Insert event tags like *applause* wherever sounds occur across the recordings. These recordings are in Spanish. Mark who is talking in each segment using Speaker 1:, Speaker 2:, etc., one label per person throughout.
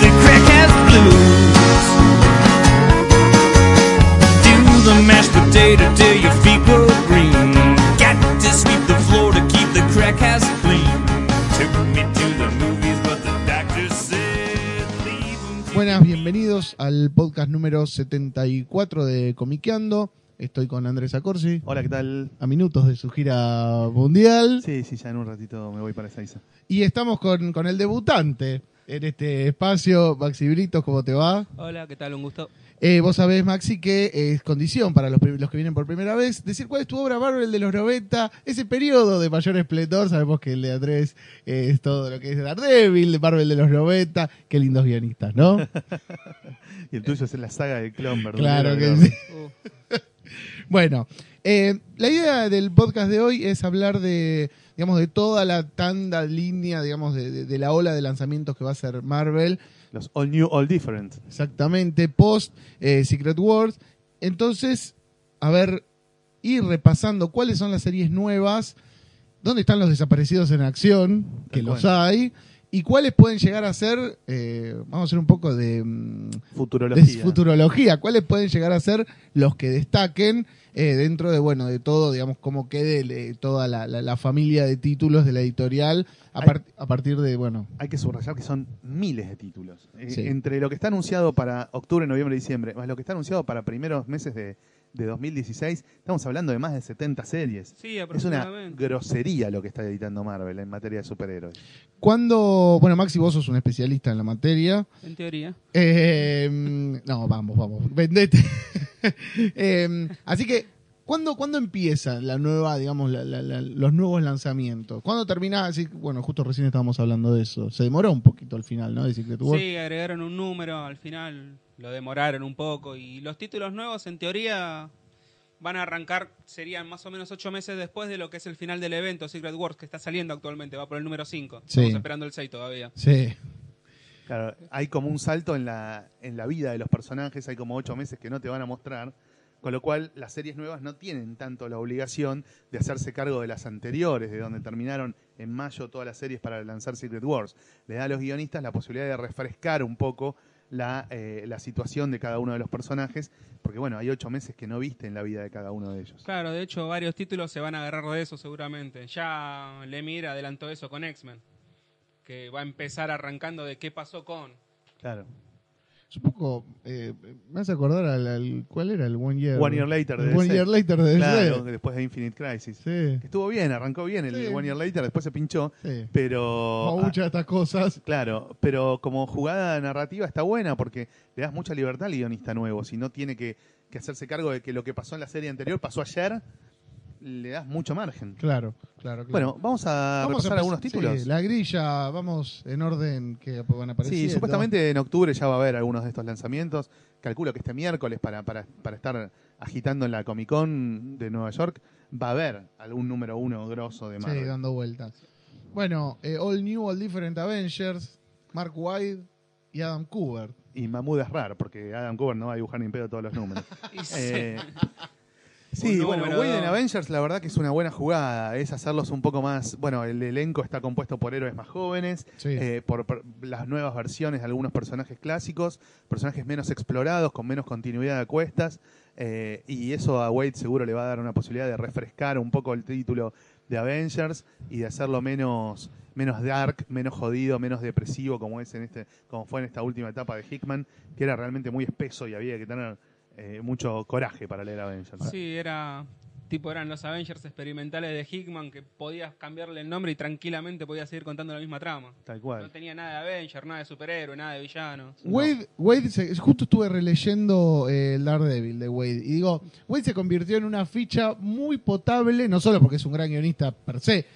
Speaker 1: the crackhead's blues. Do the mashed potato till your feet go green. Got to sweep the floor to keep the crack house clean. Took me to the movies, but the doctor said leave 'em
Speaker 2: Buenas, bienvenidos al podcast número 74 de Comiqueando. Estoy con Andrés Acorsi,
Speaker 3: Hola, ¿qué tal?
Speaker 2: a minutos de su gira mundial.
Speaker 3: Sí, sí, ya en un ratito me voy para Ezeiza.
Speaker 2: Y estamos con, con el debutante en este espacio. Maxi Britos, ¿cómo te va?
Speaker 4: Hola, ¿qué tal? Un gusto.
Speaker 2: Eh, vos sabés, Maxi, que es condición para los, prim- los que vienen por primera vez decir cuál es tu obra Marvel de los 90, ese periodo de mayor esplendor. Sabemos que el de Andrés eh, es todo lo que es Daredevil, Marvel de los 90. Qué lindos guionistas, ¿no?
Speaker 3: Y el tuyo es la saga del clon, ¿verdad?
Speaker 2: Claro que sí.
Speaker 3: Oh.
Speaker 2: Bueno, eh, la idea del podcast de hoy es hablar de, digamos, de toda la tanda línea, digamos, de, de- de la ola de lanzamientos que va a hacer Marvel,
Speaker 3: Los All New, All Different.
Speaker 2: exactamente, post eh, Secret Wars. Entonces, a ver, ir repasando cuáles son las series nuevas, dónde están los desaparecidos en acción, que
Speaker 3: Tal
Speaker 2: los
Speaker 3: cual.
Speaker 2: hay, y cuáles pueden llegar a ser, eh, vamos a hacer un poco de... mm,
Speaker 3: Futurología.
Speaker 2: de futurología. ¿Cuáles pueden llegar a ser los que destaquen eh, dentro de, bueno, de todo, digamos, cómo quede le- toda la, la- la familia de títulos de la editorial a,
Speaker 3: Hay-
Speaker 2: par- a partir de, bueno,
Speaker 3: Hay que subrayar que son miles de títulos. Eh,
Speaker 2: Sí.
Speaker 3: Entre lo que está anunciado para octubre, noviembre, diciembre, más lo que está anunciado para primeros meses de, de 2016, estamos hablando de más de 70 series.
Speaker 4: Sí,
Speaker 3: Es una
Speaker 4: aproximadamente.
Speaker 3: grosería lo que está editando Marvel en materia de superhéroes.
Speaker 2: cuando, bueno, Maxi, vos sos un especialista en la materia.
Speaker 4: En teoría.
Speaker 2: Eh, no, vamos, vamos, vendete. *laughs* Eh, así que, ¿cuándo, ¿cuándo empieza la nueva, digamos, la- la- la- los nuevos lanzamientos? ¿Cuándo termina? Así, bueno, justo recién estábamos hablando de eso. Se demoró un poquito al final, ¿no? De Secret Wars.
Speaker 4: Sí, agregaron un número al final, lo demoraron un poco. Y los títulos nuevos, en teoría, van a arrancar, serían más o menos ocho meses después de lo que es el final del evento Secret Wars, que está saliendo actualmente, va por el número 5.
Speaker 2: Sí.
Speaker 4: Estamos esperando el 6 todavía.
Speaker 2: sí.
Speaker 3: Claro, hay como un salto en la, en la vida de los personajes, hay como ocho meses que no te van a mostrar, con lo cual las series nuevas no tienen tanto la obligación de hacerse cargo de las anteriores, de donde terminaron en mayo todas las series para lanzar Secret Wars. Le da a los guionistas la posibilidad de refrescar un poco la, eh, la situación de cada uno de los personajes, porque bueno, hay ocho meses que no viste en la vida de cada uno de ellos.
Speaker 4: Claro, de hecho, varios títulos se van a agarrar de eso seguramente. Ya Lemire adelantó eso con X-Men, que va a empezar arrancando de qué pasó con.
Speaker 3: Claro.
Speaker 2: Es un poco. eh, me hace acordar al, al- ¿Cuál era el One Year?
Speaker 3: One Year Later de
Speaker 2: El One
Speaker 3: DC.
Speaker 2: Year Later de
Speaker 3: Claro, después de Infinite Crisis.
Speaker 2: DC. Sí,
Speaker 3: Estuvo bien, arrancó bien el
Speaker 2: Sí.
Speaker 3: One Year Later, después se pinchó,
Speaker 2: sí.
Speaker 3: pero...
Speaker 2: Como
Speaker 3: ah,
Speaker 2: muchas de estas cosas.
Speaker 3: Claro, pero como jugada narrativa está buena porque le das mucha libertad al guionista nuevo. Si no tiene que, que hacerse cargo de que lo que pasó en la serie anterior pasó ayer, le das mucho margen.
Speaker 2: Claro, claro, claro.
Speaker 3: Bueno, vamos a
Speaker 2: Vamos empezar-
Speaker 3: repasar algunos títulos.
Speaker 2: sí,
Speaker 3: Sí,
Speaker 2: la grilla, vamos en orden que van apareciendo.
Speaker 3: supuestamente en octubre ya va a haber algunos de estos lanzamientos. Calculo que este miércoles, para, para, para estar agitando en la Comic Con de Nueva York, va a haber algún número uno grosso de
Speaker 2: Sí,
Speaker 3: Marvel.
Speaker 2: dando vueltas. Bueno, eh, All New, All Different Avengers, Mark White y Adam Kubert.
Speaker 3: Y Mahmoud es raro, porque Adam Cover no va a dibujar ni en pedo todos
Speaker 2: *laughs*
Speaker 3: los números.
Speaker 4: *laughs* Y se-
Speaker 3: Eh, sí,
Speaker 4: Un
Speaker 3: bueno,
Speaker 4: número
Speaker 3: Wade en
Speaker 4: dos.
Speaker 3: Avengers la verdad que es una buena jugada, es hacerlos un poco más, bueno, el elenco está compuesto por héroes más jóvenes,
Speaker 2: Sí.
Speaker 3: eh, por, por las nuevas versiones de algunos personajes clásicos, personajes menos explorados, con menos continuidad a cuestas, eh, y eso a Wade seguro le va a dar una posibilidad de refrescar un poco el título de Avengers y de hacerlo menos menos dark, menos jodido, menos depresivo como es en este como fue en esta última etapa de Hickman, que era realmente muy espeso y había que tener eh, mucho coraje para leer Avengers.
Speaker 4: Sí, era tipo eran los Avengers experimentales de Hickman que podías cambiarle el nombre y tranquilamente podías seguir contando la misma trama.
Speaker 3: Tal
Speaker 4: No
Speaker 3: cual.
Speaker 4: tenía nada de Avenger, nada de superhéroe, nada de villano.
Speaker 2: Wade, Wade se- justo estuve releyendo eh, el Daredevil de Wade y digo, Wade se convirtió en una ficha muy potable, no solo porque es un gran guionista per se,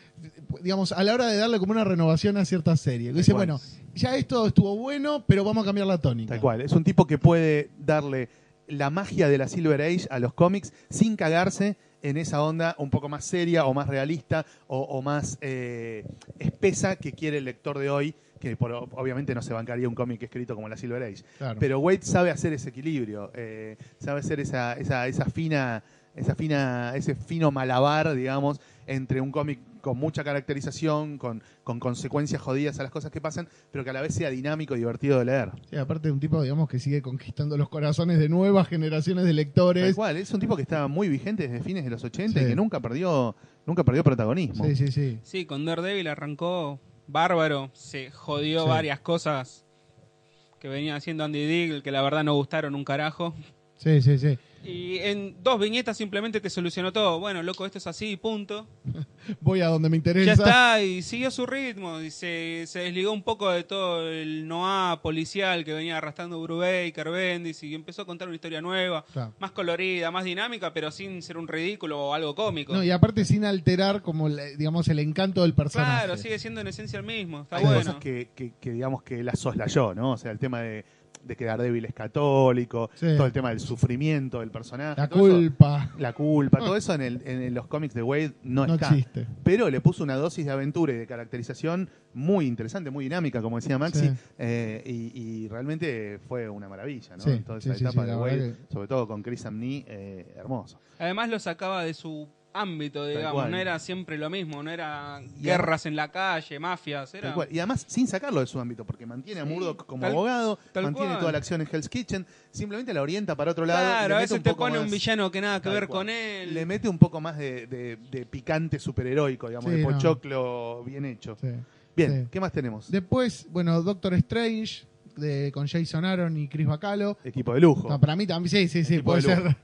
Speaker 2: digamos, a la hora de darle como una renovación a cierta serie. Dice,
Speaker 3: cual.
Speaker 2: bueno, ya esto estuvo bueno, pero vamos a cambiar la tónica.
Speaker 3: Tal cual. Es un tipo que puede darle la magia de la Silver Age a los cómics sin cagarse en esa onda un poco más seria o más realista o, o más eh, espesa que quiere el lector de hoy, que por- obviamente no se bancaría un cómic escrito como la Silver Age.
Speaker 2: Claro.
Speaker 3: Pero Wade sabe hacer ese equilibrio, eh, sabe hacer esa, esa, esa fina, esa fina, ese fino malabar, digamos, entre un cómic con mucha caracterización, con, con consecuencias jodidas a las cosas que pasan, pero que a la vez sea dinámico y divertido de leer.
Speaker 2: Sí, aparte de un tipo, digamos, que sigue conquistando los corazones de nuevas generaciones de
Speaker 3: Tal
Speaker 2: lectores.
Speaker 3: cual, es un tipo que estaba muy vigente desde fines de los 80 y
Speaker 2: Sí.
Speaker 3: que nunca perdió, nunca perdió protagonismo.
Speaker 2: Sí, sí, sí.
Speaker 4: Sí, con Daredevil arrancó bárbaro, se jodió
Speaker 2: Sí.
Speaker 4: varias cosas que venía haciendo Andy Diggle que la verdad no gustaron un carajo.
Speaker 2: Sí, sí, sí.
Speaker 4: Y en dos viñetas simplemente te solucionó todo. Bueno, loco, esto es así, punto.
Speaker 2: Voy a donde me interesa.
Speaker 4: Ya está, y siguió su ritmo. Y se, se desligó un poco de todo el noah policial que venía arrastrando Brubaker, Bendis, y empezó a contar una historia nueva,
Speaker 2: Claro.
Speaker 4: más colorida, más dinámica, pero sin ser un ridículo o algo cómico.
Speaker 2: No, y aparte sin alterar como, la- digamos, el encanto del personaje.
Speaker 4: claro, sigue siendo en esencia el mismo. Está
Speaker 3: Hay
Speaker 4: bueno.
Speaker 3: cosas que, que- que, digamos que la soslayó, ¿no? O sea, el tema de, de que Daredevil es católico,
Speaker 2: Sí.
Speaker 3: todo el tema del sufrimiento del personaje.
Speaker 2: La
Speaker 3: todo eso-
Speaker 2: culpa Ah.
Speaker 3: la culpa, todo eso en, el- en los cómics de Wade no,
Speaker 2: no
Speaker 3: está.
Speaker 2: existe.
Speaker 3: Pero le puso una dosis de aventura y de caracterización muy interesante, muy dinámica, como decía Maxi,
Speaker 2: Sí.
Speaker 3: eh, y, y realmente fue una maravilla, ¿no?
Speaker 2: Sí,
Speaker 3: En toda esa
Speaker 2: sí, sí,
Speaker 3: etapa
Speaker 2: sí,
Speaker 3: de
Speaker 2: la
Speaker 3: Wade,
Speaker 2: verdad
Speaker 3: sobre todo con Chris Amney, eh, hermoso.
Speaker 4: Además lo sacaba de su ámbito, digamos.
Speaker 3: cual.
Speaker 4: No era siempre lo mismo, no era
Speaker 3: Y
Speaker 4: guerras en la calle, mafias,
Speaker 3: Tal
Speaker 4: era...
Speaker 3: cual. Y además sin sacarlo de su ámbito, porque mantiene a
Speaker 4: Sí,
Speaker 3: Murdoch como
Speaker 4: tal-
Speaker 3: abogado,
Speaker 4: tal
Speaker 3: mantiene
Speaker 4: cual.
Speaker 3: toda la acción en Hell's Kitchen, simplemente la orienta para otro lado. le
Speaker 4: Claro, a
Speaker 3: mete
Speaker 4: veces
Speaker 3: un
Speaker 4: te
Speaker 3: poco
Speaker 4: pone un
Speaker 3: más-
Speaker 4: villano que nada que
Speaker 3: Tal
Speaker 4: ver
Speaker 3: cual.
Speaker 4: con él.
Speaker 3: Le mete un poco más de, de- de picante superheroico, digamos,
Speaker 2: Sí,
Speaker 3: de
Speaker 2: no.
Speaker 3: pochoclo bien hecho.
Speaker 2: Sí.
Speaker 3: Bien,
Speaker 2: Sí.
Speaker 3: ¿qué más tenemos?
Speaker 2: Después, bueno, Doctor Strange de, con Jason Aaron y Chris Bacalo.
Speaker 3: Equipo de lujo.
Speaker 2: No, para mí también, sí, sí, sí,
Speaker 3: Equipo
Speaker 2: puede
Speaker 3: de
Speaker 2: ser.
Speaker 3: lujo.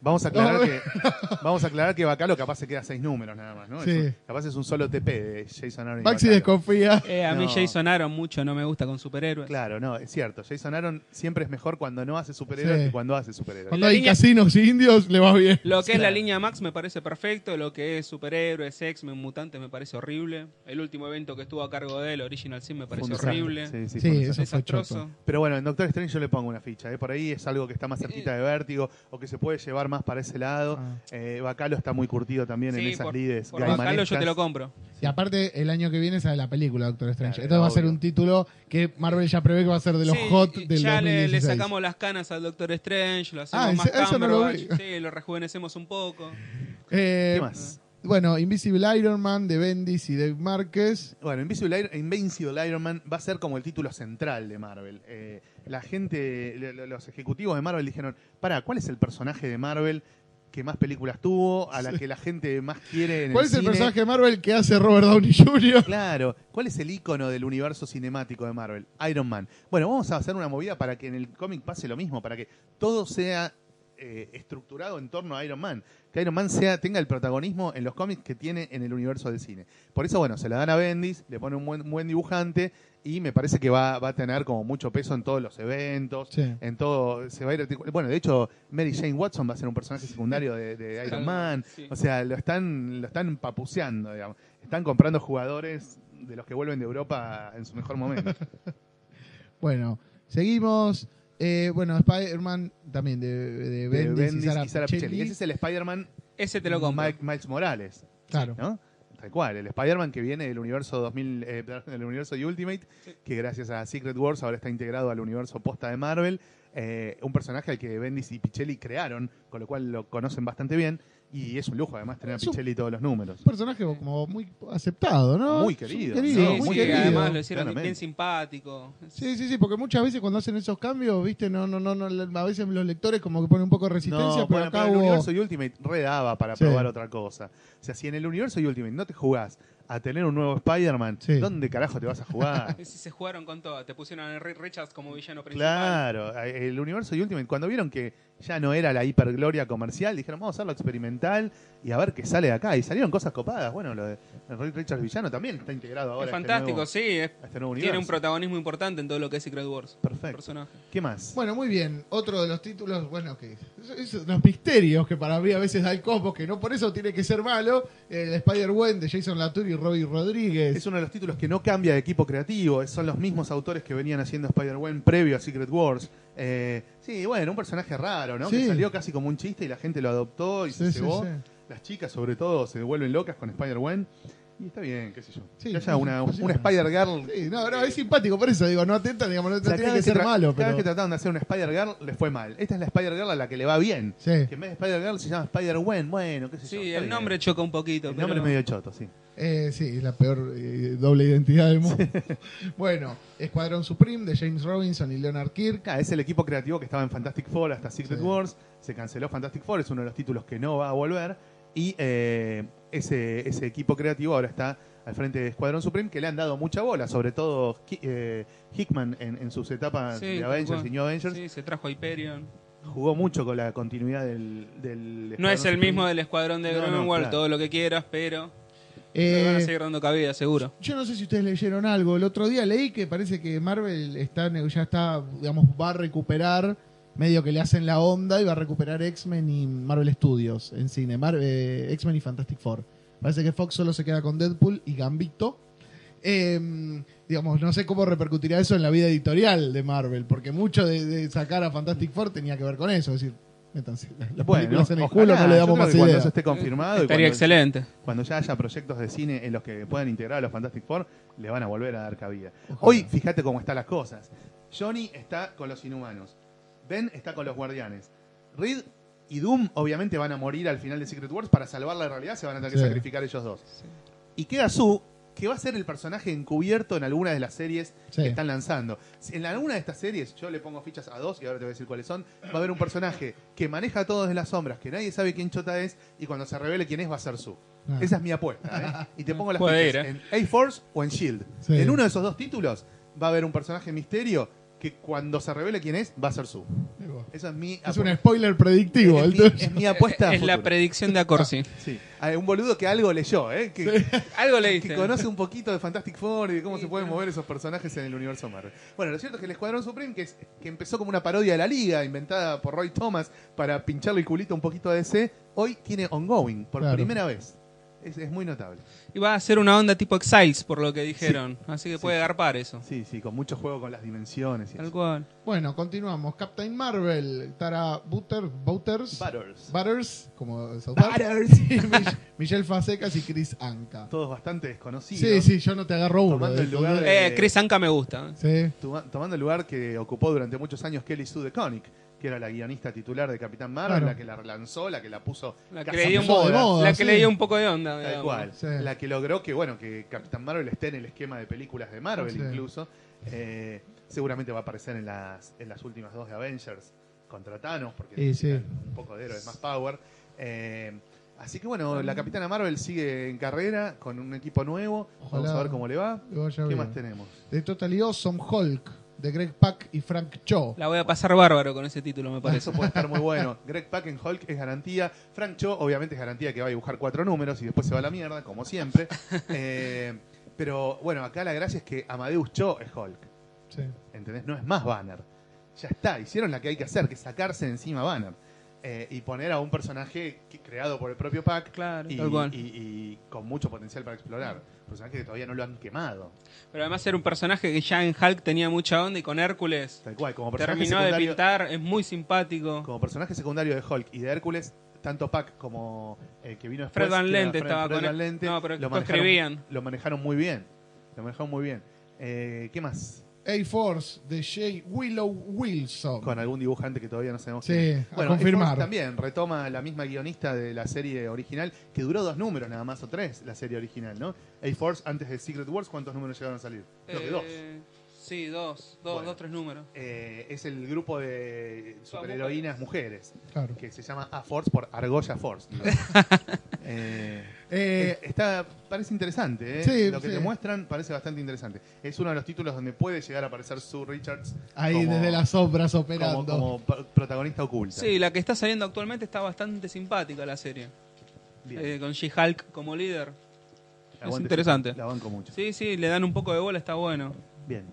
Speaker 3: Vamos a aclarar
Speaker 2: No,
Speaker 3: que *laughs* vamos a aclarar que Bacalo capaz se queda seis números nada más, ¿no?
Speaker 2: Sí.
Speaker 3: Es un- capaz es un solo TP de Jason Aaron. y
Speaker 2: Maxi
Speaker 3: Bacalo.
Speaker 2: desconfía.
Speaker 4: Eh, a mí
Speaker 3: No.
Speaker 4: Jason Aaron mucho no me gusta con superhéroes.
Speaker 3: Claro, no, es cierto. Jason Aaron siempre es mejor cuando no hace superhéroes
Speaker 2: Sí.
Speaker 3: que cuando hace superhéroes.
Speaker 2: Cuando hay
Speaker 4: línea-
Speaker 2: casinos indios, le va bien.
Speaker 4: Lo que es la
Speaker 3: Claro.
Speaker 4: línea Max me parece perfecto, lo que es superhéroes, X-Men, mutantes me parece horrible. El último evento que estuvo a cargo de él, Original Sin, me
Speaker 3: Fue un
Speaker 4: parece
Speaker 3: desastre.
Speaker 4: horrible.
Speaker 3: Sí,
Speaker 2: Sí,
Speaker 3: sí, fue un
Speaker 2: eso fue
Speaker 4: Desastroso.
Speaker 2: choto.
Speaker 3: Pero bueno, en Doctor Strange yo le pongo una ficha. ¿eh? Por ahí es algo que está más cerquita de vértigo o que se puede llevar más para ese lado.
Speaker 2: Ah.
Speaker 3: Eh, Bacalo está muy curtido también en
Speaker 4: Sí,
Speaker 3: esas
Speaker 4: por-
Speaker 3: lides.
Speaker 4: Por bancarlo yo te lo
Speaker 3: gaimanescas.
Speaker 4: compro.
Speaker 2: Y aparte, el año que viene sale la película Doctor Strange.
Speaker 3: Claro,
Speaker 2: Entonces va a ser
Speaker 3: obvio.
Speaker 2: un título que Marvel ya prevé que va a ser de los
Speaker 4: Sí,
Speaker 2: hot
Speaker 4: y
Speaker 2: del
Speaker 4: ya le, le
Speaker 2: 2016.
Speaker 4: sacamos las canas al Doctor Strange, lo hacemos
Speaker 2: Ah,
Speaker 4: más
Speaker 2: ese- eso no lo
Speaker 4: Cumberbatch,
Speaker 2: vi.
Speaker 4: sí, lo rejuvenecemos un poco.
Speaker 2: Eh,
Speaker 3: ¿Qué más?
Speaker 2: Bueno, Invisible Iron Man de Bendis y Dave Márquez.
Speaker 3: Bueno, Invincible Iron, Invincible Iron Man va a ser como el título central de Marvel. Eh, la gente, lo- lo- los ejecutivos de Marvel dijeron, para, ¿cuál es el personaje de Marvel que más películas tuvo, a la que la gente más quiere en
Speaker 2: ¿Cuál
Speaker 3: el
Speaker 2: es el
Speaker 3: cine?
Speaker 2: personaje de Marvel que hace Robert Downey Jr.?
Speaker 3: Claro, ¿cuál es el icono del universo cinemático de Marvel? Iron Man. Bueno, vamos a hacer una movida para que en el cómic pase lo mismo, para que todo sea eh, estructurado en torno a Iron Man. Que Iron Man sea, tenga el protagonismo en los cómics que tiene en el universo del cine. Por eso, bueno, se la dan a Bendis, le pone un buen, un buen dibujante y me parece que va, va a tener como mucho peso en todos los eventos.
Speaker 2: Sí.
Speaker 3: En todo, se va a ir articul- Bueno, de hecho, Mary Jane Watson va a ser un personaje secundario de, de Iron Man.
Speaker 4: Sí.
Speaker 3: O sea, lo están, lo están papuceando, digamos. Están comprando jugadores de los que vuelven de Europa en su mejor momento.
Speaker 2: Bueno, seguimos. Eh, bueno, Spider-Man también de, de
Speaker 3: De
Speaker 2: Bendis,
Speaker 3: Bendis
Speaker 2: y Sara,
Speaker 3: Pichelli.
Speaker 2: Pichelli.
Speaker 3: Ese es el Spider-Man
Speaker 4: Ese te lo compro.
Speaker 3: Mike- Miles Morales,
Speaker 2: Claro.
Speaker 3: ¿no? Tal cual, el Spider-Man que viene del universo 2000, eh, perdón, del universo de Ultimate,
Speaker 4: Sí.
Speaker 3: que gracias a Secret Wars ahora está integrado al universo posta de Marvel, eh, un personaje al que Bendis y Pichelli crearon, con lo cual lo conocen bastante bien, y es un lujo además tener a
Speaker 2: Es un-
Speaker 3: Pichelli todos los números.
Speaker 2: Un personaje como muy aceptado, ¿no?
Speaker 3: Muy
Speaker 2: Es un
Speaker 3: querido.
Speaker 2: querido,
Speaker 3: No,
Speaker 4: Sí,
Speaker 2: muy
Speaker 4: sí,
Speaker 3: querido.
Speaker 4: además lo hicieron
Speaker 3: Claramente.
Speaker 4: bien simpático.
Speaker 2: Sí, sí, sí, porque muchas veces cuando hacen esos cambios, viste, no, no, no, no a veces los lectores como que ponen un poco de resistencia,
Speaker 3: No,
Speaker 2: pero
Speaker 3: bueno,
Speaker 2: acá
Speaker 3: pero el
Speaker 2: hubo...
Speaker 3: universo de Ultimate redaba para
Speaker 2: Sí.
Speaker 3: probar otra cosa. O sea, si en el universo de Ultimate no te jugás a tener un nuevo Spider-Man,
Speaker 2: Sí.
Speaker 3: ¿dónde carajo te vas a
Speaker 2: *laughs*
Speaker 3: jugar?
Speaker 4: Sí, se jugaron con todo. Te pusieron a Rick Richards como villano principal.
Speaker 3: claro, el universo de Ultimate, cuando vieron que ya no era la hipergloria comercial, dijeron, vamos a hacerlo experimental y a ver qué sale de acá. Y salieron cosas copadas. Bueno, lo de Rick Richards Villano también está integrado ahora.
Speaker 4: es
Speaker 3: a este
Speaker 4: fantástico,
Speaker 3: nuevo-
Speaker 4: sí. es-
Speaker 3: a este nuevo
Speaker 4: tiene un
Speaker 3: universo.
Speaker 4: protagonismo importante en todo lo que es Secret Wars.
Speaker 3: Perfecto.
Speaker 4: Personaje.
Speaker 3: ¿Qué más?
Speaker 2: Bueno, muy bien. Otro de los títulos, bueno, que es- es los misterios que para mí a veces da el cosmos, que no por eso tiene que ser malo, el Spider-Wen de Jason Latour y Robbie Rodríguez.
Speaker 3: Es uno de los títulos que no cambia de equipo creativo. Son los mismos autores que venían haciendo Spider-Man previo a Secret Wars. Eh, sí, bueno, un personaje raro, ¿no?
Speaker 2: Sí.
Speaker 3: Que salió casi como un chiste y la gente lo adoptó y
Speaker 2: Sí,
Speaker 3: se
Speaker 2: sí,
Speaker 3: cebó.
Speaker 2: sí.
Speaker 3: Las chicas, sobre todo, se vuelven locas con Spider-Man. Y está bien, qué sé yo.
Speaker 2: Sí,
Speaker 3: que
Speaker 2: sí,
Speaker 3: haya una,
Speaker 2: sí, sí.
Speaker 3: una Spider-Girl.
Speaker 2: Sí, no, no, es simpático, por eso digo, no atenta, digamos, no, no
Speaker 3: O sea,
Speaker 2: tiene
Speaker 3: cada
Speaker 2: que
Speaker 3: vez que
Speaker 2: ser
Speaker 3: tra-
Speaker 2: malo,
Speaker 3: Cada vez que
Speaker 2: pero.
Speaker 3: trataron de hacer una Spider-Girl, les fue mal. Esta es la Spider-Girl a la que le va bien.
Speaker 2: Sí.
Speaker 3: Que en vez de Spider-Girl se llama Spider-Wen. Bueno, qué sé yo.
Speaker 4: Sí,
Speaker 3: está
Speaker 4: el
Speaker 3: bien.
Speaker 4: nombre choca un poquito.
Speaker 3: El
Speaker 4: pero-
Speaker 3: nombre es medio choto, sí.
Speaker 2: Eh, sí, es la peor eh, doble identidad del mundo. *laughs* bueno, Escuadrón Supreme de James Robinson y Leonard Kirk.
Speaker 3: Claro, es el equipo creativo que estaba en Fantastic Four hasta Secret
Speaker 2: Sí.
Speaker 3: Wars. Se canceló Fantastic Four, es uno de los títulos que no va a volver. Y eh, ese, ese equipo creativo ahora está al frente de Escuadrón Supreme, que le han dado mucha bola, sobre todo Ki- eh, Hickman en, en sus etapas
Speaker 4: Sí,
Speaker 3: de
Speaker 4: tal
Speaker 3: Avengers
Speaker 4: cual.
Speaker 3: y New Avengers.
Speaker 4: Sí, se trajo a Hyperion.
Speaker 3: Jugó mucho con la continuidad del. del Escuadrón
Speaker 4: No es el
Speaker 3: Supreme.
Speaker 4: mismo del escuadrón de
Speaker 3: No, no,
Speaker 4: Greenwald,
Speaker 3: claro.
Speaker 4: todo lo que quieras, pero
Speaker 2: Eh,
Speaker 4: le van a seguir dando cabida, seguro.
Speaker 2: yo no sé si ustedes leyeron algo. El otro día leí que parece que Marvel está, ne- ya está, digamos, va a recuperar, medio que le hacen la onda y va a recuperar X-Men y Marvel Studios en cine. Mar- eh, X-Men y Fantastic Four. Parece que Fox solo se queda con Deadpool y Gambito. Eh, digamos, no sé cómo repercutirá eso en la vida editorial de Marvel, porque mucho de, de sacar a Fantastic Four tenía que ver con eso. Es decir, métanse las las
Speaker 3: Bueno,
Speaker 2: películas en el
Speaker 3: ojalá.
Speaker 2: culo, no le
Speaker 3: Yo
Speaker 2: damos
Speaker 3: creo
Speaker 2: más
Speaker 3: que cuando
Speaker 2: ideas.
Speaker 3: eso esté confirmado. y cuando-
Speaker 4: Estaría excelente.
Speaker 3: cuando ya haya proyectos de cine en los que puedan integrar a los Fantastic Four, le van a volver a dar cabida. Hoy, fíjate cómo están las cosas. Johnny está con los inhumanos. Ben está con los guardianes. Reed y Doom, obviamente, van a morir al final de Secret Wars. Para salvar la realidad, se van a tener que
Speaker 2: Sí.
Speaker 3: sacrificar ellos dos. Y queda Sue, que va a ser el personaje encubierto en alguna de las series
Speaker 2: Sí.
Speaker 3: que están lanzando. Si En alguna de estas series, yo le pongo fichas a dos y ahora te voy a decir cuáles son. Va a haber un personaje que maneja a todos de las sombras, que nadie sabe quién chota es, y cuando se revele quién es, va a ser Sue.
Speaker 2: Ah.
Speaker 3: Esa es
Speaker 2: *laughs*
Speaker 3: mi apuesta. ¿eh? Y te pongo las
Speaker 4: Puede
Speaker 3: fichas
Speaker 4: ir,
Speaker 3: en A-Force o en Shield.
Speaker 2: Sí.
Speaker 3: E En uno de esos dos títulos va a haber un personaje misterio que cuando se revele quién es, va a ser Sue. Esa es mi
Speaker 2: Es
Speaker 3: apuesta.
Speaker 2: un spoiler predictivo.
Speaker 3: Es
Speaker 2: el
Speaker 3: mi-
Speaker 2: tuyo.
Speaker 3: es mi apuesta. a
Speaker 4: *laughs* Es la
Speaker 3: futuro.
Speaker 4: predicción de
Speaker 3: *laughs*
Speaker 4: Acorsi.
Speaker 3: Sí. Hay Un boludo que algo leyó, ¿eh? que,
Speaker 4: Algo le
Speaker 3: que
Speaker 4: diste.
Speaker 3: conoce un poquito de Fantastic Four y de cómo se pueden mover esos personajes en el universo Marvel. Bueno, lo cierto es que el Escuadrón Supreme, que, es- que empezó como una parodia de la Liga, inventada por Roy Thomas para pincharle el culito un poquito a DC, hoy tiene ongoing, por
Speaker 2: Claro.
Speaker 3: primera vez. Es, es muy notable.
Speaker 4: Y va a ser una onda tipo Exiles, por lo que dijeron. Así que puede garpar eso.
Speaker 3: Sí, sí, con mucho juego con las dimensiones. Y
Speaker 4: Tal
Speaker 3: eso.
Speaker 4: cual.
Speaker 2: Bueno, continuamos. Captain Marvel, Tara Butter, Butters,
Speaker 3: Butters.
Speaker 2: Butters, como South Park, *laughs* y Mich- Michelle Facecas y Chris Anka.
Speaker 3: Todos bastante desconocidos.
Speaker 2: Sí, sí, yo no te agarro uno.
Speaker 3: Tomando
Speaker 2: de
Speaker 3: el
Speaker 2: esos,
Speaker 3: lugar
Speaker 2: ¿eh?
Speaker 3: de-
Speaker 4: Eh, Chris Anka me gusta.
Speaker 2: Sí.
Speaker 3: Toma- tomando el lugar que ocupó durante muchos años Kelly Sue DeConnick, que era la guionista titular de Capitán Marvel,
Speaker 2: Claro.
Speaker 3: la que la relanzó, la que la puso
Speaker 4: La que
Speaker 3: casi
Speaker 4: le dio un,
Speaker 2: puso de
Speaker 4: poco-
Speaker 2: moda,
Speaker 4: la que
Speaker 2: sí.
Speaker 4: le dio un poco de onda.
Speaker 3: Tal
Speaker 4: digamos.
Speaker 3: cual.
Speaker 2: Sí.
Speaker 3: La que logró que, bueno, que Capitán Marvel esté en el esquema de películas de Marvel
Speaker 2: Sí.
Speaker 3: incluso. Eh, seguramente va a aparecer en las, en las últimas dos de Avengers contra Thanos, porque
Speaker 2: Y sí.
Speaker 3: necesitan un poco de héroes más power. Eh, así que bueno, la Capitana Marvel sigue en carrera con un equipo nuevo. Vamos
Speaker 2: Ojalá.
Speaker 3: a ver cómo le va.
Speaker 2: Le vaya
Speaker 3: ¿Qué
Speaker 2: bien.
Speaker 3: más tenemos?
Speaker 2: De Totally Awesome Hulk, de Greg Pack y Frank Cho.
Speaker 4: La voy a pasar bárbaro con ese título,
Speaker 3: *laughs*
Speaker 4: me parece.
Speaker 3: Eso puede estar muy bueno. Greg Pack en Hulk es garantía. Frank Cho, obviamente, es garantía que va a dibujar cuatro números y después se va a la mierda, como siempre.
Speaker 4: *laughs*
Speaker 3: Eh, pero bueno, acá la gracia es que Amadeus Cho es Hulk.
Speaker 2: Sí.
Speaker 3: ¿Entendés? No es más Banner. Ya está, hicieron la que hay que hacer, que es sacarse de encima Banner. Eh, y poner a un personaje que- creado por el propio Pack
Speaker 4: Claro,
Speaker 3: y,
Speaker 4: tal cual.
Speaker 3: y- y con mucho potencial para explorar. Personaje que todavía no lo han quemado.
Speaker 4: Pero además era un personaje que ya en Hulk tenía mucha onda y con Hércules
Speaker 3: Tal cual, como personaje
Speaker 4: terminó de
Speaker 3: secundario.
Speaker 4: pintar, es muy simpático.
Speaker 3: Como personaje secundario de Hulk y de Hércules, tanto Pac como el que vino después.
Speaker 4: Fred Van
Speaker 3: que era
Speaker 4: Lente estaba con
Speaker 3: Van
Speaker 4: él.
Speaker 3: Lente,
Speaker 4: No, pero
Speaker 3: lo
Speaker 4: después
Speaker 3: manejaron-
Speaker 4: escribían.
Speaker 3: Lo manejaron muy bien. Lo manejaron muy bien. Eh, ¿Qué más?
Speaker 2: A-Force, de Jay Willow Wilson.
Speaker 3: Con algún dibujante que todavía no sabemos
Speaker 2: Sí,
Speaker 3: quién es.
Speaker 2: a
Speaker 3: Bueno,
Speaker 2: confirmar.
Speaker 3: X-Force también retoma la misma guionista de la serie original, que duró dos números nada más, o tres, la serie original, ¿no? A-Force, antes de Secret Wars, ¿cuántos números llegaron a salir? Creo que dos.
Speaker 4: Eh, Sí, dos, dos,
Speaker 3: Bueno.
Speaker 4: dos, tres números.
Speaker 3: Eh, es el grupo de superheroínas mujeres,
Speaker 2: Claro.
Speaker 3: que se llama A-Force por Argolla
Speaker 4: *laughs*
Speaker 3: Force. ¿no? eh,
Speaker 2: Eh,
Speaker 3: Eh, está, parece interesante, ¿eh?
Speaker 2: Sí,
Speaker 3: lo que
Speaker 2: sí.
Speaker 3: te muestran parece bastante interesante. Es uno de los títulos donde puede llegar a aparecer Sue Richards
Speaker 2: ahí
Speaker 3: como-
Speaker 2: desde las sombras operando.
Speaker 3: como, como pr- protagonista oculta.
Speaker 4: Sí, la que está saliendo actualmente está bastante simpática la serie.
Speaker 3: Bien.
Speaker 4: Eh, con She-Hulk como líder.
Speaker 3: La banco-
Speaker 4: interesante.
Speaker 3: La banco mucho.
Speaker 4: Sí, sí, le dan un poco de bola, está bueno.
Speaker 3: Bien.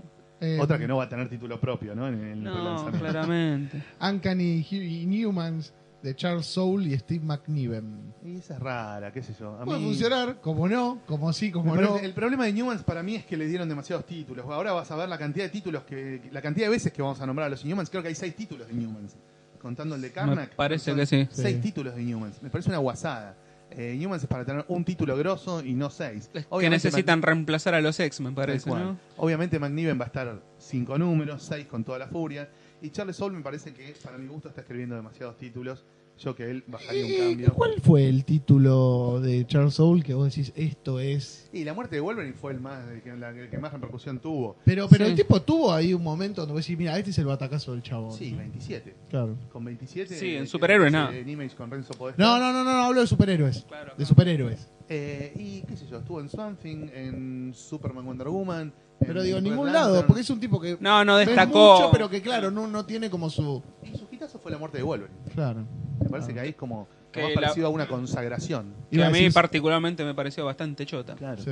Speaker 2: Eh,
Speaker 3: Otra *laughs* que no va a tener título propio, ¿no? En, en el
Speaker 4: No,
Speaker 3: relanzamiento.
Speaker 4: claramente.
Speaker 2: Uncanny Hu- y Newmans, de Charles Soule y Steve McNiven.
Speaker 3: Y esa es rara, qué sé yo. A
Speaker 2: Puede
Speaker 3: mí-
Speaker 2: funcionar, como no, como sí,
Speaker 3: Me
Speaker 2: como
Speaker 3: parece-
Speaker 2: no.
Speaker 3: El problema de Newmans para mí es que le dieron demasiados títulos. Ahora vas a ver la cantidad de títulos que. La cantidad de veces que vamos a nombrar a los Newmans. Creo que hay seis títulos de Newmans. Contando el de Carnac.
Speaker 4: parece
Speaker 3: son
Speaker 4: que sí.
Speaker 3: Seis
Speaker 2: Sí.
Speaker 3: títulos de Newmans. Me parece una guasada. Eh, Newmans es para tener un título grosso y no seis.
Speaker 4: que
Speaker 3: Obviamente,
Speaker 4: necesitan reemplazar a los ex, me
Speaker 3: Tal
Speaker 4: parece,
Speaker 3: cual.
Speaker 4: ¿no?
Speaker 3: Obviamente McNiven va a estar cinco números, seis con toda la furia. Y Charles Soule me parece que, para mi gusto, está escribiendo demasiados títulos. Yo que él bajaría un
Speaker 2: Eh,
Speaker 3: cambio.
Speaker 2: ¿Cuál fue el título de Charles Soule que vos decís esto es?
Speaker 3: Y la muerte de Wolverine fue el, más, el que, la- el que más repercusión tuvo.
Speaker 2: Pero, pero
Speaker 4: Sí.
Speaker 2: el tipo tuvo ahí un momento donde vos decís, mira, este es el batacazo del chavo.
Speaker 3: Sí, 27.
Speaker 2: Claro.
Speaker 3: Con 27.
Speaker 4: Sí, en
Speaker 3: eh,
Speaker 4: superhéroes,
Speaker 3: eh,
Speaker 4: nada.
Speaker 3: En Image con Renzo Podesta.
Speaker 2: No, no, no, no, no, hablo de superhéroes.
Speaker 4: Claro, claro.
Speaker 2: de superhéroes.
Speaker 3: Eh, y qué sé yo, estuvo en Something, en Superman Wonder Woman.
Speaker 2: Pero
Speaker 3: en
Speaker 2: digo, en
Speaker 3: Red
Speaker 2: ningún
Speaker 3: Lantern.
Speaker 2: lado, porque es un tipo que
Speaker 4: No, no
Speaker 2: ves
Speaker 4: destacó.
Speaker 2: mucho, pero que claro, no, no tiene como su...
Speaker 3: Y su hitazo fue la muerte de Wolverine.
Speaker 2: Claro.
Speaker 3: Me
Speaker 2: Ah.
Speaker 3: parece que ahí es como lo
Speaker 4: Que
Speaker 3: más
Speaker 4: la-
Speaker 3: parecido a una consagración.
Speaker 4: que
Speaker 2: Iba
Speaker 4: a mí
Speaker 2: decir-
Speaker 4: particularmente me pareció bastante chota.
Speaker 3: Claro.
Speaker 2: Sí.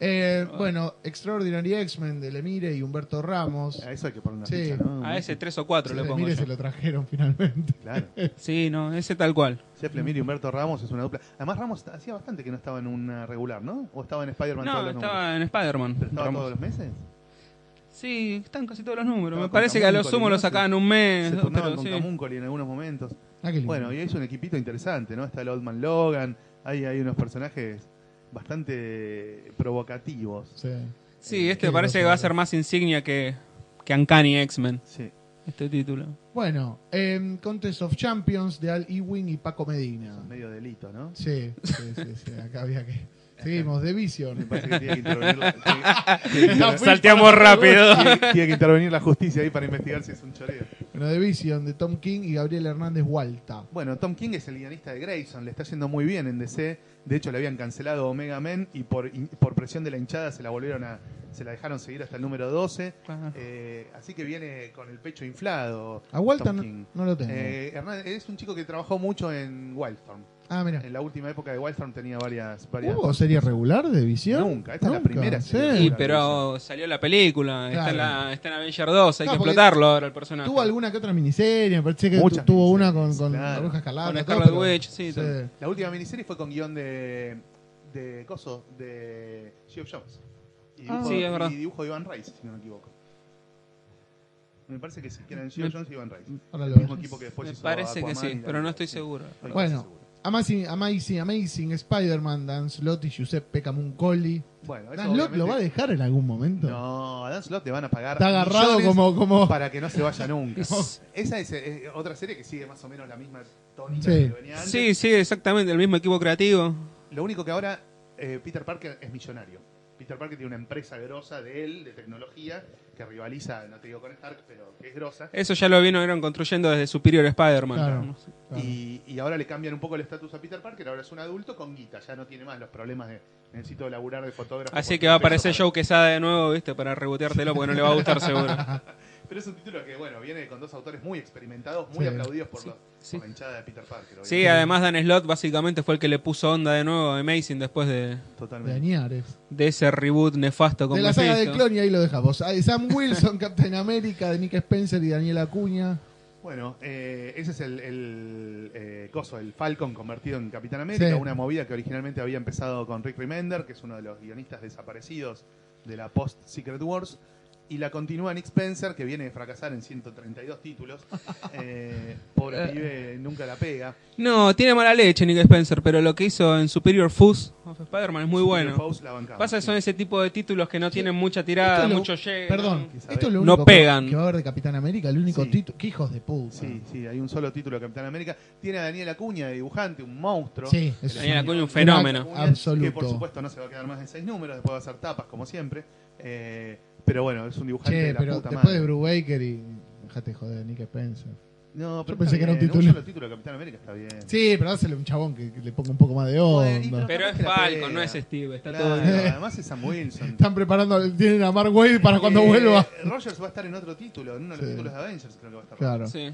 Speaker 2: Eh, bueno, Extraordinary X-Men de Lemire y Humberto Ramos.
Speaker 3: A eso hay que poner una
Speaker 2: Sí.
Speaker 3: ficha, ¿no?
Speaker 4: A ese 3 o 4 le pongo
Speaker 2: Lemire
Speaker 4: yo.
Speaker 2: se lo trajeron finalmente. *laughs*
Speaker 3: Claro.
Speaker 4: Sí, no, ese tal cual.
Speaker 3: Jeff Lemire y Humberto Ramos es una dupla. Además, Ramos hacía bastante que no estaba en una regular, ¿no? ¿O estaba en Spider-Man todos
Speaker 4: No,
Speaker 3: los números?
Speaker 4: estaba en Spider-Man.
Speaker 3: ¿Pero estaba
Speaker 4: Ramos.
Speaker 3: todos los meses?
Speaker 4: Sí, están casi todos los números.
Speaker 3: Estaba
Speaker 4: Me
Speaker 3: con
Speaker 4: parece que a lo
Speaker 3: Camúncoli,
Speaker 4: sumo
Speaker 3: ¿no?
Speaker 4: lo sacaban
Speaker 3: Se-
Speaker 4: un mes.
Speaker 3: Se
Speaker 4: dos,
Speaker 3: turnaban
Speaker 4: pero
Speaker 3: con
Speaker 4: sí.
Speaker 3: Camuncoli en algunos momentos.
Speaker 2: Ah, qué lindo.
Speaker 3: Bueno, y es un equipito interesante, ¿no? Está el Old Man Logan, hay, hay unos personajes bastante provocativos.
Speaker 2: Sí.
Speaker 4: Sí, este
Speaker 2: Qué
Speaker 4: parece que
Speaker 2: groso.
Speaker 4: va a ser más insignia que, que Uncanny X-Men,
Speaker 3: Sí.
Speaker 4: este título.
Speaker 2: Bueno, em, Contest of Champions de Al Ewing y Paco Medina.
Speaker 3: Ah, Medio delito, ¿no?
Speaker 2: Sí, sí, sí,
Speaker 3: *laughs*
Speaker 2: sí, acá había que... Seguimos, The
Speaker 3: Me
Speaker 2: Vision.
Speaker 3: parece que tiene que intervenir la, tiene- tiene que
Speaker 2: No,
Speaker 3: intervenir-
Speaker 2: fui para-
Speaker 3: tiene- tiene que intervenir la justicia ahí para investigar si es un choreo.
Speaker 2: Bueno, The Vision de Tom King y Gabriel Hernández Hualta.
Speaker 3: Bueno, Tom King es el guionista de Grayson, le está yendo muy bien en DC. De hecho, le habían cancelado Omega Men y por, y por presión de la hinchada se la volvieron a. se la dejaron seguir hasta el número 12.
Speaker 4: Ajá.
Speaker 3: Eh, así que viene con el pecho inflado.
Speaker 2: A Hualta
Speaker 3: Tom
Speaker 2: no,
Speaker 3: King.
Speaker 2: no lo tengo.
Speaker 3: Eh, Hernán- es un chico que trabajó mucho en Wildstorm.
Speaker 2: ah, mira.
Speaker 3: En la última época de Wildstorm tenía varias. varias
Speaker 2: ¿Hubo serie regular de Vision?
Speaker 3: Nunca, esta es la
Speaker 2: Nunca,
Speaker 3: primera serie
Speaker 2: sí.
Speaker 4: Y
Speaker 3: Claro,
Speaker 4: pero salió la película, está, en
Speaker 2: Claro.
Speaker 4: la, está en Avenger 2, hay
Speaker 2: No,
Speaker 4: que
Speaker 2: porque
Speaker 4: explotarlo ahora el personaje.
Speaker 2: Tuvo alguna que otra miniserie, me parece que
Speaker 3: Muchas
Speaker 2: tu- tuvo una
Speaker 3: miniseries,
Speaker 2: con, con
Speaker 3: claro.
Speaker 2: Aguja Escarlata,
Speaker 4: Con
Speaker 2: todo,
Speaker 4: Scarlet
Speaker 2: pero-
Speaker 4: Witch, sí, todo.
Speaker 3: La última miniserie fue con guión de. de. Coso, de. Geoff Jones. Y
Speaker 2: Ah.
Speaker 3: dibujo,
Speaker 4: Sí, es verdad.
Speaker 3: y dibujo de Iván Reis, si no me equivoco. Me parece que sí, que eran Geoff
Speaker 4: Me-
Speaker 3: Jones y Iván Reis.
Speaker 2: Ahora
Speaker 3: El
Speaker 2: lo
Speaker 3: mismo
Speaker 2: ves.
Speaker 3: equipo que después
Speaker 4: Me
Speaker 3: hizo
Speaker 4: parece que
Speaker 3: Aquaman y
Speaker 4: sí,
Speaker 3: la-
Speaker 4: pero no estoy seguro.
Speaker 3: Estoy casi
Speaker 2: Bueno.
Speaker 3: seguro.
Speaker 2: Amazing, Amazing, Amazing Spider-Man, Dan Slott y Giuseppe Camuncoli.
Speaker 3: Bueno, eso
Speaker 2: Dan Slott lo va a
Speaker 3: obviamente-
Speaker 2: dejar en algún momento.
Speaker 3: No, a Dan Slott le van a pagar.
Speaker 2: Está agarrado
Speaker 3: millones
Speaker 2: como, como.
Speaker 3: Para que *laughs* no se vaya
Speaker 2: *laughs*
Speaker 3: nunca.
Speaker 4: Es-
Speaker 3: Esa es eh, otra serie que sigue más o menos la misma tónica
Speaker 2: Sí.
Speaker 3: que venía antes.
Speaker 4: Sí, sí, exactamente, el mismo equipo creativo.
Speaker 3: Lo único que ahora eh, Peter Parker es millonario. Peter Parker tiene una empresa grosa de él, de tecnología, que rivaliza, no te digo con Stark, pero que es grosa.
Speaker 4: Eso ya lo vieron construyendo desde Superior Spider-Man.
Speaker 2: Claro.
Speaker 4: ¿no?
Speaker 2: Claro.
Speaker 3: Y, y ahora le cambian un poco el estatus a Peter Parker, ahora es un adulto con guita, ya no tiene más los problemas de necesito laburar de fotógrafo.
Speaker 4: Así
Speaker 3: por
Speaker 4: que va a
Speaker 3: 10 pesos
Speaker 4: aparecer
Speaker 3: para-
Speaker 4: Joe Quesada de nuevo, ¿viste? Para reboteártelo porque no le va a
Speaker 2: *laughs*
Speaker 4: gustar seguro.
Speaker 3: Pero es un título que, bueno, viene con dos autores muy experimentados, muy
Speaker 2: Sí.
Speaker 3: aplaudidos por, los-
Speaker 4: sí.
Speaker 3: por la hinchada de Peter Parker.
Speaker 4: Sí, además Dan Slott básicamente fue el que le puso onda de nuevo a Amazing después de,
Speaker 2: De
Speaker 3: Totalmente.
Speaker 2: Añares.
Speaker 4: de ese reboot nefasto con
Speaker 2: De la saga de
Speaker 4: Mephisto.
Speaker 2: clon y ahí lo dejamos. Ah, Sam Wilson, *laughs* Captain America, de Nick Spencer y Daniel Acuña.
Speaker 3: Bueno, eh, ese es el, el, eh, coso, el Falcon convertido en Capitán América,
Speaker 2: Sí.
Speaker 3: una movida que originalmente había empezado con Rick Remender, que es uno de los guionistas desaparecidos de la post-Secret Wars, y la continúa Nick Spencer, que viene de fracasar en 132
Speaker 4: *laughs*
Speaker 3: títulos. Eh, pobre pibe, nunca la pega.
Speaker 4: No, tiene mala leche Nick Spencer, pero lo que hizo en Superior Fuzz of Spider-Man es muy
Speaker 3: Peter
Speaker 4: bueno.
Speaker 3: Faust la bancaba.
Speaker 4: Pasa que son ese tipo de títulos que no tienen mucha
Speaker 2: Esto
Speaker 4: tirada,
Speaker 2: es lo-
Speaker 4: mucho llegue.
Speaker 2: Perdón,
Speaker 3: ¿no?
Speaker 2: esto es lo
Speaker 4: No
Speaker 2: único que-
Speaker 4: pegan.
Speaker 2: que, va a haber de Capitán América, el único
Speaker 3: Sí.
Speaker 2: título. ¡Qué hijos de puta!
Speaker 3: Sí, sí, hay un solo título de Capitán América. Tiene a Daniel Acuña de dibujante, un monstruo.
Speaker 2: Sí, es
Speaker 4: Daniel Acuña, un
Speaker 2: crack
Speaker 4: fenómeno.
Speaker 2: Absoluto.
Speaker 3: Que por supuesto no se va a quedar más en seis números, después va a hacer tapas, como siempre. Eh, pero bueno, es un dibujante
Speaker 2: Che,
Speaker 3: de la
Speaker 2: pero
Speaker 3: puta
Speaker 2: después
Speaker 3: madre.
Speaker 2: de Brubaker y. Dejate joder, Nick Spencer.
Speaker 3: No, pero
Speaker 2: pensé
Speaker 3: está
Speaker 2: que era un
Speaker 3: bien,
Speaker 2: título.
Speaker 3: solo título de Capitán América está bien.
Speaker 2: Sí, pero dásele un chabón que, que le ponga un poco más de
Speaker 3: Joder, y
Speaker 2: onda.
Speaker 4: Pero es Falcon, no es Steve, está
Speaker 3: Claro,
Speaker 4: todo bien.
Speaker 2: *laughs*
Speaker 3: además es Sam Wilson.
Speaker 2: Están preparando, tienen a Mark Wade *laughs* para cuando
Speaker 3: Eh,
Speaker 2: vuelva.
Speaker 3: Rogers va a estar en otro título, en uno de los
Speaker 2: Sí.
Speaker 3: títulos de Avengers, creo que va a estar.
Speaker 2: Claro.
Speaker 4: Sí.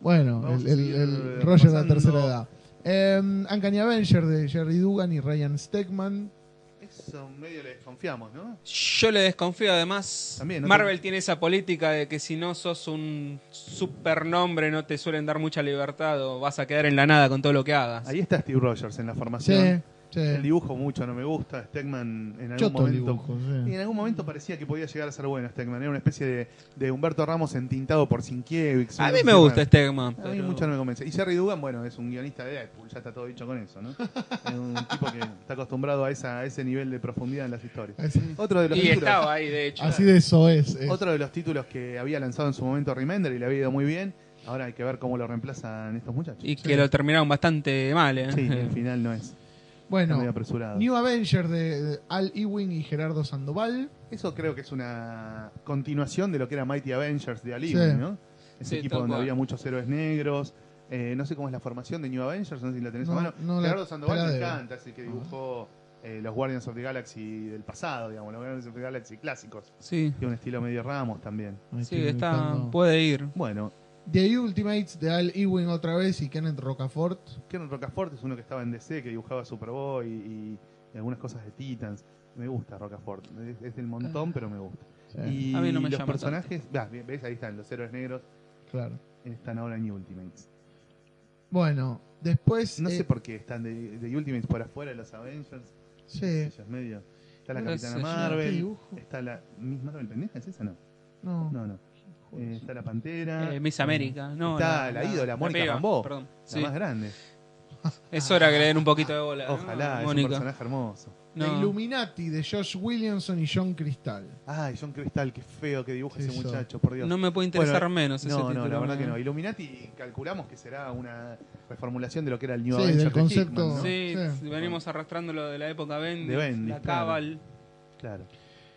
Speaker 2: Bueno,
Speaker 3: Vamos
Speaker 2: el,
Speaker 3: a
Speaker 2: el,
Speaker 3: seguir,
Speaker 2: el
Speaker 3: eh,
Speaker 2: Roger de la Em,
Speaker 3: pasando.
Speaker 2: tercera edad. Eh, Uncanny Avenger de Jerry Dugan y Ryan Stegman.
Speaker 3: Es eso medio le desconfiamos, ¿no?
Speaker 4: Yo le desconfío, además.
Speaker 3: También, ¿no?
Speaker 4: Marvel tiene esa política de que si no sos un supernombre no te suelen dar mucha libertad o vas a quedar en la nada con todo lo que hagas.
Speaker 3: Ahí está Steve Rogers en la formación.
Speaker 2: Sí, sí.
Speaker 3: El dibujo mucho no me gusta. Stegman en algún
Speaker 2: Choto el
Speaker 3: momento.
Speaker 2: dibujo,
Speaker 3: Y
Speaker 2: sí.
Speaker 3: en algún momento parecía que podía llegar a ser bueno Stegman. Era una especie de, de Humberto Ramos entintado por Sinkiewicz.
Speaker 4: A
Speaker 3: una
Speaker 4: mí me
Speaker 3: cosa
Speaker 4: gusta
Speaker 3: rara.
Speaker 4: este Eggman.
Speaker 3: A mí
Speaker 4: pero-
Speaker 3: mucho no me convence. Y Jerry Dugan, bueno, es un guionista de Deadpool, ya está todo dicho con
Speaker 4: *laughs*
Speaker 3: eso, ¿no? Es un tipo que está acostumbrado a, esa, a ese nivel de profundidad en
Speaker 2: *laughs*
Speaker 3: las historias.
Speaker 2: Así-
Speaker 3: Otro de los
Speaker 4: Y
Speaker 3: títulos,
Speaker 4: estaba ¿eh? ahí, de hecho.
Speaker 2: Así de eso es. es.
Speaker 3: otro de los títulos que había lanzado en su momento Remender y le había ido muy bien. Ahora hay que ver cómo lo reemplazan estos muchachos.
Speaker 4: Y que lo terminaron bastante mal, ¿eh?
Speaker 3: Sí, el final no es. Está
Speaker 2: Bueno,
Speaker 3: medio apresurado.
Speaker 2: New Avenger de, de Al Ewing y Gerardo Sandoval.
Speaker 3: Eso creo que es una continuación de lo que era Mighty Avengers de Ali,
Speaker 2: Sí.
Speaker 3: ¿no? Ese
Speaker 4: Sí,
Speaker 3: equipo
Speaker 4: tal
Speaker 3: donde
Speaker 4: cual.
Speaker 3: había muchos héroes negros. Eh, no sé cómo es la formación de New Avengers, no sé si la tenés
Speaker 2: No,
Speaker 3: a mano.
Speaker 2: no la- Ah. te
Speaker 3: Gerardo
Speaker 2: la
Speaker 3: Sandoval me
Speaker 2: debo.
Speaker 3: encanta, es el que dibujó eh, los Guardians of the Galaxy del pasado, digamos, los Guardians of the Galaxy clásicos.
Speaker 4: *laughs* Sí,
Speaker 3: Tiene un estilo medio Ramos también.
Speaker 4: sí, está, puede ir.
Speaker 3: Bueno,
Speaker 2: The Ultimates de Al Ewing otra vez y Kenneth Rocafort.
Speaker 3: Kieran Rocafort es uno que estaba en DC, que dibujaba Superboy y, y algunas cosas de Titans. Me gusta Rocafort, es, es del montón, pero me gusta.
Speaker 2: Ah. Sí,
Speaker 3: Y
Speaker 4: A mí no me
Speaker 3: los
Speaker 4: llama
Speaker 3: personajes, Ah, ves, ahí están, los héroes negros
Speaker 2: claro.
Speaker 3: están ahora en New Ultimates.
Speaker 2: Bueno, después.
Speaker 3: No
Speaker 2: eh,
Speaker 3: sé por qué están de, de Ultimates por afuera de los Avengers.
Speaker 2: sí,
Speaker 3: ellos medio. Está la
Speaker 4: No
Speaker 3: Capitana
Speaker 4: sé, yo no
Speaker 2: te
Speaker 3: Marvel.
Speaker 2: dibujo.
Speaker 3: Está la. ¿Miss Marvel pendeja? ¿Es esa? No.
Speaker 2: no.
Speaker 3: No, no. Eh, está la Pantera.
Speaker 4: Eh, Miss América, no.
Speaker 3: Está la ídola, Mónica
Speaker 4: piba,
Speaker 3: Rambeau.
Speaker 4: Perdón.
Speaker 3: La
Speaker 4: Sí.
Speaker 3: más grande.
Speaker 4: Es hora que le den un poquito de bola. ¿no?
Speaker 3: Ojalá, es un
Speaker 4: Mónica.
Speaker 3: personaje hermoso.
Speaker 2: The
Speaker 4: No.
Speaker 2: Illuminati de Josh Williamson y John Cristal.
Speaker 3: Ay, John Cristal, qué feo que dibuja ese
Speaker 2: Eso.
Speaker 3: muchacho, por Dios.
Speaker 4: No me puede interesar
Speaker 3: Bueno,
Speaker 4: menos ese
Speaker 3: No,
Speaker 4: título.
Speaker 3: no, la verdad
Speaker 4: ¿eh?
Speaker 3: que no. Illuminati calculamos que será una reformulación de lo que era el New
Speaker 2: Sí,
Speaker 3: Avenger
Speaker 2: del
Speaker 3: de Hickman,
Speaker 2: concepto.
Speaker 3: ¿no?
Speaker 4: Sí,
Speaker 2: Sí.
Speaker 4: venimos arrastrando lo de la época Bendis,
Speaker 3: De Bendis,
Speaker 4: la
Speaker 3: claro.
Speaker 4: Cabal.
Speaker 3: Claro.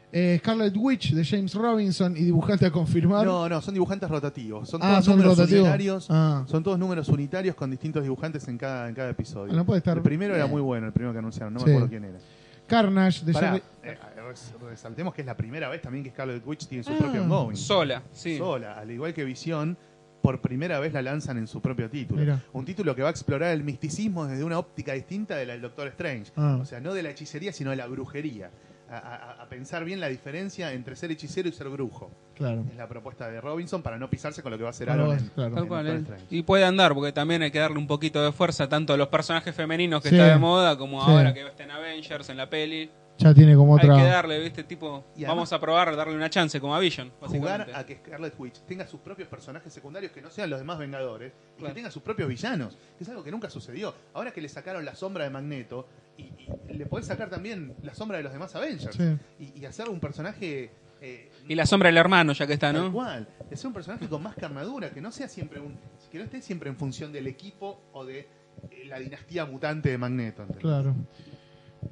Speaker 2: Eh, Scarlet Witch de James Robinson y dibujante a confirmar.
Speaker 3: No, no, son dibujantes rotativos. Son
Speaker 2: Ah,
Speaker 3: todos
Speaker 2: son
Speaker 3: números
Speaker 2: rotativos.
Speaker 3: unitarios.
Speaker 2: Ah.
Speaker 3: Son todos números unitarios con distintos dibujantes en cada, en cada episodio.
Speaker 2: Ah, no puede estar-
Speaker 3: El primero era muy bueno, el primero que anunciaron, no
Speaker 2: Sí.
Speaker 3: me acuerdo quién era.
Speaker 2: Carnage de
Speaker 3: Pará,
Speaker 2: Jerry-
Speaker 3: eh, res- resaltemos que es la primera vez también que Scarlet Witch tiene su
Speaker 2: Ah.
Speaker 3: propio ongoing.
Speaker 4: Sola, sí.
Speaker 3: Sola, al igual que Visión, por primera vez la lanzan en su propio título.
Speaker 2: Mirá.
Speaker 3: Un título que va a explorar el misticismo desde una óptica distinta de la del Doctor Strange.
Speaker 2: Ah.
Speaker 3: O sea, no de la hechicería, sino de la brujería. A- a- a pensar bien la diferencia entre ser hechicero y ser brujo.
Speaker 2: Claro.
Speaker 3: Es la propuesta de Robinson para no pisarse con lo que va a hacer
Speaker 2: Claro,
Speaker 3: Aaron.
Speaker 2: es, claro.
Speaker 3: en
Speaker 4: Tal cual,
Speaker 3: Doctor
Speaker 4: eh.
Speaker 3: Strange.
Speaker 4: Y puede andar, porque también hay que darle un poquito de fuerza tanto a los personajes femeninos que
Speaker 2: Sí.
Speaker 4: está de moda, como
Speaker 2: Sí.
Speaker 4: ahora que está en Avengers, en la peli.
Speaker 2: Ya tiene como
Speaker 4: Hay que
Speaker 2: otra.
Speaker 4: darle, ¿viste? Tipo,
Speaker 3: Y además-
Speaker 4: vamos a probar, darle una chance, como a Vision,
Speaker 3: Jugar
Speaker 4: básicamente.
Speaker 3: a que Scarlet Witch tenga sus propios personajes secundarios que no sean los demás Vengadores y
Speaker 4: Claro.
Speaker 3: que tenga sus propios villanos, que es algo que nunca sucedió. Ahora que le sacaron la sombra de Magneto y, y le podés sacar también la sombra de los demás Avengers
Speaker 2: Sí.
Speaker 3: y, y hacer un personaje. eh,
Speaker 4: Y la sombra del hermano, ya que está,
Speaker 3: tal
Speaker 4: ¿no?
Speaker 3: cual, de ser un personaje con más carnadura, que no sea siempre un. que no esté siempre en función del equipo o de eh, la dinastía mutante de Magneto. ¿entendés?
Speaker 2: Claro.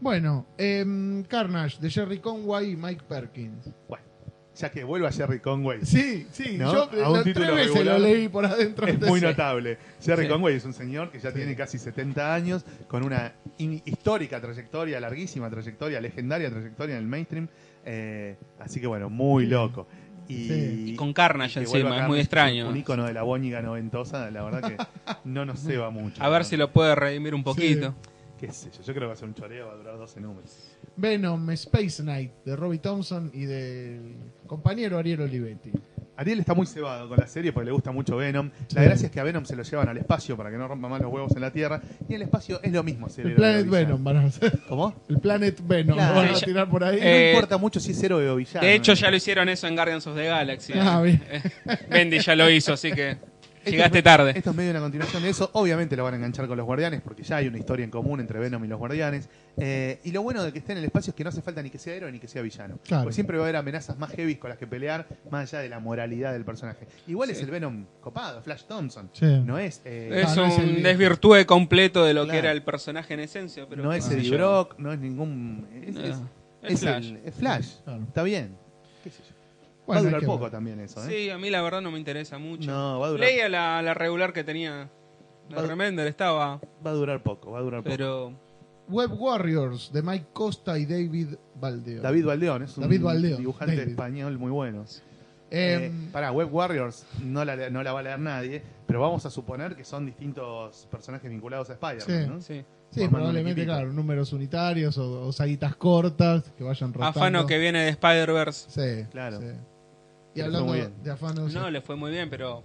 Speaker 2: Bueno, em, Carnage de Jerry Conway y Mike Perkins.
Speaker 3: Bueno, ya que vuelva Jerry Conway.
Speaker 2: Sí, sí.
Speaker 3: ¿No?
Speaker 2: Yo
Speaker 3: A
Speaker 2: lo-
Speaker 3: un
Speaker 2: tres
Speaker 3: título
Speaker 2: veces
Speaker 3: regular.
Speaker 2: lo leí por adentro.
Speaker 3: Es
Speaker 2: antes.
Speaker 3: muy notable. Jerry
Speaker 4: Sí.
Speaker 3: Conway es un señor que ya tiene casi 70 años, con una in- histórica trayectoria, larguísima trayectoria, legendaria trayectoria en el mainstream. Eh, así que bueno, muy loco. Y,
Speaker 2: Sí.
Speaker 4: Y con Carnage
Speaker 3: que
Speaker 4: encima,
Speaker 3: vuelva
Speaker 4: es muy
Speaker 3: Carnage,
Speaker 4: extraño.
Speaker 3: Un ícono de la boñiga noventosa, la verdad
Speaker 2: *laughs*
Speaker 3: que no nos ceba mucho.
Speaker 4: A ver
Speaker 3: ¿no?
Speaker 4: si lo puede redimir un poquito.
Speaker 3: Qué sé yo, yo creo que va a ser un choreo, va a durar 12 números.
Speaker 2: Venom, Space Knight de Robbie Thompson y del compañero Ariel Olivetti.
Speaker 3: Ariel está muy cebado con la serie porque le gusta mucho Venom. La
Speaker 2: Sí.
Speaker 3: gracia es que a Venom se lo llevan al espacio para que no rompa más los huevos en la Tierra. Y el espacio es lo mismo. se
Speaker 2: El
Speaker 3: le da la
Speaker 2: Planet
Speaker 3: villana.
Speaker 2: Venom van a hacer.
Speaker 3: ¿Cómo?
Speaker 2: *laughs* El Planet Venom
Speaker 3: Claro.
Speaker 2: lo van a
Speaker 4: Sí, ya-
Speaker 2: tirar por ahí.
Speaker 3: No
Speaker 4: Eh,
Speaker 3: importa mucho si es héroe o villano. eh.
Speaker 4: De hecho, ya lo hicieron eso en Guardians of the Galaxy.
Speaker 2: Ah, bien.
Speaker 4: Bendy ya lo hizo,
Speaker 2: *laughs*
Speaker 4: así que
Speaker 3: Esto
Speaker 4: llegaste
Speaker 3: es-
Speaker 4: tarde.
Speaker 3: Esto es medio una continuación de eso. Obviamente lo van a enganchar con los guardianes, porque ya hay una historia en común entre Venom y los guardianes. Eh, y lo bueno de que esté en el espacio es que no hace falta ni que sea héroe ni que sea villano.
Speaker 2: Claro.
Speaker 3: Porque siempre va a haber amenazas más heavy con las que pelear, más allá de la moralidad del personaje. Igual es el Venom copado, Flash Thompson.
Speaker 2: Sí.
Speaker 3: No es. eh,
Speaker 4: Es
Speaker 2: no, no es
Speaker 4: un
Speaker 2: el-
Speaker 4: desvirtúe completo de lo que
Speaker 3: Claro.
Speaker 4: era el personaje en esencia. Pero
Speaker 3: no es
Speaker 4: qué sé
Speaker 3: Eddie
Speaker 4: yo.
Speaker 3: Brock, no es ningún. Es,
Speaker 4: No,
Speaker 3: es-
Speaker 4: es
Speaker 3: es
Speaker 4: Flash.
Speaker 3: el- es Flash.
Speaker 2: Claro.
Speaker 3: Está bien. Qué sé yo.
Speaker 2: Bueno,
Speaker 3: va a
Speaker 2: hay
Speaker 3: durar
Speaker 2: que
Speaker 3: poco
Speaker 2: ver.
Speaker 3: también eso, ¿eh?
Speaker 4: Sí, a mí la verdad no me interesa mucho.
Speaker 3: No, va a durar,
Speaker 4: Leía la, la regular que tenía. La
Speaker 3: Va-
Speaker 4: Remender estaba,
Speaker 3: va a durar poco, va a durar poco.
Speaker 4: pero
Speaker 2: Web Warriors de Mike Costa y David Valdeo.
Speaker 3: David Valdeón es un
Speaker 2: David Valdeón,
Speaker 3: dibujante
Speaker 2: David.
Speaker 3: español muy bueno.
Speaker 2: Eh,
Speaker 3: Eh, pará, Web Warriors no la, no la va a leer nadie, pero vamos a suponer que son distintos personajes vinculados a Spider-Man,
Speaker 2: Sí.
Speaker 3: ¿no?
Speaker 4: sí.
Speaker 2: Sí,
Speaker 3: formando un
Speaker 2: probablemente,
Speaker 3: equipito.
Speaker 2: claro, números unitarios o, o saguitas cortas que vayan rotando.
Speaker 4: Afano que viene de Spider-Verse.
Speaker 2: Sí,
Speaker 3: Claro.
Speaker 2: sí. Y
Speaker 3: fue
Speaker 2: hablando
Speaker 3: muy bien.
Speaker 2: de Afano... sí.
Speaker 4: No, le fue muy bien, pero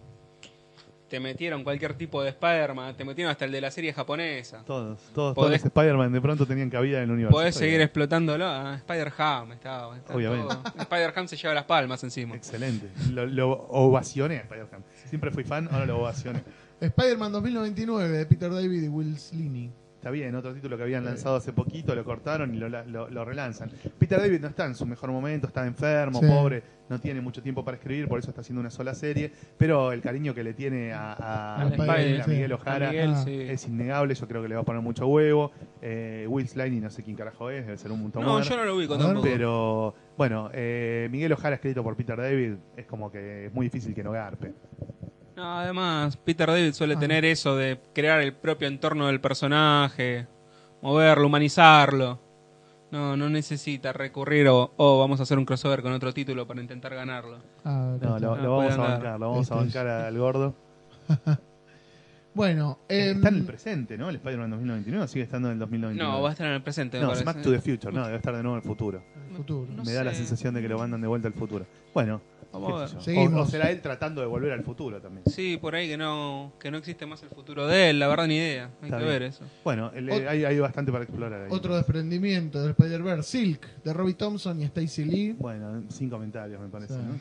Speaker 4: te metieron cualquier tipo de Spider-Man, te metieron hasta el de la serie japonesa.
Speaker 3: Todos, todos, todos
Speaker 4: Podés-
Speaker 3: los Spider-Man de pronto tenían cabida en el universo.
Speaker 4: Podés
Speaker 3: Está
Speaker 4: seguir
Speaker 3: bien.
Speaker 4: explotándolo. Ah, Spider-Ham estaba. está
Speaker 3: Obviamente.
Speaker 4: todo. Spider-Ham se lleva las palmas encima.
Speaker 3: Excelente. Lo, lo ovacioné a Spider-Man. Siempre fui fan, ahora lo ovacioné.
Speaker 2: Spider-Man 2099 de Peter David y Will Slaney.
Speaker 3: Está bien, otro título que habían lanzado hace poquito, lo cortaron y lo, la- lo- lo relanzan. Peter David no está en su mejor momento, está enfermo,
Speaker 2: Sí.
Speaker 3: pobre, no tiene mucho tiempo para escribir, por eso está haciendo una sola serie, pero el cariño que le tiene a, a-
Speaker 2: Al
Speaker 3: a Miguel,
Speaker 4: Spider,
Speaker 3: a
Speaker 2: sí.
Speaker 3: Miguel
Speaker 4: A
Speaker 3: Ojara
Speaker 4: Miguel,
Speaker 2: ah,
Speaker 4: sí.
Speaker 3: es innegable, yo creo que le va a poner mucho huevo. Eh, Will Slaney, no sé quién carajo es, debe ser un montón
Speaker 4: No, yo no lo ubico
Speaker 2: A ver.
Speaker 4: tampoco.
Speaker 3: Pero bueno, eh, Miguel Ojara escrito por Peter David es como que es muy difícil que no garpe.
Speaker 4: No, además, Peter David suele
Speaker 2: Ah.
Speaker 4: tener eso de crear el propio entorno del personaje, moverlo, humanizarlo. No, no necesita recurrir o, o vamos a hacer un crossover con otro título para intentar ganarlo.
Speaker 2: Ah, acá
Speaker 3: No,
Speaker 2: está.
Speaker 3: lo,
Speaker 4: Ah,
Speaker 3: lo vamos
Speaker 4: puede
Speaker 3: a
Speaker 4: andar.
Speaker 3: bancar, lo vamos a
Speaker 2: Listo.
Speaker 3: bancar al gordo.
Speaker 2: Bueno, eh,
Speaker 3: Está en el presente, ¿no? El Spider-Man 2099 sigue estando en el 2099.
Speaker 4: No, va a estar en el presente, me
Speaker 3: No, es
Speaker 4: parece.
Speaker 3: Back to the Future, no, debe estar de nuevo en el futuro.
Speaker 2: futuro.
Speaker 4: No
Speaker 3: Me da la
Speaker 4: sé.
Speaker 3: sensación de que lo mandan de vuelta al futuro. Bueno,
Speaker 4: Vamos a
Speaker 3: qué
Speaker 4: ver.
Speaker 3: sé yo.
Speaker 2: Seguimos.
Speaker 3: O, o será él tratando de volver al futuro también.
Speaker 4: Sí, por ahí que no, que no existe más el futuro de él, la verdad ni idea. Hay
Speaker 3: Está
Speaker 4: que
Speaker 3: bien.
Speaker 4: ver eso.
Speaker 3: Bueno, el-
Speaker 2: Ot-
Speaker 3: hay, hay bastante para explorar ahí.
Speaker 2: Otro desprendimiento del Spider-Verse, Silk, de Robbie Thompson y Stacy Lee.
Speaker 3: Bueno, sin comentarios me parece,
Speaker 2: Sí.
Speaker 3: ¿no?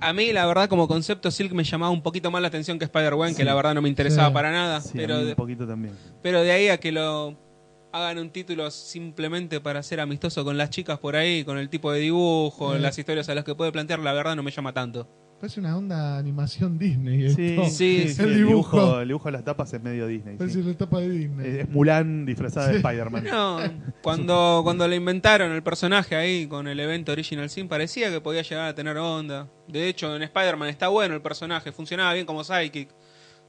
Speaker 4: A mí, la verdad, como concepto, Silk me llamaba un poquito más la atención que Spider-Man, que la verdad no me interesaba
Speaker 2: Sí.
Speaker 4: para nada.
Speaker 3: Sí, a
Speaker 4: pero,
Speaker 3: mí un
Speaker 4: de-
Speaker 3: poquito también.
Speaker 4: pero de ahí a que lo hagan un título simplemente para ser amistoso con las chicas por ahí, con el tipo de dibujo,
Speaker 2: Sí.
Speaker 4: las historias a las que puede plantear, la verdad no me llama tanto.
Speaker 2: Parece una onda de animación Disney. esto.
Speaker 4: sí, sí,
Speaker 2: el dibujo.
Speaker 3: El dibujo de las tapas es medio Disney. sí.
Speaker 2: Parece la etapa de Disney.
Speaker 3: Es es Mulan disfrazada de Spider-Man.
Speaker 4: No, cuando, cuando le inventaron el personaje ahí con el evento Original Sin, parecía que podía llegar a tener onda. De hecho, en Spider-Man está bueno el personaje, funcionaba bien como Psychic.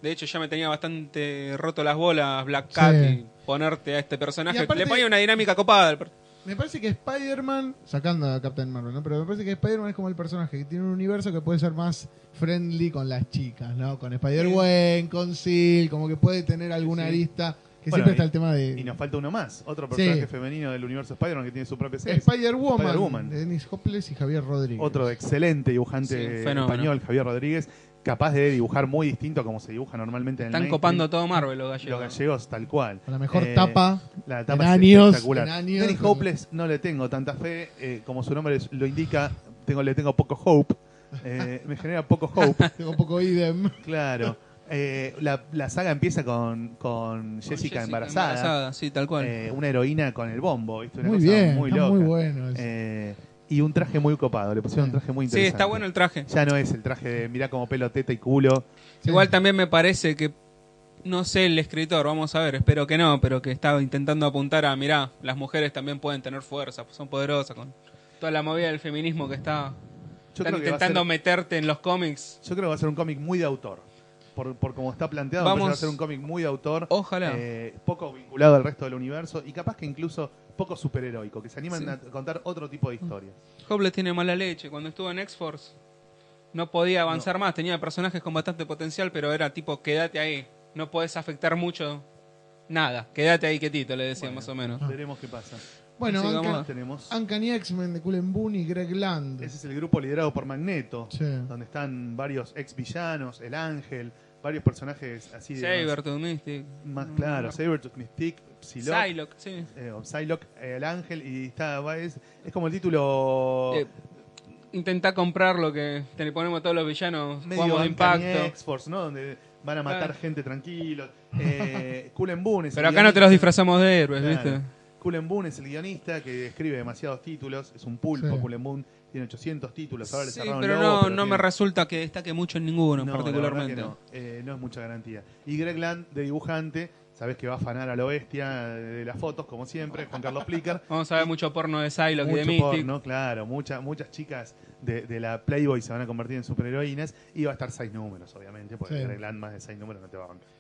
Speaker 4: De hecho, ya me tenía bastante roto las bolas Black Cat
Speaker 2: Sí.
Speaker 4: y ponerte a este personaje.
Speaker 2: Y aparte-
Speaker 4: Le ponía una dinámica copada. al per-
Speaker 2: Me parece que Spider-Man, sacando a Captain Marvel, ¿no? Pero me parece que Spider-Man es como el personaje que tiene un universo que puede ser más friendly con las chicas, ¿no? Con Spider-Gwen, con Sil, como que puede tener alguna
Speaker 4: Sí.
Speaker 2: arista. Que
Speaker 3: Bueno,
Speaker 2: siempre
Speaker 3: y-
Speaker 2: está el tema de.
Speaker 3: Y nos falta uno más, otro
Speaker 2: Sí.
Speaker 3: personaje femenino del universo Spider-Man que tiene su propia serie.
Speaker 2: Spider-Woman,
Speaker 3: Spider-Woman.
Speaker 2: de Dennis Hopeless y Javier Rodríguez.
Speaker 3: Otro excelente
Speaker 4: Sí, un
Speaker 3: dibujante
Speaker 4: fenómeno.
Speaker 3: español, Javier Rodríguez, capaz de dibujar muy distinto a como se dibuja normalmente en el
Speaker 4: Están
Speaker 3: mainstream.
Speaker 4: copando todo Marvel los
Speaker 3: los
Speaker 4: gallegos.
Speaker 3: gallegos tal cual.
Speaker 2: Con la mejor
Speaker 3: Eh,
Speaker 2: tapa.
Speaker 3: La
Speaker 2: en
Speaker 3: tapa es
Speaker 2: años,
Speaker 3: espectacular.
Speaker 2: en años.
Speaker 3: Dennis Hopeless no le tengo tanta fe, eh, como su nombre lo indica, tengo, le tengo poco hope. Eh, me genera poco hope.
Speaker 4: *laughs*
Speaker 2: Tengo poco
Speaker 3: *laughs*
Speaker 2: idem.
Speaker 3: Claro. Eh, la, la saga empieza con, con
Speaker 4: Con
Speaker 3: Jessica, embarazada.
Speaker 4: Sí, tal cual.
Speaker 3: eh, una heroína con el bombo, ¿viste? Una
Speaker 2: Muy
Speaker 3: cosa
Speaker 2: bien,
Speaker 3: muy
Speaker 2: está
Speaker 3: loca.
Speaker 2: muy bueno. eso.
Speaker 3: Eh, y un traje muy copado, le pusieron un traje muy
Speaker 4: sí,
Speaker 3: interesante.
Speaker 4: está bueno el traje.
Speaker 3: Ya no es el traje de mirá como pelo, teta y culo.
Speaker 2: Sí.
Speaker 4: Igual también me parece que, no sé el escritor, vamos a ver, espero que no, pero que estaba intentando apuntar a, mirá, las mujeres también pueden tener fuerza, son poderosas, con toda la movida del feminismo que está...
Speaker 3: Yo
Speaker 4: están
Speaker 3: creo, que va a
Speaker 4: intentando
Speaker 3: ser-
Speaker 4: meterte en los cómics.
Speaker 3: yo creo que va a ser un cómic muy de autor. Por, por como está planteado, me
Speaker 4: Vamos.
Speaker 3: parece que va a ser un cómic muy de autor.
Speaker 4: Ojalá.
Speaker 3: eh, poco vinculado al resto del universo y capaz que incluso poco superheroico, que se animan
Speaker 4: Sí.
Speaker 3: a contar otro tipo de historias.
Speaker 4: Hopeless tiene mala leche. Cuando estuvo en X-Force no podía avanzar más. Tenía personajes con bastante potencial, pero era tipo, quédate ahí. No podés afectar mucho nada. Quédate ahí quietito, le decía más o menos.
Speaker 3: Veremos qué pasa.
Speaker 2: Bueno,
Speaker 4: sí, vamos
Speaker 2: Anca-
Speaker 4: Ah.
Speaker 3: Tenemos.
Speaker 2: Ancan y X-Men de Cullen Boone y Greg Land.
Speaker 3: Ese es el grupo liderado por Magneto,
Speaker 2: Sí.
Speaker 3: donde están varios ex villanos, el ángel, varios personajes así de.
Speaker 4: Sabertooth, Mystic.
Speaker 3: Más, más claro, Sabertooth, Mystique, Psylocke.
Speaker 4: Mm. Psylocke, sí.
Speaker 3: eh, o Psylocke, eh, el ángel, y está, va, es, es como el título
Speaker 4: Eh, Intentá comprar lo que te le ponemos a todos los villanos.
Speaker 3: medio
Speaker 4: jugamos de impacto.
Speaker 3: X Force, ¿no? Donde van a matar
Speaker 4: Claro.
Speaker 3: gente tranquilo.
Speaker 4: *laughs*
Speaker 3: Eh, Cullen Boone es el
Speaker 4: Pero acá no te los
Speaker 3: guionista.
Speaker 4: disfrazamos de héroes,
Speaker 3: Claro.
Speaker 4: ¿viste?
Speaker 3: Cullen Boone es el guionista que escribe demasiados títulos, es un pulpo.
Speaker 2: Sí.
Speaker 3: Cullen Boone tiene 800 títulos, ahora le
Speaker 4: Sí,
Speaker 3: cerraron
Speaker 4: pero
Speaker 3: el
Speaker 4: no,
Speaker 3: logo,
Speaker 4: no me
Speaker 3: tiene-
Speaker 4: resulta que destaque mucho en ninguno,
Speaker 3: No, la
Speaker 4: particularmente.
Speaker 3: verdad que no. Eh, no es mucha garantía. Y Greg Land, de dibujante, sabes que va a afanar a lo bestia de las fotos, como siempre, Juan Carlos Plicker.
Speaker 4: Vamos a ver mucho porno de Psylocke y de
Speaker 3: Mucho
Speaker 4: Mystic.
Speaker 3: porno, claro. Muchas, muchas chicas de, de la Playboy se van a convertir en superheroínas y va a estar seis números, obviamente, porque
Speaker 2: Sí.
Speaker 3: Greg Land más de seis números no te va a bancar.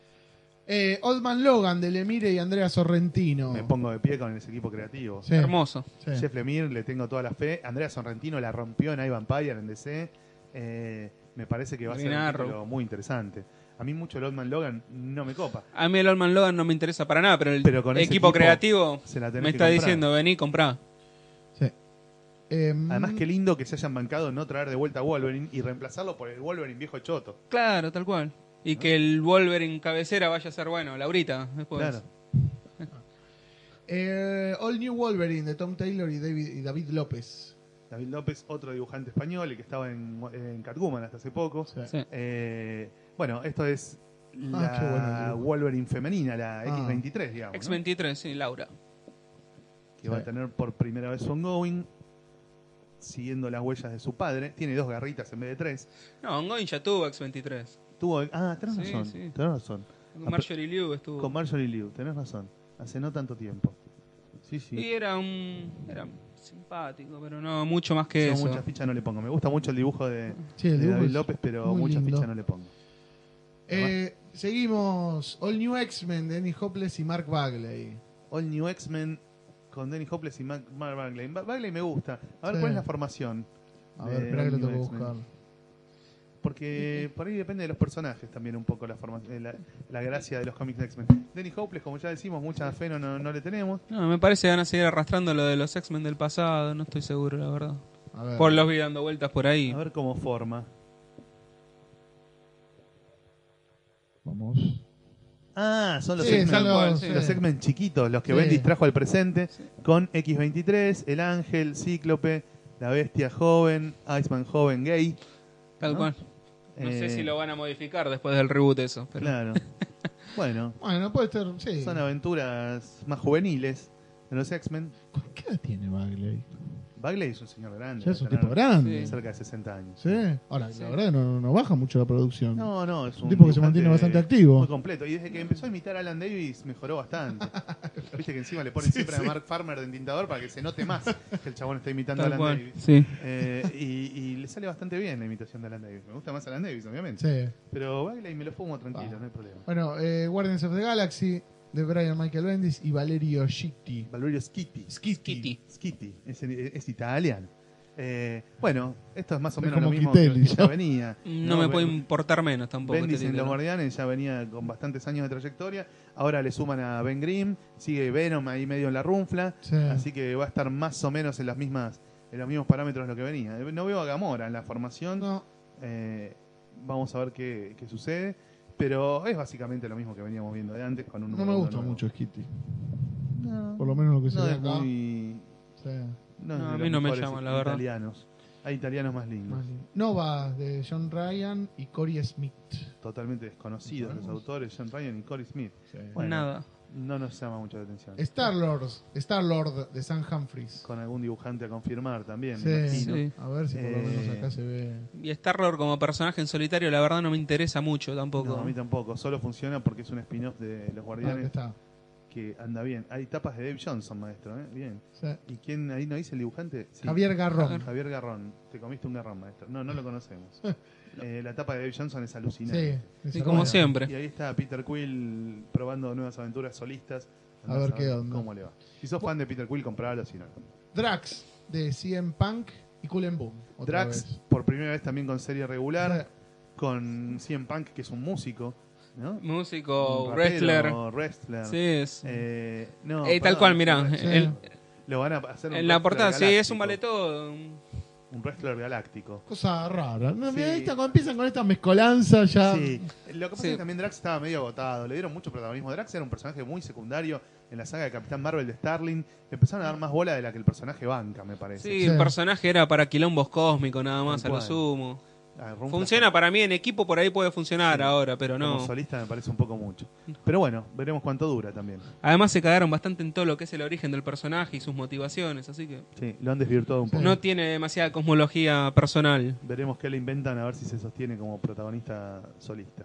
Speaker 2: Eh, Old Man Logan de Lemire y Andrea Sorrentino.
Speaker 3: Me pongo de pie con ese equipo creativo.
Speaker 2: Sí,
Speaker 4: Hermoso.
Speaker 2: sí.
Speaker 3: Jeff Lemire, le tengo toda la fe. Andrea Sorrentino la rompió en Ivan Vampire en DC. Eh, me parece que va a ser
Speaker 4: Green
Speaker 3: un
Speaker 4: Arrow.
Speaker 3: título muy interesante. A mí mucho el Old Man Logan no me copa.
Speaker 4: A mí el Old Man Logan no me interesa para nada, pero el
Speaker 3: Pero con ese
Speaker 4: equipo,
Speaker 3: equipo
Speaker 4: creativo
Speaker 3: se la tenés
Speaker 4: me
Speaker 3: que
Speaker 4: está
Speaker 3: comprar.
Speaker 4: diciendo, vení, comprá.
Speaker 2: Sí. Em,
Speaker 3: Además, qué lindo que se hayan bancado no traer de vuelta a Wolverine y reemplazarlo por el Wolverine viejo choto.
Speaker 4: Claro, tal cual. Y que el Wolverine cabecera vaya a ser, bueno, Laurita, después.
Speaker 3: Claro.
Speaker 2: eh, All New Wolverine de Tom Taylor y David, y David López.
Speaker 3: David López, otro dibujante español, el que estaba en, en Catwoman hasta hace poco.
Speaker 2: Sí. Ah,
Speaker 4: Sí.
Speaker 3: Eh, bueno, esto es
Speaker 2: qué bueno el
Speaker 3: la
Speaker 2: dibujo.
Speaker 3: Wolverine femenina, la
Speaker 2: Ah.
Speaker 3: X23, digamos. ¿no?
Speaker 4: X-23, sí, Laura.
Speaker 3: que va a
Speaker 2: Sí.
Speaker 3: tener por primera vez ongoing, siguiendo las huellas de su padre. Tiene dos garritas en vez de tres.
Speaker 4: No, Ongoing ya tuvo X-23.
Speaker 3: Tuvo, ah, tenés
Speaker 4: Sí,
Speaker 3: razón,
Speaker 4: sí.
Speaker 3: tenés razón.
Speaker 4: Con Marjorie Liu estuvo.
Speaker 3: Con Marjorie Liu, tenés razón. Hace no tanto tiempo. Sí, sí.
Speaker 4: Y era un... Era simpático, pero no mucho más que
Speaker 3: Yo
Speaker 4: eso.
Speaker 3: muchas fichas no le pongo. Me gusta mucho el dibujo de,
Speaker 2: Sí, el
Speaker 3: de
Speaker 2: dibujo
Speaker 3: David
Speaker 2: es
Speaker 3: López, pero
Speaker 2: muy
Speaker 3: muchas
Speaker 2: lindo.
Speaker 3: fichas no le pongo.
Speaker 2: Eh, seguimos. All New X-Men de Annie Hopeless y Mark Bagley.
Speaker 3: All New X-Men con Danny Hopeless y Mark Mark Bagley. Ba- Bagley me gusta. A ver,
Speaker 2: Sí.
Speaker 3: ¿cuál es la formación?
Speaker 2: A
Speaker 3: de
Speaker 2: ver, espera que lo
Speaker 3: All New
Speaker 2: tengo que
Speaker 3: X-Men?
Speaker 2: buscar.
Speaker 3: Porque por ahí depende de los personajes también un poco la, forma, eh, la, la gracia de los cómics de X-Men. Danny Hopeless, como ya decimos, mucha fe no, no, no le tenemos.
Speaker 4: No, me parece que van a seguir arrastrando lo de los X-Men del pasado, no estoy seguro, la verdad.
Speaker 2: A ver.
Speaker 4: Por los vi dando vueltas por ahí.
Speaker 3: A ver cómo forma.
Speaker 2: Vamos.
Speaker 3: Ah, son los
Speaker 2: Sí,
Speaker 3: X-Men.
Speaker 2: son los,
Speaker 4: sí.
Speaker 3: Los X-Men chiquitos, los que
Speaker 2: Sí.
Speaker 3: Bendis trajo al presente, con X23, el Ángel, Cíclope, la Bestia joven, Iceman joven gay.
Speaker 4: Tal
Speaker 3: ¿no?
Speaker 4: cual. No
Speaker 3: Eh,
Speaker 4: sé si lo van a modificar después del reboot eso. Pero...
Speaker 3: Claro.
Speaker 4: *laughs*
Speaker 3: bueno,
Speaker 2: Bueno, puede ser. Sí.
Speaker 3: son aventuras más juveniles de los X-Men.
Speaker 2: ¿Qué edad tiene Bagley?
Speaker 3: Bagley es un señor grande.
Speaker 2: Ya es un
Speaker 3: debe
Speaker 2: tipo
Speaker 3: tener
Speaker 2: grande.
Speaker 4: Sí.
Speaker 3: Cerca de 60 años.
Speaker 2: Sí. Ahora,
Speaker 4: Sí.
Speaker 2: la verdad no, no baja mucho la producción.
Speaker 3: No, no, es un,
Speaker 2: Un tipo que se
Speaker 3: dibujante
Speaker 2: mantiene bastante activo.
Speaker 3: Muy completo. Y desde que empezó a imitar a Alan Davis
Speaker 2: *laughs*
Speaker 3: mejoró bastante. Viste que encima le ponen siempre a Mark Farmer de entintador para que se note más que el chabón está imitando a
Speaker 4: Tal
Speaker 3: Alan
Speaker 4: cual,
Speaker 3: Davis.
Speaker 4: sí.
Speaker 3: Eh, y, y le sale bastante bien la imitación de Alan Davis. Me gusta más Alan Davis, obviamente.
Speaker 2: Sí.
Speaker 3: Pero baila y me lo fumo tranquilo,
Speaker 2: Ah.
Speaker 3: no hay problema.
Speaker 2: Bueno, eh, Guardians of the Galaxy de Brian Michael Bendis y Valerio Schitti.
Speaker 3: Valerio Schitti.
Speaker 4: Schitti.
Speaker 3: Schitti. Es, es italiano. Eh, bueno, esto es más o
Speaker 2: Es
Speaker 3: menos lo
Speaker 2: como
Speaker 3: mismo
Speaker 2: Kittelli,
Speaker 3: que ya
Speaker 2: ¿no?
Speaker 3: venía.
Speaker 4: No, me puede
Speaker 3: Ben-
Speaker 4: importar menos tampoco.
Speaker 3: Bendis
Speaker 4: este
Speaker 3: en Los
Speaker 4: título.
Speaker 3: Guardianes ya venía con bastantes años de trayectoria. Ahora le suman a Ben Grimm. Sigue Venom ahí medio en la runfla.
Speaker 2: Sí.
Speaker 3: Así que va a estar más o menos en las mismas en los mismos parámetros de lo que venía. Eh, No veo a Gamora en la formación.
Speaker 2: No,
Speaker 3: Eh, vamos a ver qué, qué sucede. Pero es básicamente lo mismo que veníamos viendo de antes con un
Speaker 2: no me
Speaker 3: mundo
Speaker 2: gusta
Speaker 3: nuevo.
Speaker 2: mucho Schitti.
Speaker 3: No,
Speaker 2: Por lo menos lo que se
Speaker 3: no
Speaker 2: ve
Speaker 3: es
Speaker 2: acá.
Speaker 3: muy.
Speaker 2: Sí.
Speaker 3: No, es
Speaker 4: No,
Speaker 3: de
Speaker 4: a
Speaker 3: los
Speaker 4: mí no me
Speaker 3: mejores
Speaker 4: llaman, la verdad.
Speaker 3: Italianos. Hay italianos más lindos.
Speaker 2: Más bien. Nova de John Ryan y Corey Smith.
Speaker 3: Totalmente desconocidos los autores, John Ryan y Corey Smith. Bueno,
Speaker 4: Nada.
Speaker 3: No nos llama mucho la atención.
Speaker 2: Star Lord, Star Lord de Sam Humphries.
Speaker 3: Con algún dibujante a confirmar también.
Speaker 2: Sí.
Speaker 3: me imagino.
Speaker 4: Sí.
Speaker 2: A ver si por lo
Speaker 3: Eh,
Speaker 2: menos acá se ve.
Speaker 4: Y Star-Lord como personaje en solitario, la verdad no me interesa mucho tampoco.
Speaker 3: No, a mí tampoco. Solo funciona porque es un spin-off de Los
Speaker 2: Ah, acá
Speaker 3: Guardianes
Speaker 2: está.
Speaker 3: que anda bien. Hay tapas de Dave Johnson, maestro. ¿eh? Bien.
Speaker 2: Sí.
Speaker 3: ¿Y quién ahí no dice el dibujante? Sí.
Speaker 2: Javier Garrón.
Speaker 3: Javier Garrón. Te comiste un garrón, maestro. No, no lo
Speaker 4: *laughs*
Speaker 3: conocemos. Eh, la tapa de Dave Johnson es alucinante.
Speaker 2: Sí, es
Speaker 4: y como
Speaker 2: hermoso.
Speaker 3: Y
Speaker 4: siempre.
Speaker 3: ahí está Peter Quill probando nuevas aventuras solistas.
Speaker 2: A
Speaker 3: Andá
Speaker 2: ver qué onda.
Speaker 3: ¿Cómo le va? Si sos fan de Peter Quill, compralo si no.
Speaker 2: Drax de CM Punk y Cool and Boom. otra
Speaker 3: Drax,
Speaker 2: vez. Eh.
Speaker 3: por primera vez también con serie regular,
Speaker 2: Sí.
Speaker 3: con CM Punk, que es un músico, ¿no?
Speaker 4: Músico,
Speaker 3: Un
Speaker 4: Oh, wrestler.
Speaker 3: rapero, wrestler.
Speaker 4: Sí, es.
Speaker 3: Eh, no,
Speaker 4: Eh, tal
Speaker 3: perdón,
Speaker 4: cual,
Speaker 3: es
Speaker 4: mirá.
Speaker 3: un wrestler.
Speaker 4: el-
Speaker 3: Lo van a hacer un
Speaker 4: en la
Speaker 3: wrestler
Speaker 4: portada, sí, es un
Speaker 3: galáctico,
Speaker 4: baleto.
Speaker 3: Un wrestler galáctico.
Speaker 2: Cosa rara. ¿no? Mirá,
Speaker 3: Sí.
Speaker 2: esta- cuando empiezan con esta mezcolanza ya.
Speaker 3: Sí. Lo que pasa
Speaker 4: Sí.
Speaker 3: es que también Drax estaba medio agotado, le dieron mucho protagonismo. Drax era un personaje muy secundario en la saga de Capitán Marvel de Starling. Le empezaron a dar más bola de la que el personaje banca, me parece.
Speaker 4: Sí,
Speaker 2: Sí.
Speaker 4: el personaje era para quilombos cósmicos nada más, a
Speaker 3: Tal
Speaker 4: lo
Speaker 3: cual.
Speaker 4: sumo.
Speaker 3: Ah, Rumpla-
Speaker 4: Funciona para mí en equipo, por ahí puede funcionar
Speaker 3: Sí.
Speaker 4: ahora, pero no.
Speaker 3: Como solista me parece un poco mucho. Pero bueno, veremos cuánto dura también.
Speaker 4: Además se cagaron bastante en todo lo que es el origen del personaje y sus motivaciones, así que
Speaker 3: Sí, lo han desvirtuado un poco.
Speaker 4: no tiene demasiada cosmología personal.
Speaker 3: Veremos qué le inventan a ver si se sostiene como protagonista solista.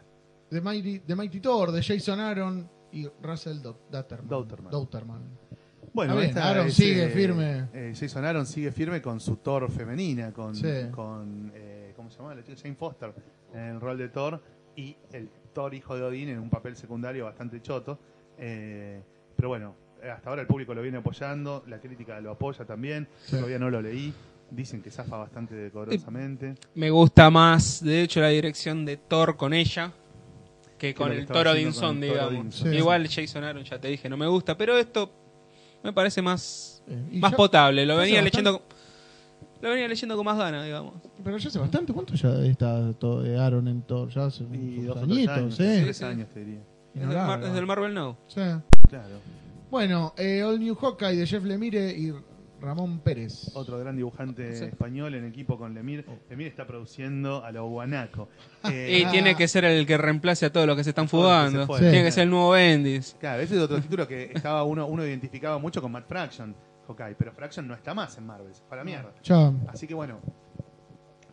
Speaker 2: The, Mighty, The Mighty Thor de Jason Aaron y Russell Dau- Dauterman.
Speaker 3: Dauterman.
Speaker 2: Dauterman.
Speaker 3: Bueno,
Speaker 2: Está bien,
Speaker 3: esta
Speaker 2: Aaron
Speaker 3: es,
Speaker 2: sigue
Speaker 3: eh,
Speaker 2: firme.
Speaker 3: eh, Jason Aaron sigue firme con su Thor femenina, con,
Speaker 2: Sí.
Speaker 3: con eh, ¿cómo se llama? La chica Jane Foster en el rol de Thor y el Thor hijo de Odín en un papel secundario bastante choto. Eh, pero bueno, eh, hasta ahora el público lo viene apoyando, la crítica lo apoya también.
Speaker 2: Sí.
Speaker 3: Todavía no lo leí, Dicen que zafa bastante
Speaker 2: Eh,
Speaker 3: decorosamente.
Speaker 4: Me gusta más, de hecho, la dirección de Thor con ella que con
Speaker 3: lo que
Speaker 4: el
Speaker 3: estaba
Speaker 4: Toro
Speaker 3: haciendo
Speaker 4: Dinson,
Speaker 3: con el Toro
Speaker 4: digamos.
Speaker 3: Dinson.
Speaker 2: Sí.
Speaker 4: Igual Jason Aaron, ya te dije, no me gusta, pero esto me parece más,
Speaker 2: Eh, y
Speaker 4: más
Speaker 2: ya-
Speaker 4: potable. Lo
Speaker 2: ya
Speaker 4: venía
Speaker 2: bastante-
Speaker 4: leyendo con- lo venía leyendo con más ganas, digamos.
Speaker 2: Pero ya hace bastante, ¿cuánto ya está todo de Aaron en Thor? Ya hace
Speaker 3: Y
Speaker 2: unos
Speaker 3: dos o tres años,
Speaker 2: añitos, ¿eh?
Speaker 3: tres años te diría.
Speaker 4: Desde el, Mar- desde el Marvel Now.
Speaker 2: O sea,
Speaker 3: Claro.
Speaker 2: Bueno, eh, All New Hawkeye de Jeff Lemire y Ramón Pérez.
Speaker 3: Otro gran dibujante
Speaker 4: Sí.
Speaker 3: español en equipo con Lemir.
Speaker 2: Oh.
Speaker 3: Lemir está produciendo a lo guanaco. Eh,
Speaker 4: *laughs* Y tiene que ser el que reemplace a todos los que se están fugando.
Speaker 3: se fue.
Speaker 4: Tiene
Speaker 3: Sí.
Speaker 4: que ser el nuevo Bendis.
Speaker 3: Claro, ese es otro título que estaba uno, uno identificaba mucho con Matt Fraction, Hawkeye, pero Fraction no está más en Marvel, se fue a la mierda.
Speaker 2: Ya.
Speaker 3: Así que bueno,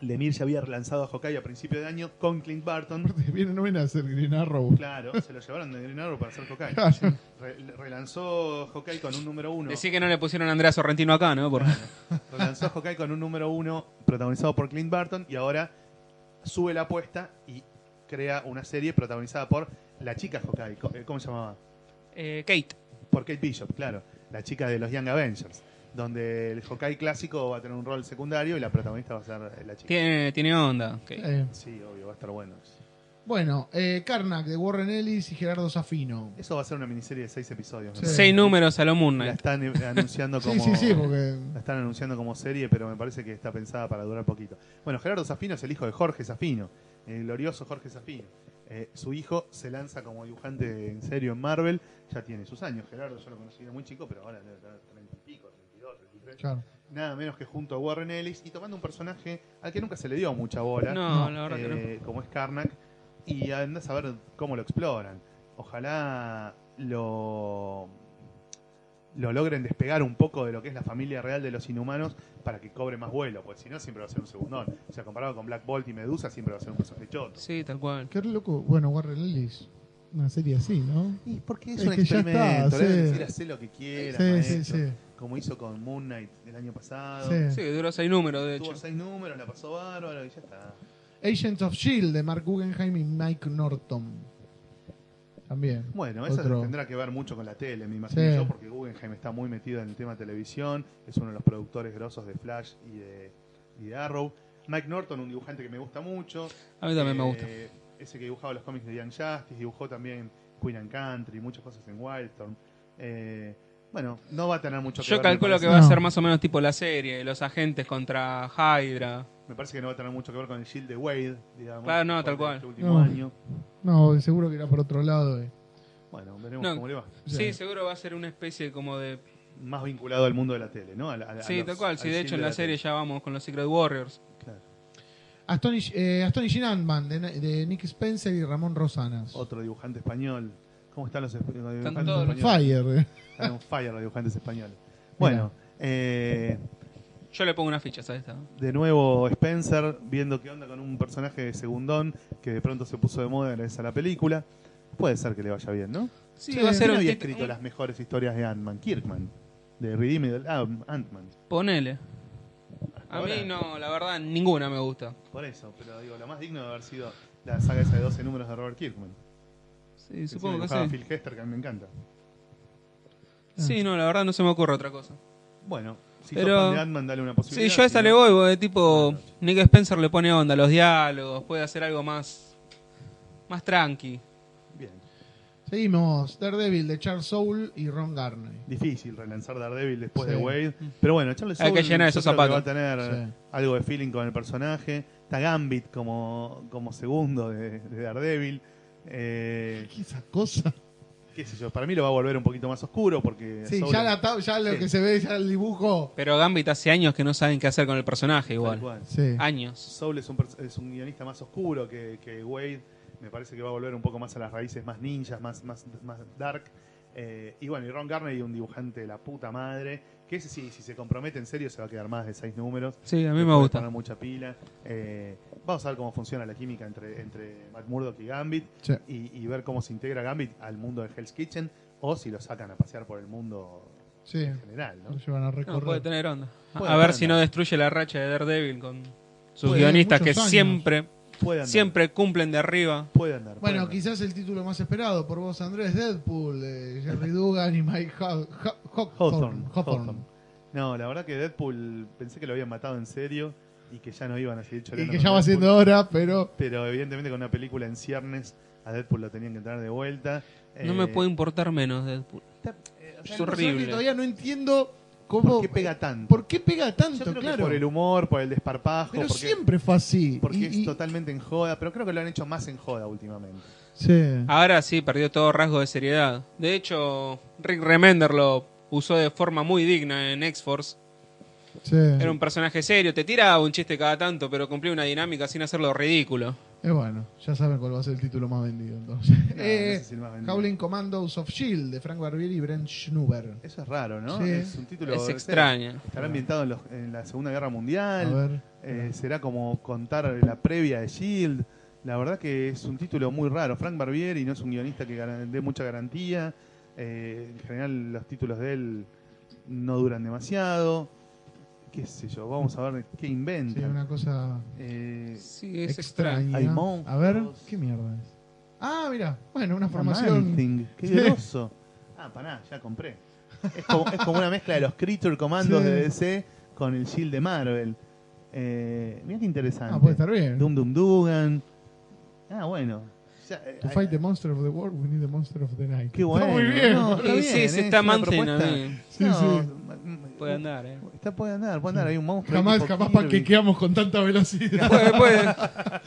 Speaker 3: Lemir ya había relanzado a Hawkeye a principio de año con
Speaker 2: *laughs*
Speaker 3: Clint Barton.
Speaker 2: Aparte, viene, no viene a ser Green Arrow.
Speaker 3: Claro, se lo llevaron de Green Arrow para hacer Hawkeye.
Speaker 2: Claro.
Speaker 3: Re- relanzó Hawkeye con un número uno.
Speaker 4: Decí que no le pusieron a Andrea Sorrentino acá, ¿no? Por-
Speaker 3: Relanzó Hawkeye con un número uno protagonizado por Clint Barton y ahora sube la apuesta y crea una serie protagonizada por la chica Hawkeye. Co- eh, ¿Cómo se llamaba?
Speaker 4: Eh, Kate.
Speaker 3: Por Kate Bishop, claro. La chica de los Young Avengers. Donde el Hawkeye clásico va a tener un rol secundario y la protagonista va a ser eh, la chica.
Speaker 4: Tiene, tiene onda. Kate.
Speaker 2: Eh,
Speaker 3: Sí, obvio, va a estar bueno.
Speaker 2: bueno, eh, Karnak de Warren Ellis y Gerardo Zafino.
Speaker 3: Eso va a ser una miniserie de seis episodios. me
Speaker 2: Sí.
Speaker 4: Seis números a lo Moon
Speaker 3: parece. La
Speaker 4: Knight. *laughs*
Speaker 3: están eh, anunciando
Speaker 2: Sí,
Speaker 3: como...
Speaker 2: sí, sí, porque.
Speaker 3: La están anunciando como serie, pero me parece que está pensada para durar poquito. Bueno, Gerardo Zafino es el hijo de Jorge Zafino, el glorioso Jorge Zafino. Eh, su hijo se lanza como dibujante en serio en Marvel, ya tiene sus años. Gerardo yo lo conocí era muy chico, pero ahora debe tener 30 y pico, 32, 33.
Speaker 2: Claro.
Speaker 3: Nada menos que junto a Warren Ellis y tomando un personaje al que nunca se le dio mucha bola,
Speaker 4: No, la verdad que no.
Speaker 3: eh, como es Karnak, y anda a saber cómo lo exploran. Ojalá lo lo logren despegar un poco de lo que es la familia real de los inhumanos para que cobre más vuelo, porque si no siempre va a ser un segundón. O sea, comparado con Black Bolt y Medusa, siempre va a ser un personaje choto.
Speaker 4: Sí, tal cual.
Speaker 2: Qué loco. Bueno, Warren Ellis. Una serie así, ¿no?
Speaker 3: Y porque es,
Speaker 2: Es
Speaker 3: un
Speaker 2: que ya está,
Speaker 3: experimento, le
Speaker 2: sí.
Speaker 3: deben decir, "Hacé lo que quieras,
Speaker 2: Sí, sí,
Speaker 3: maestro",
Speaker 2: sí.
Speaker 3: como hizo con Moon Knight el año pasado.
Speaker 2: sí.
Speaker 4: Sí, que duró seis números, de hecho.
Speaker 3: Tuvo seis números, la pasó bárbaro y ya está.
Speaker 2: Agents of Shield E de Mark Guggenheim y Mike Norton. También.
Speaker 3: Bueno, eso
Speaker 2: Otro.
Speaker 3: tendrá que ver mucho con la tele, me imagino
Speaker 2: Sí.
Speaker 3: yo, porque Guggenheim está muy metido en el tema televisión, es uno de los productores grosos de Flash y de, y de Arrow. Mike Norton, un dibujante que me gusta mucho.
Speaker 4: A mí también me
Speaker 3: Eh,
Speaker 4: gusta.
Speaker 3: Ese que dibujaba los cómics de Young Justice, dibujó también Queen and Country, muchas cosas en Wildstorm. Eh, bueno, no va a tener mucho que
Speaker 4: Yo
Speaker 3: ver. me
Speaker 4: calculo que
Speaker 3: parece.
Speaker 4: va a
Speaker 2: No.
Speaker 4: ser más o menos tipo la serie, los agentes contra Hydra.
Speaker 3: Me parece que no va a tener mucho que ver con el Shield de Wade, digamos.
Speaker 4: Claro, Ah, no,
Speaker 3: por
Speaker 4: tal
Speaker 3: este
Speaker 4: cual.
Speaker 3: último
Speaker 2: No.
Speaker 3: año.
Speaker 2: No, seguro que irá por otro lado. eh.
Speaker 3: Bueno, veremos
Speaker 4: No.
Speaker 3: cómo le va.
Speaker 4: Sí,
Speaker 2: Sí.
Speaker 4: seguro va a ser una especie como de...
Speaker 3: Más vinculado al mundo de la tele, ¿no? Al- al- a
Speaker 4: Sí,
Speaker 3: los-
Speaker 4: tal cual.
Speaker 3: al
Speaker 4: Sí, de
Speaker 3: Shield
Speaker 4: hecho en la
Speaker 3: tele.
Speaker 4: serie ya vamos con los Secret Warriors.
Speaker 3: Claro.
Speaker 2: Astonish, eh, Astonishing Ant-Man de, de Nick Spencer y Ramón Rosanas.
Speaker 3: Otro dibujante español. ¿Cómo están los, esp- los dibujantes
Speaker 4: todos
Speaker 3: españoles?
Speaker 2: Fire. eh.
Speaker 3: Están on fire los dibujantes españoles. Bueno, eh,
Speaker 4: Yo le pongo una ficha a esta.
Speaker 3: de nuevo Spencer viendo qué onda con un personaje de segundón que de pronto se puso de moda gracias a la película. Puede ser que le vaya bien, ¿no?
Speaker 4: Sí,
Speaker 2: Sí,
Speaker 4: va a ser
Speaker 3: ¿Quién
Speaker 4: un eh.
Speaker 3: había
Speaker 4: tit-
Speaker 3: escrito
Speaker 4: un-
Speaker 3: las mejores historias de Ant-Man? Kirkman. De Redeemed Ant- Ant-Man.
Speaker 4: Ponele. A
Speaker 3: Ahora,
Speaker 4: mí no, la verdad, ninguna me gusta.
Speaker 3: Por eso, pero digo, lo más digno de haber sido la saga esa de 12 números de Robert Kirkman.
Speaker 4: Sí,
Speaker 3: Encima
Speaker 4: supongo que
Speaker 3: dibujaba
Speaker 4: sí.
Speaker 3: Phil Hester, que a mí me encanta.
Speaker 4: Sí, no, la verdad no se me ocurre otra cosa.
Speaker 3: Bueno, si
Speaker 4: Pero-
Speaker 3: topan de Ant-Man, dale una
Speaker 4: Sí,
Speaker 3: posibilidad.
Speaker 4: yo a esa
Speaker 3: si
Speaker 4: le
Speaker 3: no-
Speaker 4: voy, porque tipo, Nick Spencer le pone onda a los diálogos, puede hacer algo más... Más tranqui.
Speaker 3: Bien.
Speaker 2: Seguimos. Daredevil de Charles Soule y Ron Garney.
Speaker 3: difícil relanzar Daredevil después
Speaker 2: Sí.
Speaker 3: de Wade. Pero bueno, Charles
Speaker 4: Hay que
Speaker 3: Soule,
Speaker 4: llenar
Speaker 3: yo
Speaker 4: esos
Speaker 3: creo que
Speaker 4: zapatos.
Speaker 3: Va a tener
Speaker 2: Sí.
Speaker 3: algo de feeling con el personaje. Está Gambit como, como segundo de, de Daredevil. Eh,
Speaker 2: ¿Qué es esa cosa?
Speaker 3: qué sé yo, para mí lo va a volver un poquito más oscuro porque
Speaker 2: Sí,
Speaker 3: Soule-
Speaker 2: ya, la tab- ya lo
Speaker 3: Sí.
Speaker 2: que se ve, ya el dibujo.
Speaker 4: Pero Gambit hace años que no saben qué hacer con el personaje
Speaker 3: tal
Speaker 4: igual.
Speaker 3: cual.
Speaker 2: Sí.
Speaker 4: Años.
Speaker 3: Soule es un, pers- es un guionista más oscuro que, que Wade. Me parece que va a volver un poco más a las raíces más ninjas, más, más, más dark. Eh, y bueno, y Ron Garney, un dibujante de la puta madre. Que ese sí, si se compromete en serio, se va a quedar más de seis números.
Speaker 4: Sí, a mí
Speaker 3: Le
Speaker 4: me
Speaker 3: puede
Speaker 4: gusta.
Speaker 3: poner mucha pila. Eh, vamos a ver cómo funciona la química entre, entre Matt Murdock y Gambit
Speaker 2: Sí.
Speaker 3: y, y ver cómo se integra Gambit al mundo de Hell's Kitchen o si lo sacan a pasear por el mundo
Speaker 2: Sí.
Speaker 3: en general,
Speaker 2: Lo
Speaker 3: ¿no?
Speaker 2: llevan a
Speaker 4: No, puede
Speaker 2: recorrer.
Speaker 4: tener onda. A-
Speaker 3: Puede
Speaker 4: a ver
Speaker 3: tener
Speaker 4: si
Speaker 3: onda.
Speaker 4: no destruye la racha de Daredevil con sus
Speaker 2: Puede,
Speaker 4: guionistas que
Speaker 2: muchos años.
Speaker 4: siempre
Speaker 3: Puede andar.
Speaker 4: siempre cumplen de arriba.
Speaker 3: Puede andar. puede
Speaker 2: bueno,
Speaker 3: andar.
Speaker 2: quizás el título más esperado por vos, Andrés, Deadpool, de Jerry Dugan y Mike Haw- Haw- Haw- Hawthorne.
Speaker 3: Hawthorne,
Speaker 2: Hawthorne.
Speaker 3: Hawthorne. No, la verdad que Deadpool pensé que lo habían matado en serio y que ya no iban a seguir
Speaker 2: Y
Speaker 3: choleando.
Speaker 2: que
Speaker 3: con
Speaker 2: ya va
Speaker 3: Deadpool.
Speaker 2: siendo hora, pero.
Speaker 3: Pero evidentemente con una película en ciernes a Deadpool lo tenían que entrar de vuelta. Eh,
Speaker 4: No me puede importar menos Deadpool. es
Speaker 3: horrible.
Speaker 4: horrible.
Speaker 2: Yo Todavía no entiendo cómo. eh,
Speaker 3: ¿Por qué pega tanto?
Speaker 2: ¿Por qué pega
Speaker 3: Yo
Speaker 2: tanto?
Speaker 3: creo que
Speaker 2: claro.
Speaker 3: por el humor, por el desparpajo.
Speaker 2: pero
Speaker 3: porque,
Speaker 2: siempre fue así.
Speaker 3: Porque
Speaker 2: Y-
Speaker 3: es
Speaker 2: y-
Speaker 3: totalmente en joda, pero creo que lo han hecho más en joda últimamente.
Speaker 2: sí.
Speaker 4: Ahora sí, perdió todo rasgo de seriedad. De hecho, Rick Remender lo usó de forma muy digna en X-Force.
Speaker 2: Sí.
Speaker 4: Era un personaje serio, te tiraba un chiste cada tanto, pero cumplía una dinámica sin hacerlo ridículo.
Speaker 2: Eh, bueno, ya saben cuál va a ser el título más vendido entonces.
Speaker 3: no
Speaker 2: Eh,
Speaker 3: sé si el más vendido.
Speaker 2: Howling Commandos of Shield E de Frank Barbieri y Brent Schnuber.
Speaker 3: Eso es raro, ¿no?
Speaker 2: Sí.
Speaker 3: Es un título.
Speaker 4: es
Speaker 3: o sea,
Speaker 4: extraña.
Speaker 3: Estará ambientado en, los- en la Segunda Guerra
Speaker 2: A
Speaker 3: Mundial.
Speaker 2: ver.
Speaker 3: eh, será como contar la previa de Shield. La verdad que es un título muy raro. Frank Barbieri no es un guionista que garan- dé mucha garantía. eh, en general, los títulos de él no duran demasiado. ¿Qué sé yo? Vamos a ver qué
Speaker 2: Sí,
Speaker 3: inventan.
Speaker 2: una cosa
Speaker 3: Eh,
Speaker 4: Sí, es extraña.
Speaker 2: extraña.
Speaker 3: Hay monstruos.
Speaker 2: A ver, ¿qué mierda es? Ah, mira, bueno, una formación.
Speaker 3: Manting, Qué
Speaker 2: Sí.
Speaker 3: groso. Ah, pará, ya compré. Es como, es como una mezcla de los Creature Commandos
Speaker 2: Sí.
Speaker 3: de DC con el Shield de Marvel. Eh, mira qué interesante.
Speaker 2: Ah, puede estar bien.
Speaker 3: Dum Dum Dugan. Ah, bueno. Ya, eh,
Speaker 2: To fight the monster of the world, we need the monster of the night.
Speaker 3: Qué bueno.
Speaker 2: Está muy bien.
Speaker 3: No, está
Speaker 4: Y
Speaker 3: bien,
Speaker 4: sí, sí,
Speaker 3: eh,
Speaker 4: está
Speaker 3: es una
Speaker 4: Manting a
Speaker 3: propuesta.
Speaker 4: mí.
Speaker 2: Sí,
Speaker 3: No,
Speaker 2: sí.
Speaker 3: mm, mm,
Speaker 4: Puede andar, eh.
Speaker 3: Está, puede andar, puede andar. Hay un monstruo. ahí
Speaker 2: Jamás,
Speaker 3: tipo
Speaker 2: capaz
Speaker 3: Kirby.
Speaker 2: panquequeamos con tanta
Speaker 3: *laughs*
Speaker 2: velocidad.
Speaker 4: Puede, puede.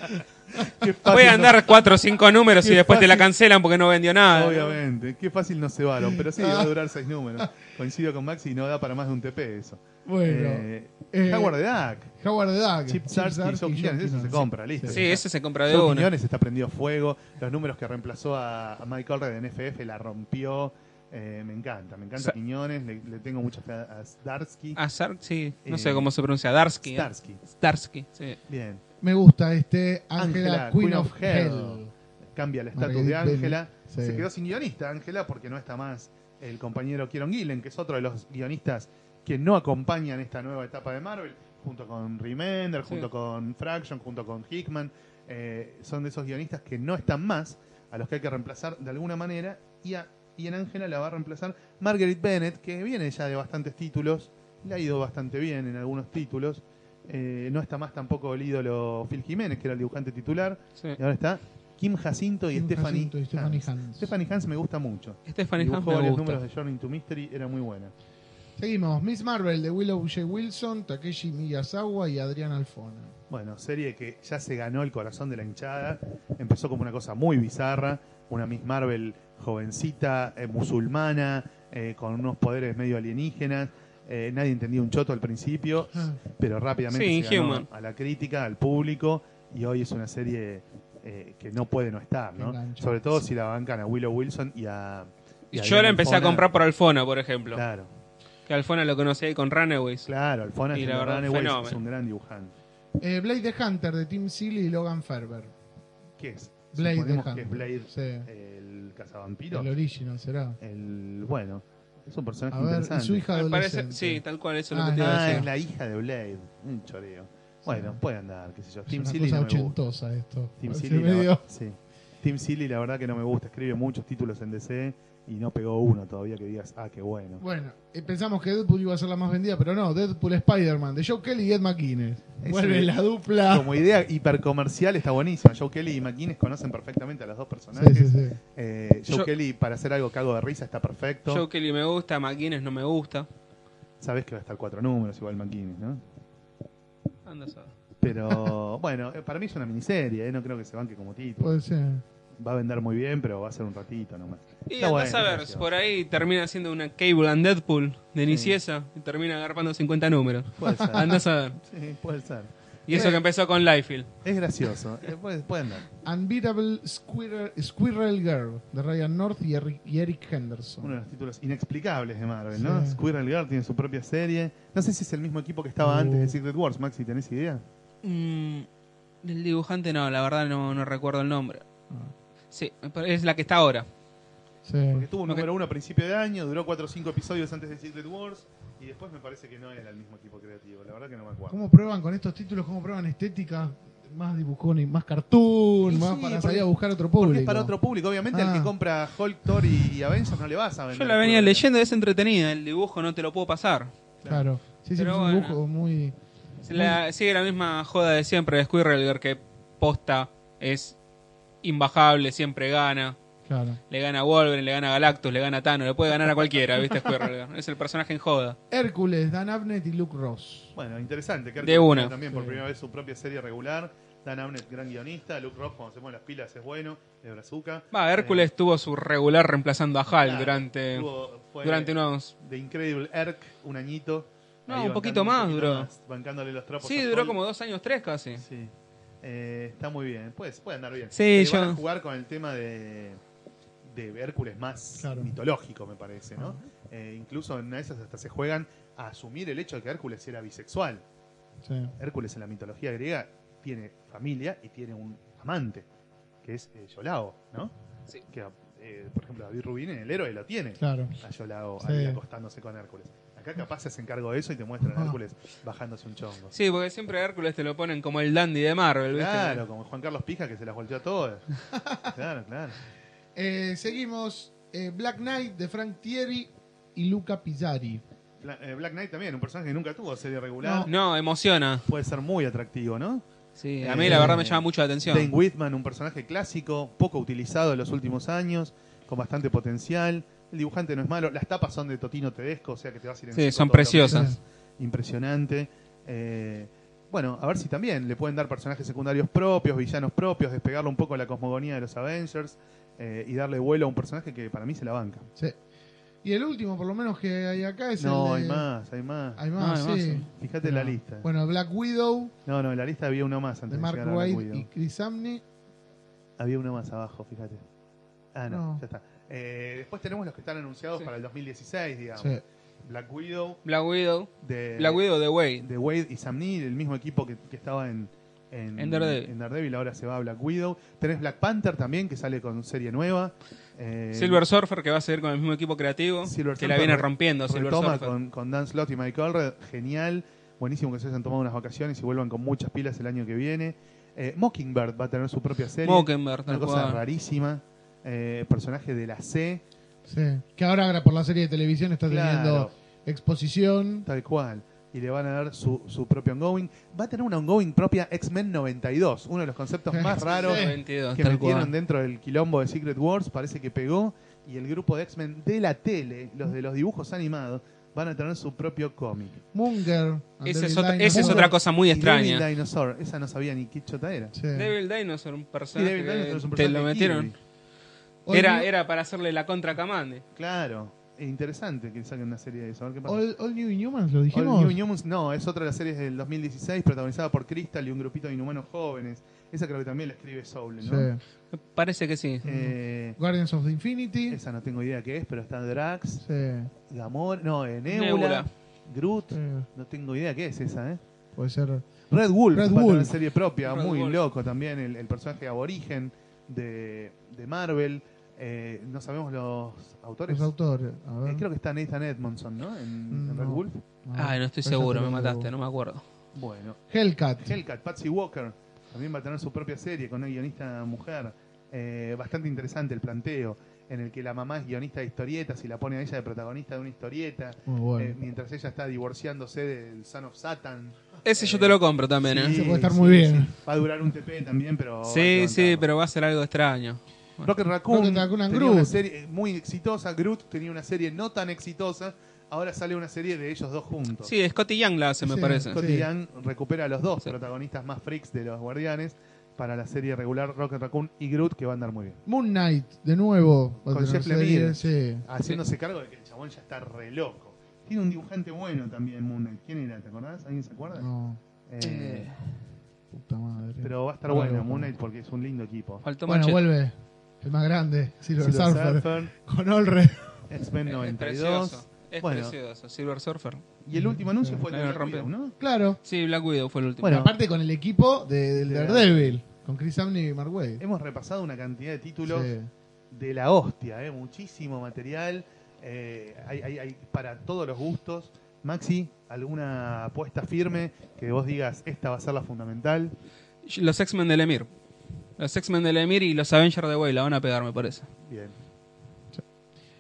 Speaker 3: Qué fácil
Speaker 4: Puede
Speaker 3: no-
Speaker 4: andar cuatro o cinco números y
Speaker 3: Qué
Speaker 4: después te la
Speaker 3: fácil.
Speaker 4: cancelan porque no vendió nada.
Speaker 3: Obviamente. Qué fácil nos cebaron. Pero sí, va a durar
Speaker 2: *laughs*
Speaker 3: seis números. Coincido con Maxi y no da para más de un TP eso.
Speaker 2: Bueno,
Speaker 3: Eh,
Speaker 2: eh,
Speaker 3: Howard the Duck.
Speaker 2: Howard the Duck.
Speaker 3: Chip Zdarsky y Joe Quinones, eso se compra, listo.
Speaker 4: Sí, ese se compra de
Speaker 3: Joe
Speaker 4: una.
Speaker 3: Quiñones está prendido fuego. Los números que reemplazó a, a Mike Allred en FF la rompió. Eh, me encanta, me encanta
Speaker 4: Sa-
Speaker 3: Quiñones. Le, le tengo mucha fe a a Zdarsky.
Speaker 4: Ah, Sar- sí, no
Speaker 3: Eh,
Speaker 4: sé cómo se pronuncia. Darsky. eh.
Speaker 3: Starsky.
Speaker 4: Starsky, sí.
Speaker 3: Bien.
Speaker 2: Me gusta este Angela
Speaker 3: Ángela,
Speaker 2: Queen, of Hell.
Speaker 3: Cambia el estatus
Speaker 2: Margaret
Speaker 3: de Ángela.
Speaker 2: Bennett,
Speaker 3: Se
Speaker 2: sí.
Speaker 3: quedó sin guionista, Ángela, porque no está más el compañero Kieron Gillen, que es otro de los guionistas que no acompañan esta nueva etapa de Marvel, junto con Remender,
Speaker 4: Sí.
Speaker 3: junto con Fraction, junto con Hickman. Eh, son de esos guionistas que no están más, a los que hay que reemplazar de alguna manera. Y, a- y en Ángela la va a reemplazar Margaret Bennett, que viene ya de bastantes títulos, le ha ido bastante bien en algunos títulos. Eh, no está más tampoco el ídolo Phil Jiménez, que era el dibujante titular.
Speaker 4: sí.
Speaker 3: Y ahora está Kim Jacinto y
Speaker 2: Kim
Speaker 3: Stephanie,
Speaker 2: Jacinto y Stephanie
Speaker 3: Hans.
Speaker 2: Hans.
Speaker 3: Stephanie Hans me gusta mucho.
Speaker 4: Stephanie
Speaker 3: Dibujó
Speaker 4: Hans me
Speaker 3: varios
Speaker 4: gusta.
Speaker 3: números de Journey to Mystery, era muy buena.
Speaker 2: Seguimos. Miss Marvel de Willow J. Wilson, Takeshi Miyazawa y Adrián Alfona.
Speaker 3: Bueno, serie que ya se ganó el corazón de la hinchada. Empezó como una cosa muy bizarra, una Miss Marvel jovencita, eh, musulmana, eh, con unos poderes medio alienígenas. Eh, nadie entendía un choto al principio,
Speaker 2: Ah.
Speaker 3: pero rápidamente
Speaker 4: Sí,
Speaker 3: se ganó
Speaker 4: Inhuman.
Speaker 3: a la crítica, al público, y hoy es una serie eh, que no puede no estar, ¿no?
Speaker 2: Engancha.
Speaker 3: Sobre todo si la bancan a Willow Wilson y a... y
Speaker 4: Y
Speaker 3: a
Speaker 4: yo la
Speaker 3: Diana
Speaker 4: empecé a
Speaker 3: Alfona.
Speaker 4: comprar por Alfona, por ejemplo.
Speaker 3: Claro,
Speaker 4: Que Alfona lo conocí ahí con Runaways.
Speaker 3: claro, Alfona
Speaker 4: Y
Speaker 3: es
Speaker 4: la verdad,
Speaker 3: Runaways,
Speaker 4: fenómeno.
Speaker 3: es un gran dibujante.
Speaker 2: Eh, Blade the Hunter de Tim Seeley y Logan Ferber.
Speaker 3: ¿Qué es?
Speaker 2: Blade the
Speaker 3: Suponemos
Speaker 2: Hunter.
Speaker 3: que es Blade
Speaker 2: Sí.
Speaker 3: el cazavampiro.
Speaker 2: El original será.
Speaker 3: El, bueno, es un personaje
Speaker 2: A ver, y
Speaker 3: interesante.
Speaker 2: su hija
Speaker 4: Me parece,
Speaker 2: adolescente.
Speaker 4: sí, tal cual, eso es
Speaker 2: Ah,
Speaker 4: lo que te iba a
Speaker 3: Ah,
Speaker 4: decir.
Speaker 3: es la hija de Blade. Un choreo. Bueno,
Speaker 2: Sí.
Speaker 3: puede andar, qué sé yo.
Speaker 2: Es
Speaker 3: Tim
Speaker 2: una
Speaker 3: Seeley
Speaker 2: cosa
Speaker 3: no me gusta.
Speaker 2: ochentosa esto.
Speaker 3: Tim
Speaker 2: Parece
Speaker 3: Seeley, la,
Speaker 2: medio-
Speaker 3: ver- sí. Tim Seeley, la verdad que no me gusta. Escribe muchos títulos en DC y no pegó uno todavía que digas, ah, qué bueno.
Speaker 2: Bueno, eh, pensamos que Deadpool iba a ser la más vendida, pero no, Deadpool Spider-Man, de Joe Kelly y Ed McGuinness.
Speaker 3: Es
Speaker 2: Vuelve
Speaker 3: un-
Speaker 2: la dupla. *laughs*
Speaker 3: Como idea hipercomercial está buenísima. Joe Kelly y McGuinness conocen perfectamente a los dos
Speaker 2: Sí,
Speaker 3: personajes.
Speaker 2: sí, sí.
Speaker 3: Eh, Joe
Speaker 4: Yo-
Speaker 3: Kelly, para hacer algo cago de risa, está perfecto.
Speaker 4: Joe Kelly me gusta, McGuinness no me gusta.
Speaker 3: Sabes que va a estar cuatro números, igual McGuinness, ¿no?
Speaker 4: Anda a saber.
Speaker 2: *laughs*
Speaker 3: Pero bueno, eh, para mí es una miniserie, ¿eh? no creo que se banque como título.
Speaker 2: Puede ser.
Speaker 3: Va a vender muy bien, pero va a ser un ratito nomás.
Speaker 4: Y
Speaker 3: Está
Speaker 4: andás
Speaker 3: bueno,
Speaker 4: a ver,
Speaker 3: gracioso.
Speaker 4: por ahí termina siendo una Cable and Deadpool de Nicieza y termina agarpando 50 números.
Speaker 3: Puede
Speaker 4: *laughs*
Speaker 3: ser. Ah,
Speaker 4: Andás a ver.
Speaker 3: Sí, puede ser.
Speaker 4: Y eso que empezó con Liefeld.
Speaker 3: Es gracioso. Eh, puede, puede andar.
Speaker 2: Unbeatable Squirrel, Squirrel Girl, de Ryan North y Eric, y Eric Henderson.
Speaker 3: Uno de los títulos inexplicables de Marvel, ¿no?
Speaker 2: Sí.
Speaker 3: Squirrel Girl tiene su propia serie. No sé si es el mismo equipo que estaba
Speaker 2: Uh.
Speaker 3: antes de Secret Wars, Maxi, ¿tenés idea?
Speaker 4: Mm, el dibujante no, la verdad no, no recuerdo el nombre.
Speaker 3: Ah.
Speaker 4: Sí, pero es la que está ahora.
Speaker 3: Porque
Speaker 2: Sí.
Speaker 3: tuvo un
Speaker 4: Ok.
Speaker 3: número uno a principio de año, duró cuatro o cinco episodios antes de Secret Wars, y después me parece que no era el mismo equipo creativo. La verdad que no me acuerdo.
Speaker 2: ¿Cómo prueban con estos títulos? ¿Cómo prueban estética? Más dibujón y más cartoon,
Speaker 3: Y
Speaker 2: más
Speaker 3: sí,
Speaker 2: para
Speaker 3: porque-
Speaker 2: salir a buscar otro
Speaker 3: Porque
Speaker 2: público.
Speaker 3: es para otro público, obviamente,
Speaker 2: Ah.
Speaker 3: al que compra Hulk, Thor y Avengers no le vas a vender.
Speaker 4: Yo la venía
Speaker 3: Squirrel Girl.
Speaker 4: leyendo, es entretenida, el dibujo no te lo puedo pasar.
Speaker 2: Claro. Sí, sí,
Speaker 4: Pero
Speaker 2: es un
Speaker 4: bueno.
Speaker 2: dibujo muy.
Speaker 4: La- sigue la misma joda de siempre de Squirrel que posta es imbajable, siempre gana.
Speaker 2: Claro.
Speaker 4: Le gana a Wolverine, le gana a Galactus, le gana a Thanos, le puede ganar a cualquiera, ¿viste? Squirrel Es el personaje en joda.
Speaker 2: Hércules, Dan Abnett y Luke Ross.
Speaker 3: Bueno, interesante. Kirk
Speaker 4: De
Speaker 3: Douglas
Speaker 4: una.
Speaker 3: También por
Speaker 2: Sí.
Speaker 3: primera vez su propia serie regular. Dan Abnett, gran guionista. Luke Ross, cuando se pone las pilas, es bueno. De Brazuca. Eh,
Speaker 4: Va, Hércules tuvo su regular reemplazando a Hal durante, durante unos...
Speaker 3: De Incredible Erk, un añito.
Speaker 4: No,
Speaker 3: Ahí bancando
Speaker 4: un poquito más duró.
Speaker 3: bancándole los trapos.
Speaker 4: Sí,
Speaker 3: a
Speaker 4: duró
Speaker 3: Paul.
Speaker 4: como dos años, tres casi.
Speaker 3: Sí. Eh, está muy bien. Pues, puede andar bien.
Speaker 4: Sí,
Speaker 3: Eh,
Speaker 4: yo-
Speaker 3: Van a jugar con el tema de, de Hércules más
Speaker 2: Claro.
Speaker 3: mitológico, me parece, ¿no? Eh, incluso en una de esas hasta se juegan a asumir el hecho de que Hércules era bisexual.
Speaker 2: Sí.
Speaker 3: Hércules en la mitología griega tiene familia y tiene un amante, que es eh, Iolao, ¿no?
Speaker 4: Sí.
Speaker 3: Que, eh, por ejemplo, David Rubin en el héroe lo tiene.
Speaker 2: Claro.
Speaker 3: A Iolao
Speaker 2: Sí.
Speaker 3: ahí acostándose con Hércules. Acá capaz se hace encargo de eso y te muestran a
Speaker 2: Ah.
Speaker 3: Hércules bajándose un chongo.
Speaker 4: Sí, porque siempre a Hércules te lo ponen como el dandy de Marvel, ¿viste?
Speaker 3: Claro, como Juan Carlos Pija que se las volteó a todas. *laughs* Claro, claro.
Speaker 2: Eh, seguimos. eh, Black Knight de Frank Thierry y Luca Pizzari.
Speaker 3: Bla- eh, Black Knight también, un personaje que nunca tuvo serie regular.
Speaker 4: No, emociona.
Speaker 3: Puede ser muy atractivo, ¿no?
Speaker 4: Sí, eh, a mí la verdad me llama mucho la atención.
Speaker 3: Dane Whitman, un personaje clásico, poco utilizado en los últimos años, con bastante potencial. El dibujante no es malo. Las tapas son de Totino Tedesco, o sea que te vas a ir en
Speaker 4: Sí,
Speaker 3: seco
Speaker 4: son
Speaker 3: todo lo que
Speaker 4: preciosas.
Speaker 3: quieras. Impresionante. Eh, bueno, a ver si también le pueden dar personajes secundarios propios, villanos propios, despegarle un poco de la cosmogonía de los Avengers eh, y darle vuelo a un personaje que para mí se la banca.
Speaker 2: Sí. Y el último, por lo menos, que hay acá es
Speaker 3: No,
Speaker 2: el.
Speaker 3: hay
Speaker 2: de-
Speaker 3: más, hay más.
Speaker 2: Hay más,
Speaker 4: No, hay
Speaker 2: sí.
Speaker 4: más, sí.
Speaker 3: Fíjate la lista.
Speaker 2: Bueno, Black Widow
Speaker 3: No, no, en la lista había uno más antes
Speaker 2: de Mark
Speaker 3: llegar a Black
Speaker 2: Wade
Speaker 3: Widow.
Speaker 2: y Chris Amney.
Speaker 3: Había uno más abajo, fíjate. Ah, no,
Speaker 2: No.
Speaker 3: ya está. Eh, después tenemos los que están anunciados para el 2016, digamos.
Speaker 2: Sí.
Speaker 3: Black Widow
Speaker 4: Black Widow.
Speaker 3: de,
Speaker 4: Black Widow de Way.
Speaker 3: de Wade y Sam Neill, el mismo equipo que, que estaba en, en,
Speaker 4: En Daredevil.
Speaker 3: en Daredevil, ahora se va a Black Widow. Tenés Black Panther también, que sale con serie nueva. Eh,
Speaker 4: Silver Surfer que va a seguir con el mismo equipo creativo
Speaker 3: Silver
Speaker 4: que la
Speaker 3: Surfer
Speaker 4: viene
Speaker 3: re-
Speaker 4: rompiendo Silver
Speaker 3: retoma
Speaker 4: Surfer.
Speaker 3: con, con Dan Slott y Mike Allred, genial. Buenísimo que se hayan tomado unas vacaciones y vuelvan con muchas pilas el año que viene. Eh, Mockingbird va a tener su propia serie. Una
Speaker 4: Mockingbird, tal
Speaker 3: cosa
Speaker 4: cual.
Speaker 3: rarísima. Eh, personaje de la C.
Speaker 2: Sí. Que ahora, ahora por la serie de televisión está
Speaker 3: Claro,
Speaker 2: teniendo exposición.
Speaker 3: tal cual. Y le van a dar su, su propio ongoing. Va a tener una ongoing propia X-Men 92. Uno de los conceptos más raros
Speaker 4: 22,
Speaker 3: que
Speaker 4: tal
Speaker 3: metieron
Speaker 4: cual.
Speaker 3: dentro del quilombo de Secret Wars. Parece que pegó. Y el grupo de X-Men de la tele, los de los dibujos animados, van a tener su propio cómic.
Speaker 2: Munger. and
Speaker 4: Esa es,
Speaker 2: Devil
Speaker 4: otra,
Speaker 2: Dinosaur.
Speaker 4: esa es otra cosa muy
Speaker 3: Y
Speaker 4: extraña.
Speaker 3: Devil Dinosaur, esa no sabía ni qué chota era.
Speaker 2: Sí.
Speaker 4: Devil Dinosaur, un
Speaker 3: Y
Speaker 4: personaje,
Speaker 3: Devil Dinosaur es un
Speaker 4: que te lo
Speaker 3: personaje de
Speaker 4: metieron.
Speaker 3: Kirby.
Speaker 2: All
Speaker 4: Era,
Speaker 2: New-
Speaker 4: era para hacerle la contra a Kamandi.
Speaker 3: Claro, es interesante que saquen una serie de eso. A ver qué pasa.
Speaker 2: All, All New Inhumans, lo
Speaker 3: All
Speaker 2: dijimos.
Speaker 3: New Inhumans, no, es otra de las series del 2016 protagonizada por Crystal y un grupito de inhumanos jóvenes. Esa creo que también la escribe Soul, ¿no?
Speaker 2: Sí.
Speaker 4: Parece que sí.
Speaker 3: Eh,
Speaker 2: Guardians of the Infinity.
Speaker 3: esa no tengo idea qué es, pero está Drax,
Speaker 2: Sí.
Speaker 3: Gamora, no, eh, Nebula,
Speaker 4: Nebula.
Speaker 3: Groot,
Speaker 2: Sí.
Speaker 3: no tengo idea qué es esa, ¿eh?
Speaker 2: Puede ser.
Speaker 3: Red Wolf,
Speaker 2: Red
Speaker 3: va a tener
Speaker 2: Wolf.
Speaker 3: serie propia,
Speaker 4: Red
Speaker 3: muy
Speaker 4: Wolf.
Speaker 3: loco también, el, el personaje aborigen de, de Marvel. Eh, no sabemos los autores.
Speaker 2: Los autores. A ver.
Speaker 3: Eh, creo que está Nathan Edmondson, ¿no? En, en Red
Speaker 2: No.
Speaker 3: Wolf.
Speaker 4: Ay, Ah, no estoy
Speaker 2: Esa
Speaker 4: seguro,
Speaker 2: te la
Speaker 4: me mataste,
Speaker 2: debo.
Speaker 4: no me acuerdo.
Speaker 3: Bueno,
Speaker 2: Hellcat.
Speaker 3: Hellcat, Patsy Walker, también va a tener su propia serie con una guionista mujer. Eh, bastante interesante el planteo, en el que la mamá es guionista de historietas y la pone a ella de protagonista de una historieta,
Speaker 2: Muy bueno.
Speaker 3: eh, mientras ella está divorciándose del Son of Satan.
Speaker 4: Ese yo te lo compro también,
Speaker 3: Sí,
Speaker 4: ¿eh?
Speaker 2: Ese puede estar muy bien.
Speaker 3: Va a durar un TP también, pero... hay que
Speaker 4: Sí, sí,
Speaker 3: bancarlo.
Speaker 4: pero va a ser algo extraño.
Speaker 3: Rocket Raccoon,
Speaker 2: Rocket Raccoon and
Speaker 3: tenía
Speaker 2: Groot.
Speaker 3: una serie muy exitosa, Groot tenía una serie no tan exitosa, ahora sale una serie de ellos dos juntos.
Speaker 4: Sí, Scotty Young la hace, me
Speaker 2: Sí,
Speaker 4: parece.
Speaker 2: Scotty-
Speaker 3: Scott
Speaker 2: Sí.
Speaker 3: Young recupera a los dos
Speaker 4: Sí.
Speaker 3: protagonistas más freaks de los Guardianes para la serie regular Rocket Raccoon y Groot, que va a andar muy bien.
Speaker 2: Moon Knight, de nuevo. va a
Speaker 3: Con
Speaker 2: tener
Speaker 3: Jeff
Speaker 2: serie,
Speaker 3: Lemire.
Speaker 2: Sí.
Speaker 3: Haciéndose cargo de que el chabón ya está re loco. Tiene un dibujante bueno también, Moon Knight. ¿Quién era? ¿Te acordás? ¿Alguien se acuerda?
Speaker 2: No,
Speaker 3: Eh,
Speaker 4: Eh,
Speaker 2: puta madre.
Speaker 3: pero va a estar
Speaker 2: Claro,
Speaker 3: bueno
Speaker 2: como-
Speaker 3: Moon Knight porque es un lindo equipo.
Speaker 4: Faltó
Speaker 2: bueno,
Speaker 4: Machete.
Speaker 2: vuelve. El más grande, Silver,
Speaker 3: Silver
Speaker 2: Surfer.
Speaker 3: Surfer,
Speaker 2: Con Olred.
Speaker 3: X-Men
Speaker 4: Es- Es
Speaker 3: 92.
Speaker 4: precioso. Es
Speaker 3: Bueno.
Speaker 4: precioso. Silver Surfer.
Speaker 3: Y el último anuncio fue el de
Speaker 4: Claro,
Speaker 3: Black
Speaker 4: rompe.
Speaker 3: Widow, ¿no?
Speaker 2: Claro.
Speaker 4: Sí, Black Widow fue el último.
Speaker 3: Bueno.
Speaker 2: Aparte con el equipo de, del
Speaker 3: Sí.
Speaker 2: Daredevil. Con Chris Amney y Mark Wade.
Speaker 3: Hemos repasado una cantidad de títulos
Speaker 2: Sí.
Speaker 3: de la hostia, ¿eh? muchísimo material, eh, hay, hay- hay para todos los gustos. Maxi, ¿alguna apuesta firme que vos digas esta va a ser la fundamental?
Speaker 4: Los X-Men del Emir. Los X-Men del Emir y los Avengers de Way la van a pegar, me parece.
Speaker 3: Bien.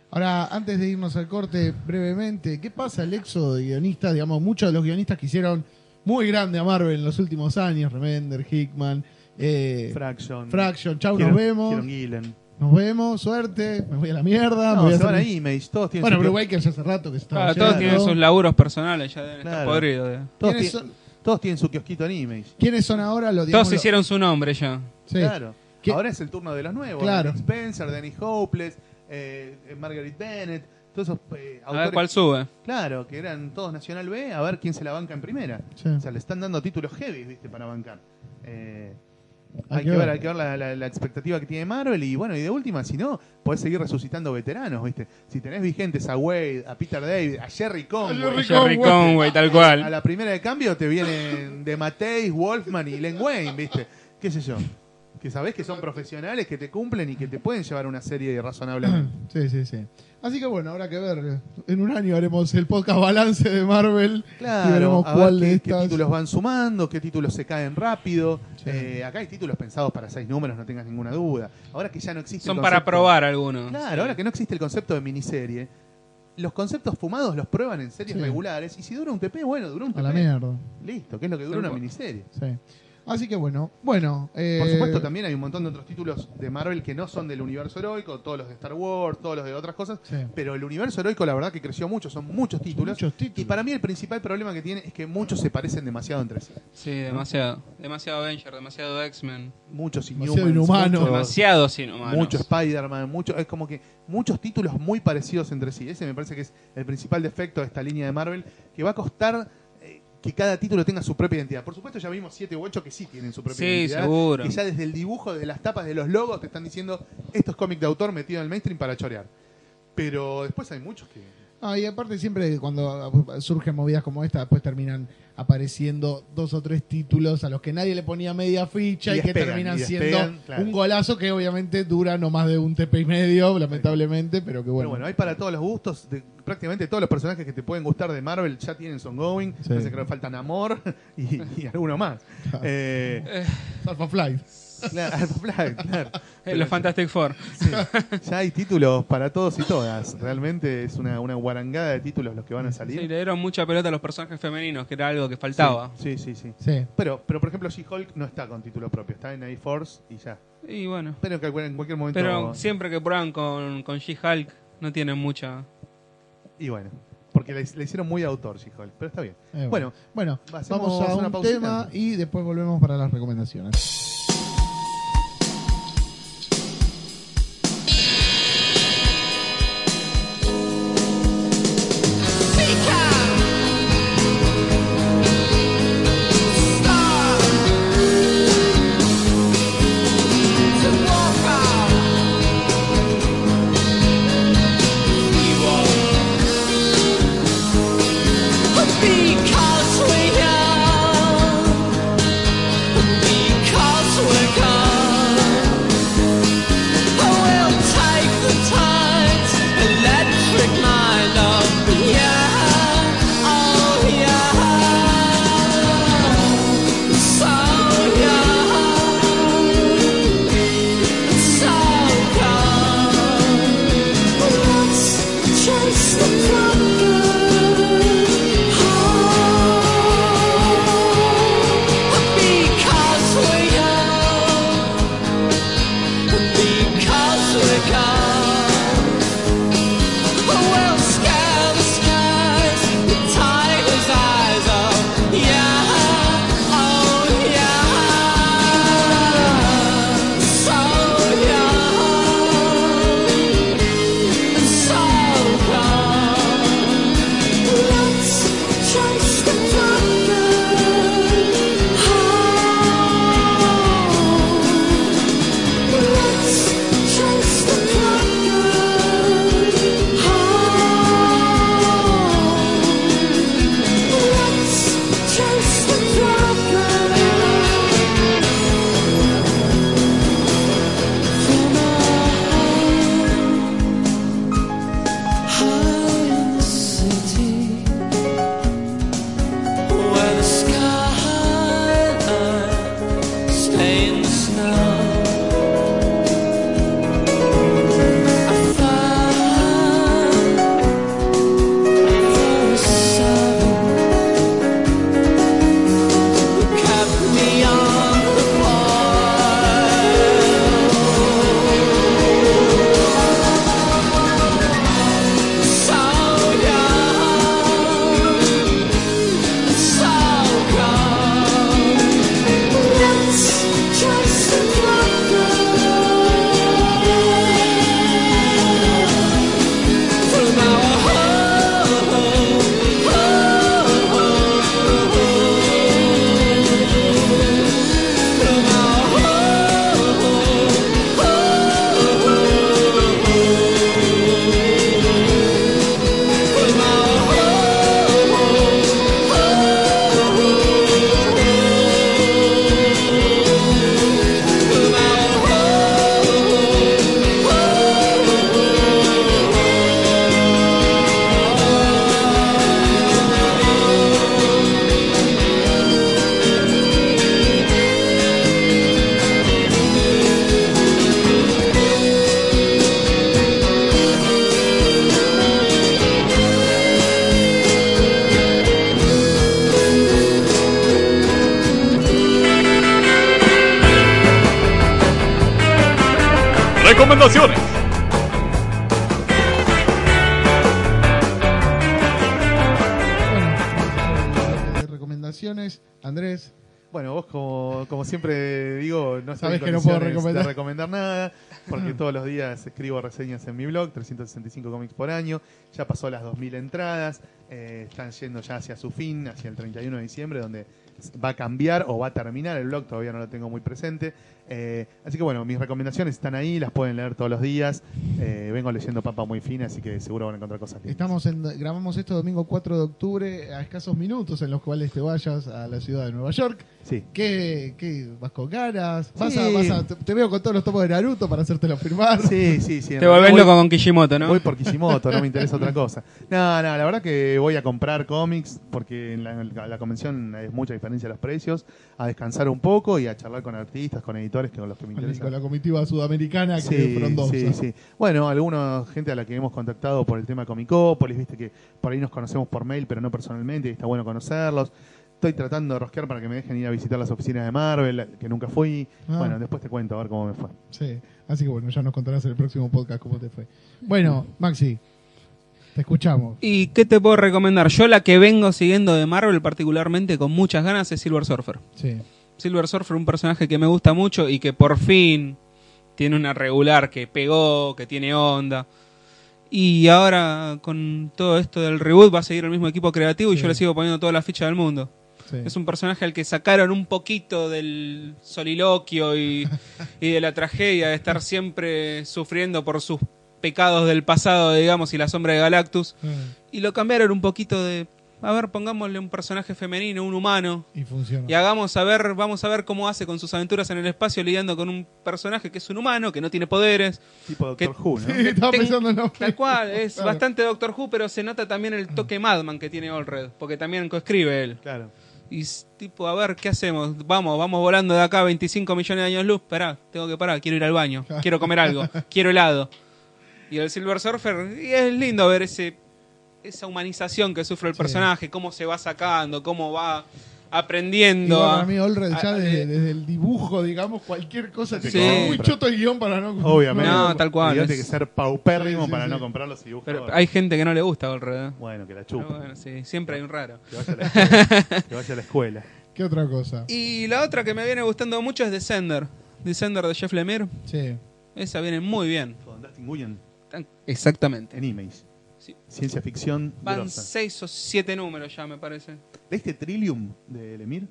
Speaker 2: Ahora, antes de irnos al corte, brevemente, ¿qué pasa el éxodo de guionistas? Digamos, muchos de los guionistas que hicieron muy grande a Marvel en los últimos años, Remender, Hickman, eh,
Speaker 3: Fraction.
Speaker 2: Fraction, chau,
Speaker 3: Kieron-
Speaker 2: nos vemos.
Speaker 3: Kieron Gillen.
Speaker 2: Nos vemos, suerte, me voy a la mierda. me
Speaker 3: No,
Speaker 2: Ah, voy a
Speaker 3: se van a
Speaker 2: hacer-
Speaker 3: Image. Todos tienen
Speaker 2: Bueno,
Speaker 3: su
Speaker 2: pero
Speaker 3: pro-
Speaker 2: Waker ya hace rato que se estaba
Speaker 4: Claro, Ah, todos
Speaker 2: yendo.
Speaker 4: tienen sus laburos personales, ya deben estar
Speaker 3: Claro.
Speaker 4: podridos. de-
Speaker 3: todos,
Speaker 2: ¿Quiénes
Speaker 3: ti-
Speaker 2: son?
Speaker 3: todos tienen su kiosquito en Image.
Speaker 2: ¿Quiénes son ahora los digamos,
Speaker 4: Todos
Speaker 2: los-
Speaker 4: hicieron su nombre ya.
Speaker 2: Sí.
Speaker 3: Claro.
Speaker 2: ¿Qué-
Speaker 3: Ahora es el turno de los nuevos.
Speaker 2: Claro.
Speaker 3: Eric Spencer, Danny Hopeless, eh, eh, Margaret Bennett, todos esos eh,
Speaker 4: A ver
Speaker 3: autores.
Speaker 4: cuál sube.
Speaker 3: Claro, que eran todos Nacional B, a ver quién se la banca en primera.
Speaker 2: Sí.
Speaker 3: O sea, le están dando títulos heavy, viste, para bancar. Eh,
Speaker 2: Hay
Speaker 3: hay,
Speaker 2: que
Speaker 3: que ver,
Speaker 2: ver.
Speaker 3: hay que ver la, la- la expectativa que tiene Marvel y bueno, y de última, si no, podés seguir resucitando veteranos, viste. Si tenés vigentes a Wade, a Peter David, a Jerry Conway,
Speaker 4: Jerry Conway, tal
Speaker 3: a
Speaker 4: cual.
Speaker 3: la primera de cambio te vienen de Mateis, Wolfman y Len Wayne, ¿viste? ¿Qué sé yo? Que sabés que son profesionales, que te cumplen y que te pueden llevar una serie razonablemente.
Speaker 2: *clears throat* sí, sí, sí. Así que bueno, habrá que ver. En un año haremos el podcast balance de Marvel y
Speaker 3: Claro,
Speaker 2: veremos
Speaker 3: a ver
Speaker 2: cuál
Speaker 3: qué,
Speaker 2: de
Speaker 3: qué
Speaker 2: estas.
Speaker 3: títulos van sumando, qué títulos se caen rápido.
Speaker 2: Sí.
Speaker 3: Eh, acá hay títulos pensados para seis números, no tengas ninguna duda. Ahora que ya no existe. el
Speaker 4: Son para
Speaker 3: concepto-
Speaker 4: probar algunos.
Speaker 3: Claro, ahora que no existe el concepto de miniserie, los conceptos fumados los prueban en series
Speaker 2: Sí.
Speaker 3: regulares y si dura un TP, bueno, dura un TP.
Speaker 2: A la mierda.
Speaker 3: Listo, que es lo que dura una
Speaker 4: cual.
Speaker 3: miniserie.
Speaker 2: Sí. Así que bueno, bueno. eh,
Speaker 3: Por supuesto, también hay un montón de otros títulos de Marvel que no son del universo heroico, todos los de Star Wars, todos los de otras cosas.
Speaker 2: Sí.
Speaker 3: Pero el universo heroico, la verdad, que creció mucho, son muchos títulos.
Speaker 2: Muchos títulos.
Speaker 3: Y para mí, el principal problema que tiene es que muchos se parecen demasiado entre sí.
Speaker 4: Sí, demasiado. Demasiado Avenger, demasiado X-Men.
Speaker 3: Muchos
Speaker 2: Demasiado
Speaker 3: Inhumans,
Speaker 2: inhumano.
Speaker 3: muchos-
Speaker 4: Demasiado sin humanos.
Speaker 3: Mucho Spider-Man, mucho, es como que muchos títulos muy parecidos entre sí. Ese me parece que es el principal defecto de esta línea de Marvel, que va a costar eh, que cada título tenga su propia identidad. Por supuesto, ya vimos siete u ocho que sí tienen su propia
Speaker 4: Sí,
Speaker 3: identidad.
Speaker 4: seguro.
Speaker 3: Que ya desde el dibujo, desde las tapas, de los logos, te están diciendo esto es cómic de autor metido en el mainstream para chorear. Pero después hay muchos que.
Speaker 2: Ah, y aparte siempre cuando ah, surgen movidas como esta, después terminan apareciendo dos o tres títulos a los que nadie le ponía media ficha y,
Speaker 3: Y
Speaker 2: que
Speaker 3: despegan,
Speaker 2: terminan
Speaker 3: y despegan,
Speaker 2: siendo
Speaker 3: claro.
Speaker 2: un golazo que obviamente dura no más de un TP y medio, lamentablemente, pero que
Speaker 3: Pero
Speaker 2: bueno.
Speaker 3: bueno, hay para todos los gustos. de- prácticamente todos los personajes que te pueden gustar de Marvel ya tienen su ongoing.
Speaker 2: Sí.
Speaker 3: Parece que faltan amor *laughs* y, y alguno más. Eh,
Speaker 2: Alpha Flight.
Speaker 3: Claro, *laughs* Alpha Flight, claro.
Speaker 4: Eh, los Fantastic Four.
Speaker 3: Ya hay títulos para todos y todas. Realmente es una, una guarangada de títulos los que van a
Speaker 4: Sí, le
Speaker 3: salir.
Speaker 4: dieron mucha pelota a los personajes femeninos, que era algo que faltaba.
Speaker 3: Sí, sí, sí.
Speaker 2: Sí. Eh,
Speaker 3: Pero, pero por ejemplo, She-Hulk no está con título propio, está en A-Force y ya.
Speaker 4: Y bueno.
Speaker 3: Pero que en cualquier momento.
Speaker 4: Pero siempre que prueban con, con She-Hulk, no tienen mucha.
Speaker 3: Y bueno, porque le, le hicieron muy autor She-Hulk, pero está bien.
Speaker 2: Eh,
Speaker 3: Bueno,
Speaker 2: Bueno,
Speaker 3: hacemos
Speaker 2: vamos a
Speaker 3: una
Speaker 2: un
Speaker 3: pausita.
Speaker 2: tema y después volvemos para las recomendaciones.
Speaker 5: Because we know, because
Speaker 6: Recomendaciones.
Speaker 2: Bueno, de recomendaciones, Andrés.
Speaker 3: Bueno, vos como, como siempre digo, no
Speaker 2: Sabés
Speaker 3: sabés
Speaker 2: que no puedo recomendar.
Speaker 3: de recomendar nada,
Speaker 2: *laughs*
Speaker 3: porque todos los días escribo reseñas en mi blog, 365 cómics por año, ya pasó las 2.000 entradas, eh, están yendo ya hacia su fin, hacia el 31 de diciembre, donde va a cambiar o va a terminar el blog, todavía no lo tengo muy presente. Eh, así que bueno, mis recomendaciones están ahí, las pueden leer todos los días, eh, vengo leyendo Papa muy fina, así que seguro van a encontrar cosas. lindas.
Speaker 2: Estamos en, grabamos esto domingo 4 de octubre a escasos minutos en los cuales te vayas a la ciudad de Nueva York.
Speaker 3: Sí.
Speaker 2: ¿Qué, qué vas con ganas? ¿Vas
Speaker 3: Sí.
Speaker 2: a- vas a- te, te veo con todos los tomos de Naruto para hacértelo firmar.
Speaker 3: Sí, sí, sí. en
Speaker 4: Te
Speaker 3: realidad
Speaker 4: volvés
Speaker 3: voy-
Speaker 4: loco con Kishimoto, ¿no?
Speaker 3: Voy por Kishimoto, no me interesa otra
Speaker 4: *laughs*
Speaker 3: cosa. No, no, la verdad que voy a comprar cómics porque en la, en la convención hay mucha diferencia de los precios, a descansar un poco y a charlar con artistas, con editores que con los que me
Speaker 2: Con la-
Speaker 3: interesa.
Speaker 2: *laughs* Con la comitiva sudamericana que
Speaker 3: Sí,
Speaker 2: fueron dos.
Speaker 3: sí,
Speaker 2: ¿sabes?
Speaker 3: sí. Bueno, alguna gente a la que hemos contactado por el tema Comicópolis, viste que por ahí nos conocemos por mail, pero no personalmente, y está bueno conocerlos. Estoy tratando de rosquear para que me dejen ir a visitar las oficinas de Marvel, que nunca fui.
Speaker 2: Ah.
Speaker 3: Bueno, después te cuento a ver cómo me fue.
Speaker 2: Sí. Así que bueno, ya nos contarás en el próximo podcast cómo te fue. Bueno, Maxi, te escuchamos.
Speaker 4: ¿Y qué te puedo recomendar? Yo la que vengo siguiendo de Marvel particularmente con muchas ganas es Silver Surfer.
Speaker 2: Sí.
Speaker 4: Silver Surfer, un personaje que me gusta mucho y que por fin tiene una regular que pegó, que tiene onda. Y ahora con todo esto del reboot va a seguir el mismo equipo creativo y
Speaker 2: Sí.
Speaker 4: yo le sigo poniendo toda la ficha del mundo.
Speaker 2: sí.
Speaker 4: Es un personaje al que sacaron un poquito del
Speaker 2: *laughs*
Speaker 4: soliloquio y, y de la tragedia de estar siempre sufriendo por sus pecados del pasado, digamos, y la sombra de Galactus.
Speaker 2: Ah,
Speaker 4: Y lo cambiaron un poquito de, a ver, pongámosle un personaje femenino, un humano,
Speaker 2: Y funciona.
Speaker 4: y hagamos a ver, vamos a ver cómo hace con sus aventuras en el espacio lidiando con un personaje que es un humano, que no tiene poderes.
Speaker 3: Tipo
Speaker 4: ¿Qué-
Speaker 3: Doctor Who, ¿no?
Speaker 4: *laughs*
Speaker 2: Sí, *laughs* estaba
Speaker 4: Ten-
Speaker 2: pensando en la- *laughs*
Speaker 4: Tal cual, es
Speaker 2: Claro.
Speaker 4: bastante Doctor Who, pero se nota también el toque Madman que tiene Allred, porque también coescribe él.
Speaker 3: Claro.
Speaker 4: Y s- tipo, a ver, ¿qué hacemos? Vamos, vamos volando de acá 25 millones de años luz. Pará, tengo que parar, quiero ir al baño, quiero
Speaker 2: *laughs*
Speaker 4: comer algo, quiero helado. Y el Silver Surfer, y es lindo ver ese esa humanización que sufre el
Speaker 2: Sí.
Speaker 4: personaje, cómo se va sacando, cómo va aprendiendo.
Speaker 2: Igual
Speaker 4: a-
Speaker 2: para mí Allred ya
Speaker 4: a-
Speaker 2: desde, desde el dibujo, digamos, cualquier cosa
Speaker 3: Sí.
Speaker 2: te queda muy choto el guión para no
Speaker 3: Obviamente.
Speaker 4: No, tal cual,
Speaker 3: Olvídate
Speaker 4: es-
Speaker 3: que ser paupérrimo
Speaker 2: Sí, sí,
Speaker 3: para
Speaker 2: sí.
Speaker 3: no comprar los dibujos.
Speaker 4: Pero hay gente que no le gusta Allred. ¿eh?
Speaker 3: Bueno, que la
Speaker 4: Pero
Speaker 3: chupa.
Speaker 4: bueno, sí, siempre hay un raro.
Speaker 3: Que vaya a la
Speaker 4: *laughs*
Speaker 3: escuela. que vaya a la escuela.
Speaker 2: ¿Qué otra cosa?
Speaker 4: Y la otra que me viene gustando mucho es Descender. Descender de Jeff Lemire.
Speaker 2: Sí.
Speaker 4: Esa viene muy bien.
Speaker 3: Con Dustin Nguyen
Speaker 4: Tan- Exactamente.
Speaker 3: en Image.
Speaker 4: Sí.
Speaker 3: Ciencia ficción
Speaker 4: Van
Speaker 3: grosa.
Speaker 4: seis o siete números ya, me parece.
Speaker 3: ¿Leíste Trillium de Lemir?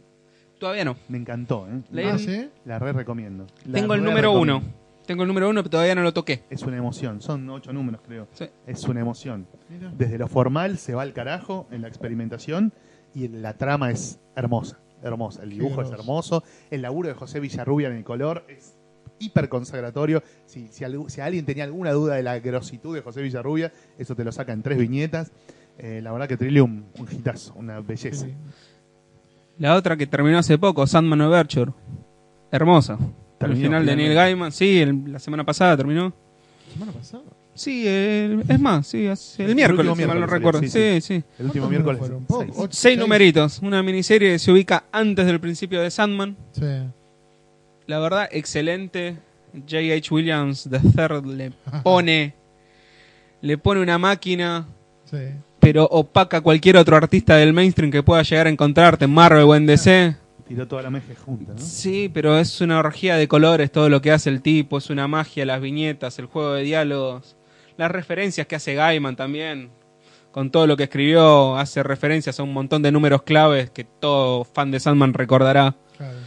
Speaker 4: Todavía no.
Speaker 3: Me encantó, ¿eh?
Speaker 4: Leí-
Speaker 2: Ah, ¿sí?
Speaker 3: La re recomiendo. La
Speaker 4: Tengo el
Speaker 3: re
Speaker 4: número
Speaker 3: recomiendo.
Speaker 4: uno. Tengo el número uno, pero todavía no lo toqué.
Speaker 3: Es una emoción. Son ocho números, creo.
Speaker 4: Sí.
Speaker 3: Es una emoción.
Speaker 2: Mira.
Speaker 3: Desde lo formal se va al carajo en la experimentación y la trama es hermosa. Hermosa. El dibujo es
Speaker 2: groso.
Speaker 3: hermoso. El laburo de José Villarrubia en el color es hiper consagratorio. Si, si algu- si alguien tenía alguna duda de la grositud de José Villarrubia, eso te lo saca en tres viñetas. Eh, la verdad que Trillium, un hitazo, una belleza.
Speaker 2: Sí.
Speaker 4: La otra que terminó hace poco, Sandman Overture. Hermosa. El
Speaker 3: Terminó,
Speaker 4: final de
Speaker 3: finalmente.
Speaker 4: Neil Gaiman. Sí, el- la semana pasada terminó.
Speaker 2: ¿Semana pasada?
Speaker 4: Sí, el- es más, sí, hace- el,
Speaker 3: el
Speaker 4: miércoles,
Speaker 3: último
Speaker 4: si mal no
Speaker 3: miércoles salió,
Speaker 4: recuerdo.
Speaker 3: sí,
Speaker 4: sí.
Speaker 3: sí.
Speaker 4: sí.
Speaker 3: El último
Speaker 2: ¿Cuántos
Speaker 3: miércoles.
Speaker 2: números fueron?
Speaker 3: seis.
Speaker 2: Poco, ocho,
Speaker 4: Seis numeritos, una miniserie que se ubica antes del principio de Sandman.
Speaker 2: Sí.
Speaker 4: La verdad, excelente. J.H. Williams III
Speaker 3: *laughs*
Speaker 4: le pone, le pone una máquina,
Speaker 2: Sí.
Speaker 4: pero opaca a cualquier otro artista del mainstream que pueda llegar a encontrarte en Marvel o en DC.
Speaker 3: Tiró toda la meje junta, ¿no?
Speaker 4: Sí, pero es una orgía de colores todo lo que hace el tipo, es una magia, las viñetas, el juego de diálogos, las referencias que hace Gaiman también, con todo lo que escribió, hace referencias a un montón de números claves que todo fan de Sandman recordará.
Speaker 2: Claro.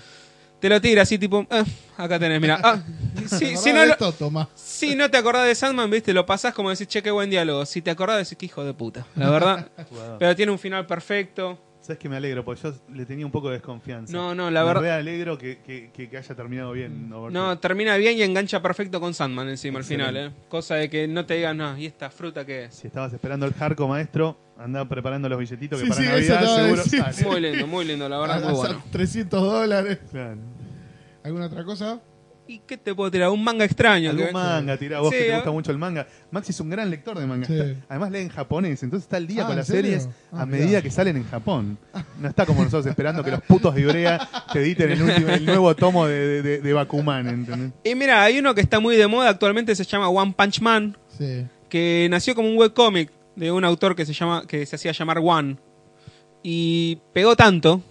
Speaker 4: Te lo tira así tipo, "Ah, acá tenés, mira. Ah,
Speaker 2: *laughs* ¿Te
Speaker 4: si,
Speaker 2: acordás
Speaker 4: si no
Speaker 2: de
Speaker 4: lo-
Speaker 2: esto, Tomás?
Speaker 4: si no te acordás de Sandman, viste, lo pasás como decís, che, qué buen diálogo. Si te acordás, decís, qué hijo de puta.
Speaker 2: *laughs*
Speaker 4: La verdad.
Speaker 3: Jugador.
Speaker 4: Pero tiene un final perfecto.
Speaker 3: Sabes que me alegro, porque yo le tenía un poco de desconfianza.
Speaker 4: No, no, la
Speaker 3: Me
Speaker 4: verdad-
Speaker 3: re alegro que, que- que- que haya terminado bien. Overture.
Speaker 4: No, termina bien y engancha perfecto con Sandman encima al final,
Speaker 3: Excelente.
Speaker 4: ¿eh? Cosa de que no te digan, no, ¿y esta fruta qué es?
Speaker 3: Si estabas esperando el jarco, maestro, andá preparando los billetitos que
Speaker 2: Sí,
Speaker 3: para
Speaker 2: sí, eso te
Speaker 3: Navidad
Speaker 2: iba a
Speaker 3: seguro
Speaker 2: decir.
Speaker 3: sale.
Speaker 4: Muy lindo, muy lindo, la verdad,
Speaker 2: Ah,
Speaker 4: muy bueno.
Speaker 2: son 300 dólares.
Speaker 3: Claro.
Speaker 2: ¿Alguna otra cosa?
Speaker 4: ¿Y qué te puedo tirar? Un manga extraño.
Speaker 3: Algún
Speaker 4: que-
Speaker 3: manga, tirá vos
Speaker 4: Sí,
Speaker 3: que te
Speaker 4: a-
Speaker 3: gusta mucho el manga. Maxi es un gran lector de manga.
Speaker 2: Sí.
Speaker 3: Está- Además lee en japonés, entonces está al día
Speaker 2: Ah,
Speaker 3: con
Speaker 2: ¿en
Speaker 3: las
Speaker 2: serio?
Speaker 3: series
Speaker 2: Ah, mirá. Ah.
Speaker 3: a medida que salen en Japón. No está como nosotros esperando que los putos de Ibrea te editen el, último- el nuevo tomo de, de, de- de Bakuman, ¿entendés?
Speaker 4: Y mira, hay uno que está muy de moda actualmente, se llama One Punch Man,
Speaker 2: Sí.
Speaker 4: que nació como un webcomic de un autor que se, llama, que se hacía llamar One. Y pegó tanto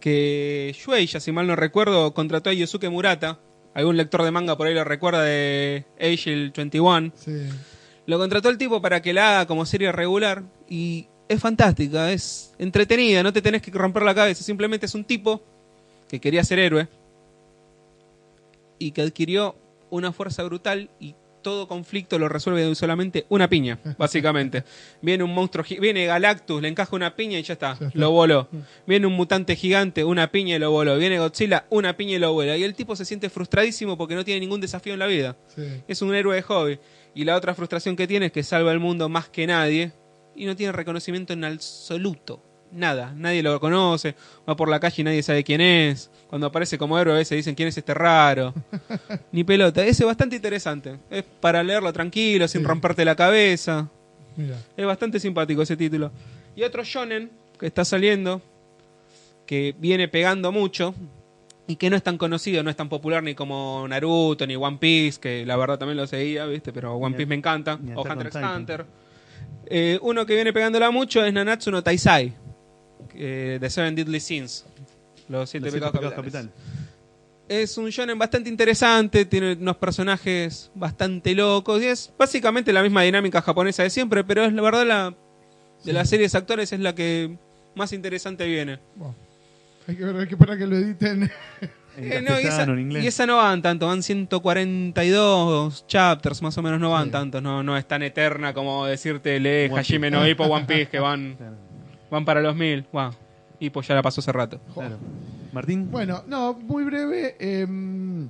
Speaker 4: que Shueisha, si mal no recuerdo, contrató a Yusuke Murata. Algún lector de manga por ahí lo recuerda de Agile 21.
Speaker 2: Sí.
Speaker 4: Lo contrató el tipo para que la haga como serie regular y es fantástica, es entretenida, no te tenés que romper la cabeza, simplemente es un tipo que quería ser héroe y que adquirió una fuerza brutal y todo conflicto lo resuelve de solamente una *laughs* piña, básicamente. Viene un monstruo, gi- viene Galactus, le encaja una piña y ya está, Mm. lo voló. Viene un mutante gigante, una piña y lo voló. Viene Godzilla, una piña y lo vuela. Y el tipo se siente frustradísimo porque no tiene ningún desafío en la vida
Speaker 2: Sí.
Speaker 4: es un héroe de hobby. Y la otra frustración que tiene es que salva al mundo más que nadie y no tiene reconocimiento en absoluto. Nada, nadie lo conoce, va por la calle y nadie sabe quién es. Cuando aparece como héroe a veces dicen quién es
Speaker 2: *laughs*
Speaker 4: este raro. Ni pelota, ese es bastante interesante. Es para leerlo tranquilo, sin
Speaker 2: Sí.
Speaker 4: romperte la cabeza.
Speaker 2: Mira.
Speaker 4: Es bastante simpático ese título. Y otro shonen que está saliendo, que viene pegando mucho y que no es tan conocido, no es tan popular ni como Naruto ni One Piece, que la verdad también lo seguía, ¿viste? Pero One
Speaker 3: a-
Speaker 4: Piece me encanta,
Speaker 3: ni a
Speaker 4: o
Speaker 3: Attack
Speaker 4: Hunter
Speaker 3: on
Speaker 4: x
Speaker 3: Titan.
Speaker 4: Hunter. Eh, uno que viene pegándola mucho es Nanatsu no Taisai, eh, de Seven Deadly Sins, los siete,
Speaker 3: Los siete
Speaker 4: pecados,
Speaker 3: pecados
Speaker 4: capitales.
Speaker 3: capitales.
Speaker 4: Es un shonen bastante interesante, tiene unos personajes bastante locos y es básicamente la misma dinámica japonesa de siempre, pero es la verdad la de las series actuales es la que más interesante viene.
Speaker 2: Bueno. Hay que ver, hay que esperar que lo editen.
Speaker 3: En
Speaker 4: Eh, no, y, esa,
Speaker 3: castellano, en inglés.
Speaker 4: y esa no van tanto, van 142 chapters más o menos, no van
Speaker 2: Sí.
Speaker 4: tantos, no, no es tan eterna como decirte lee
Speaker 3: One
Speaker 4: Hajime no Ippo One Piece que
Speaker 3: *laughs*
Speaker 4: van, van para los mil. Wow. Ippo ya la pasó hace rato.
Speaker 3: Claro. Martín,
Speaker 2: Bueno, no, muy breve. em,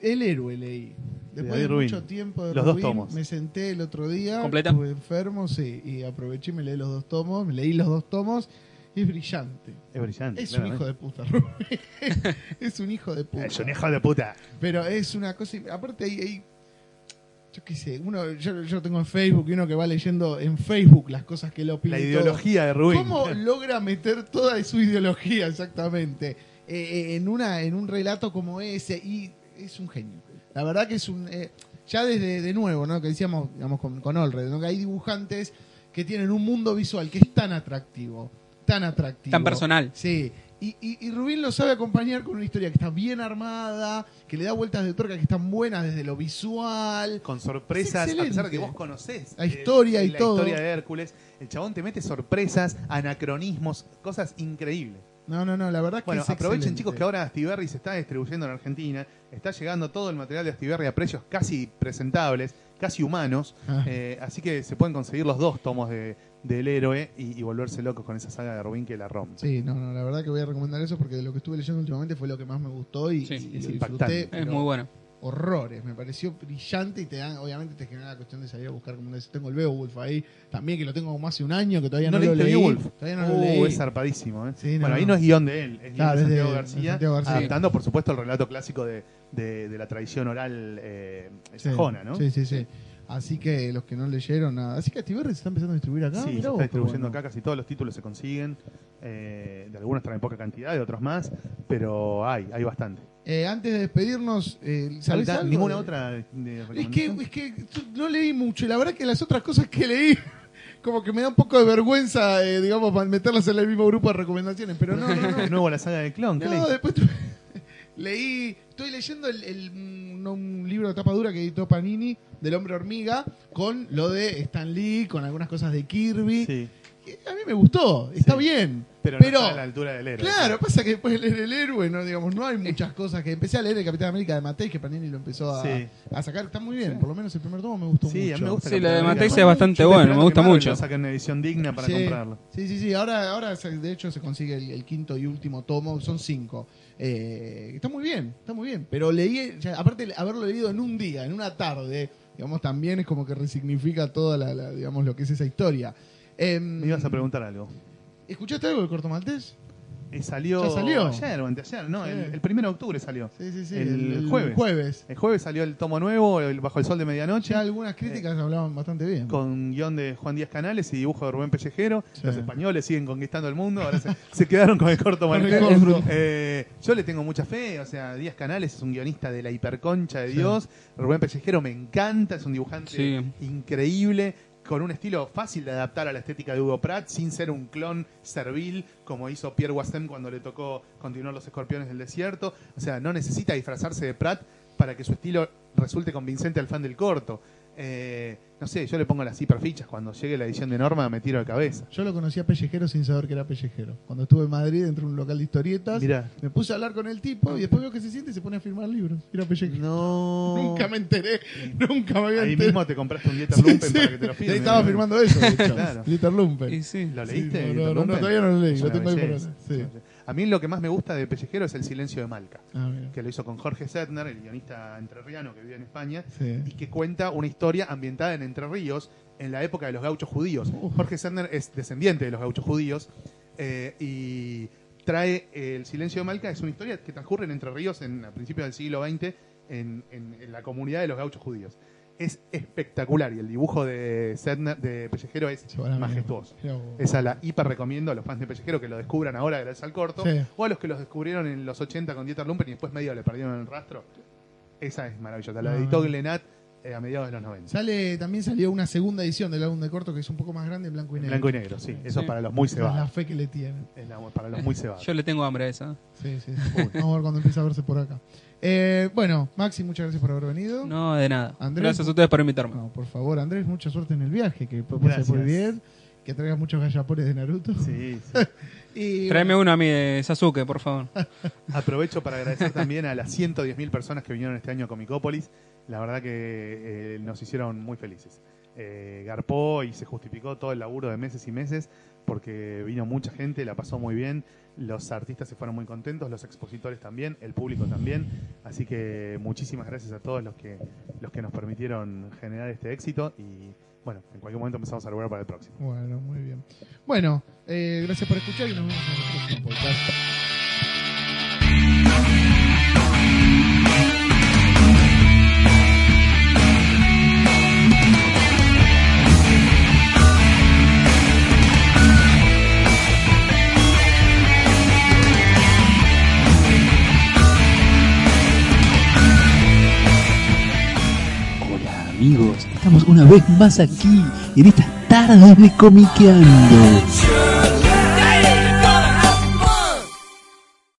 Speaker 2: el héroe leí. Después de
Speaker 3: David Rubin.
Speaker 2: mucho tiempo de
Speaker 3: Los dos
Speaker 2: Rubin,
Speaker 3: tomos.
Speaker 2: me senté el otro día,
Speaker 4: ¿Completa?
Speaker 2: estuve enfermo, sí, y aproveché y me leí los dos tomos, me leí los dos tomos, y es brillante.
Speaker 3: es brillante.
Speaker 2: Es un hijo de puta, *laughs* Rubin. es un hijo de puta.
Speaker 3: ¿eh? Es un hijo de puta.
Speaker 2: Pero es una cosa. y- Aparte, ahí. ahí- yo qué sé, uno, yo, yo tengo en Facebook y uno que va leyendo en Facebook las cosas que le opina.
Speaker 3: La
Speaker 2: y todo.
Speaker 3: ideología de Rubén.
Speaker 2: ¿Cómo logra meter toda su ideología exactamente eh, eh, en, una, en un relato como ese? Y es un genio. La verdad que es un... eh, ya desde de nuevo, ¿no? Que decíamos digamos, con, con Allred, ¿no? Que hay dibujantes que tienen un mundo visual que es tan atractivo, tan atractivo.
Speaker 4: Tan personal.
Speaker 2: Sí. Y, y, y Rubín lo sabe acompañar con una historia que está bien armada, que le da vueltas de tuerca que están buenas desde lo visual.
Speaker 3: con sorpresas,
Speaker 2: Es
Speaker 3: a pesar de que
Speaker 2: excelente.
Speaker 3: vos conocés
Speaker 2: La
Speaker 3: eh,
Speaker 2: historia y
Speaker 3: la
Speaker 2: todo.
Speaker 3: historia de Hércules, el chabón te mete sorpresas, anacronismos, cosas increíbles.
Speaker 2: No, no, no, la verdad que
Speaker 3: Bueno,
Speaker 2: es
Speaker 3: aprovechen
Speaker 2: excelente.
Speaker 3: chicos que ahora Astiberri se está distribuyendo en Argentina, está llegando todo el material de Astiberri a precios casi presentables, casi humanos,
Speaker 2: Ah.
Speaker 3: eh, así que se pueden conseguir los dos tomos de, del héroe y, y volverse locos con esa saga de Rubín que la rompe.
Speaker 2: Sí, no, no, la verdad que voy a recomendar eso porque de lo que estuve leyendo últimamente fue lo que más me gustó y,
Speaker 4: Sí,
Speaker 2: y
Speaker 3: es
Speaker 2: lo
Speaker 3: impactante.
Speaker 2: disfruté.
Speaker 3: Es
Speaker 4: Es
Speaker 2: pero
Speaker 4: muy bueno.
Speaker 2: Horrores, me pareció brillante y te dan, obviamente te genera la cuestión de salir a buscar como una- tengo el Beowulf ahí, también que lo tengo como hace un año que todavía no, lo
Speaker 3: leíste
Speaker 2: leí.
Speaker 3: Beowulf?
Speaker 2: Todavía no lo
Speaker 3: Uh,
Speaker 2: leí.
Speaker 3: es zarpadísimo. ¿eh?
Speaker 2: Sí, no,
Speaker 3: bueno, ahí
Speaker 2: no.
Speaker 3: no es guión de él, es guión
Speaker 2: Claro,
Speaker 3: de
Speaker 2: es de-
Speaker 3: Santiago,
Speaker 2: de
Speaker 3: García,
Speaker 2: Santiago García.
Speaker 3: adaptando, por supuesto, el relato clásico de, de- de la tradición oral eh,
Speaker 2: Sí,
Speaker 3: sajona, ¿no?
Speaker 2: Sí, sí, sí. Así que los que no leyeron nada. Así que Astiberri se está empezando a distribuir acá.
Speaker 3: Sí,
Speaker 2: Ah, mirá
Speaker 3: se
Speaker 2: vos,
Speaker 3: está
Speaker 2: qué
Speaker 3: distribuyendo
Speaker 2: bueno.
Speaker 3: acá, casi todos los títulos se consiguen. eh, de algunos traen poca cantidad, de otros más, pero hay, hay bastante.
Speaker 2: Eh, antes de despedirnos, eh, ¿sabés
Speaker 3: Da-
Speaker 2: algo
Speaker 3: ¿Ninguna
Speaker 2: de-
Speaker 3: otra de- de
Speaker 2: Es que,
Speaker 3: recomendación?
Speaker 2: es que yo no leí mucho y la verdad que las otras cosas que leí *laughs* como que me da un poco de vergüenza, eh, digamos, pa- meterlas en el mismo grupo de recomendaciones, pero no,
Speaker 3: *laughs*
Speaker 2: no, no.
Speaker 3: De nuevo la saga de Clon, ¿qué
Speaker 2: No,
Speaker 3: leíste?
Speaker 2: después tu- *laughs* leí, estoy leyendo el, el- un, un libro de tapa dura que editó Panini del hombre hormiga con lo de Stan Lee, con algunas cosas de Kirby.
Speaker 3: Sí,
Speaker 2: que A mí me gustó, está
Speaker 3: Sí.
Speaker 2: bien,
Speaker 3: pero,
Speaker 2: pero,
Speaker 3: no está a la altura del héroe.
Speaker 2: Claro, pasa que después de leer el héroe, no digamos, no hay muchas cosas que empecé a leer el Capitán América de Matei, que Panini lo empezó a,
Speaker 3: Sí.
Speaker 2: a sacar, está muy bien, por lo menos el primer tomo me gustó
Speaker 3: Sí,
Speaker 2: mucho.
Speaker 3: a mí me gusta.
Speaker 4: Sí,
Speaker 3: Capitán
Speaker 4: lo de
Speaker 3: América.
Speaker 4: Mateis es bastante
Speaker 3: Yo estoy
Speaker 4: bueno, me
Speaker 3: esperando
Speaker 4: gusta
Speaker 3: que Marvel
Speaker 4: mucho.
Speaker 3: lo saque en una edición digna para
Speaker 2: sí,
Speaker 3: comprarlo.
Speaker 2: Sí, sí, sí. Ahora, ahora se- de hecho se consigue el, el quinto y último tomo, son cinco. Eh, está muy bien, está muy bien. Pero leí, ya, aparte de haberlo leído en un día, en una tarde, digamos, también es como que resignifica toda la, la- digamos, lo que es esa historia. Em,
Speaker 3: Me ibas a preguntar algo.
Speaker 2: ¿Escuchaste algo del corto maltés?
Speaker 3: Eh, salió,
Speaker 2: Ya salió.
Speaker 3: ayer o anteayer, no,
Speaker 2: Sí.
Speaker 3: el, el primero de octubre salió.
Speaker 2: Sí, sí, sí.
Speaker 3: El jueves.
Speaker 2: jueves.
Speaker 3: El jueves salió el tomo nuevo, el Bajo el Sol de Medianoche,
Speaker 2: Ya algunas críticas hablaban bastante bien.
Speaker 3: Eh. con guión de Juan Díaz Canales y dibujo de Rubén Pellejero.
Speaker 2: Sí.
Speaker 3: Los españoles siguen conquistando el mundo, ahora se, se quedaron con el corto
Speaker 2: Con el
Speaker 3: mantel.
Speaker 2: corto.
Speaker 3: Eh, yo le tengo mucha fe, o sea, Díaz Canales es un guionista de la hiperconcha de
Speaker 2: Sí.
Speaker 3: Dios. Rubén Pellejero me encanta, es un dibujante
Speaker 4: Sí.
Speaker 3: increíble, con un estilo fácil de adaptar a la estética de Hugo Pratt, sin ser un clon servil como hizo Pierre Wassem cuando le tocó continuar Los Escorpiones del Desierto. O sea, no necesita disfrazarse de Pratt para que su estilo resulte convincente al fan del corto. Eh, no sé, yo le pongo las hiperfichas. Cuando llegue la edición de Norma, me tiro de cabeza.
Speaker 2: Yo lo conocí a Pellejero sin saber que era Pellejero. Cuando estuve en Madrid, entré a un local de historietas,
Speaker 3: Mirá.
Speaker 2: me puse a hablar con el tipo y después veo que se siente y se pone a firmar libros. Era Pellejero.
Speaker 3: No.
Speaker 2: Nunca me enteré, nunca me había
Speaker 3: Ahí
Speaker 2: enterado.
Speaker 3: mismo te compraste un
Speaker 2: *laughs*
Speaker 3: Dieter
Speaker 2: Sí,
Speaker 3: Lumpen
Speaker 2: sí.
Speaker 3: para que te lo firme.
Speaker 2: Ahí estaba firmando eso, de hecho.
Speaker 3: Claro.
Speaker 2: Dieter Lumpen.
Speaker 4: Y sí.
Speaker 3: ¿Lo
Speaker 2: Sí, no, no,
Speaker 3: leíste? Dieter
Speaker 2: no,
Speaker 3: Lumpen?
Speaker 2: todavía no lo leí,
Speaker 3: Es
Speaker 2: lo
Speaker 3: una
Speaker 2: tengo ahí por
Speaker 3: belleza.
Speaker 2: ahí, sí.
Speaker 3: A mí lo que más me gusta de Pellejero es El silencio de Malca.
Speaker 2: Ah, mira.
Speaker 3: que lo hizo con Jorge Setner, el guionista entrerriano que vive en España, y
Speaker 2: Sí.
Speaker 3: que cuenta una historia ambientada en Entre Ríos en la época de los gauchos judíos. Jorge Setner es descendiente de los gauchos judíos eh, y trae eh, El silencio de Malca, es una historia que transcurre en Entre Ríos en, a principios del siglo XX en, en- en la comunidad de los gauchos judíos. Es espectacular y el dibujo de Setner, de Pellejero es
Speaker 2: Se van a mirar.
Speaker 3: majestuoso.
Speaker 2: Mirá vos.
Speaker 3: Esa la hiper recomiendo a los fans de Pellejero que lo descubran ahora gracias al corto.
Speaker 2: Sí.
Speaker 3: O a los que los descubrieron en los 80 con Dieter Lumpen y después medio le perdieron el rastro. Esa es maravillosa. La
Speaker 2: Ah,
Speaker 3: editó
Speaker 2: bueno.
Speaker 3: Glenat eh, a mediados de los 90.
Speaker 2: Sale, también salió una segunda edición del álbum de corto que es un poco más grande en blanco y
Speaker 3: En
Speaker 2: negro.
Speaker 3: blanco y negro, sí. Eso
Speaker 4: Sí.
Speaker 3: para los muy
Speaker 2: Esa es la
Speaker 3: cebados.
Speaker 2: fe que le tienen.
Speaker 3: Es la- para los muy cebados.
Speaker 4: Yo le tengo hambre a esa.
Speaker 2: Sí, sí. sí. Vamos a ver cuando empieza a verse por acá. Eh, bueno, Maxi, muchas gracias por haber venido.
Speaker 4: No, de nada.
Speaker 2: Andrés.
Speaker 4: Gracias a ustedes por invitarme.
Speaker 2: No, por favor, Andrés, mucha suerte en el viaje, que
Speaker 3: Gracias.
Speaker 2: pase muy bien, que traigas muchos gallapores de Naruto.
Speaker 3: Sí, sí.
Speaker 2: *laughs* Y,
Speaker 4: Tráeme uno a mí de Sasuke, por favor.
Speaker 3: Aprovecho para agradecer también a las 110.000 personas que vinieron este año a Comicópolis. La verdad que eh, nos hicieron muy felices. Eh, garpó y se justificó todo el laburo de meses y meses porque vino mucha gente, la pasó muy bien. Los artistas se fueron muy contentos, los expositores también, el público también. Así que muchísimas gracias a todos los que, los que nos permitieron generar este éxito. Y bueno, en cualquier momento empezamos a lograr para el próximo.
Speaker 2: Bueno, muy bien. Bueno, eh, gracias por escuchar y nos vemos en el próximo podcast.
Speaker 5: Hola amigos, estamos una vez más aquí en estas tardes de comiqueando.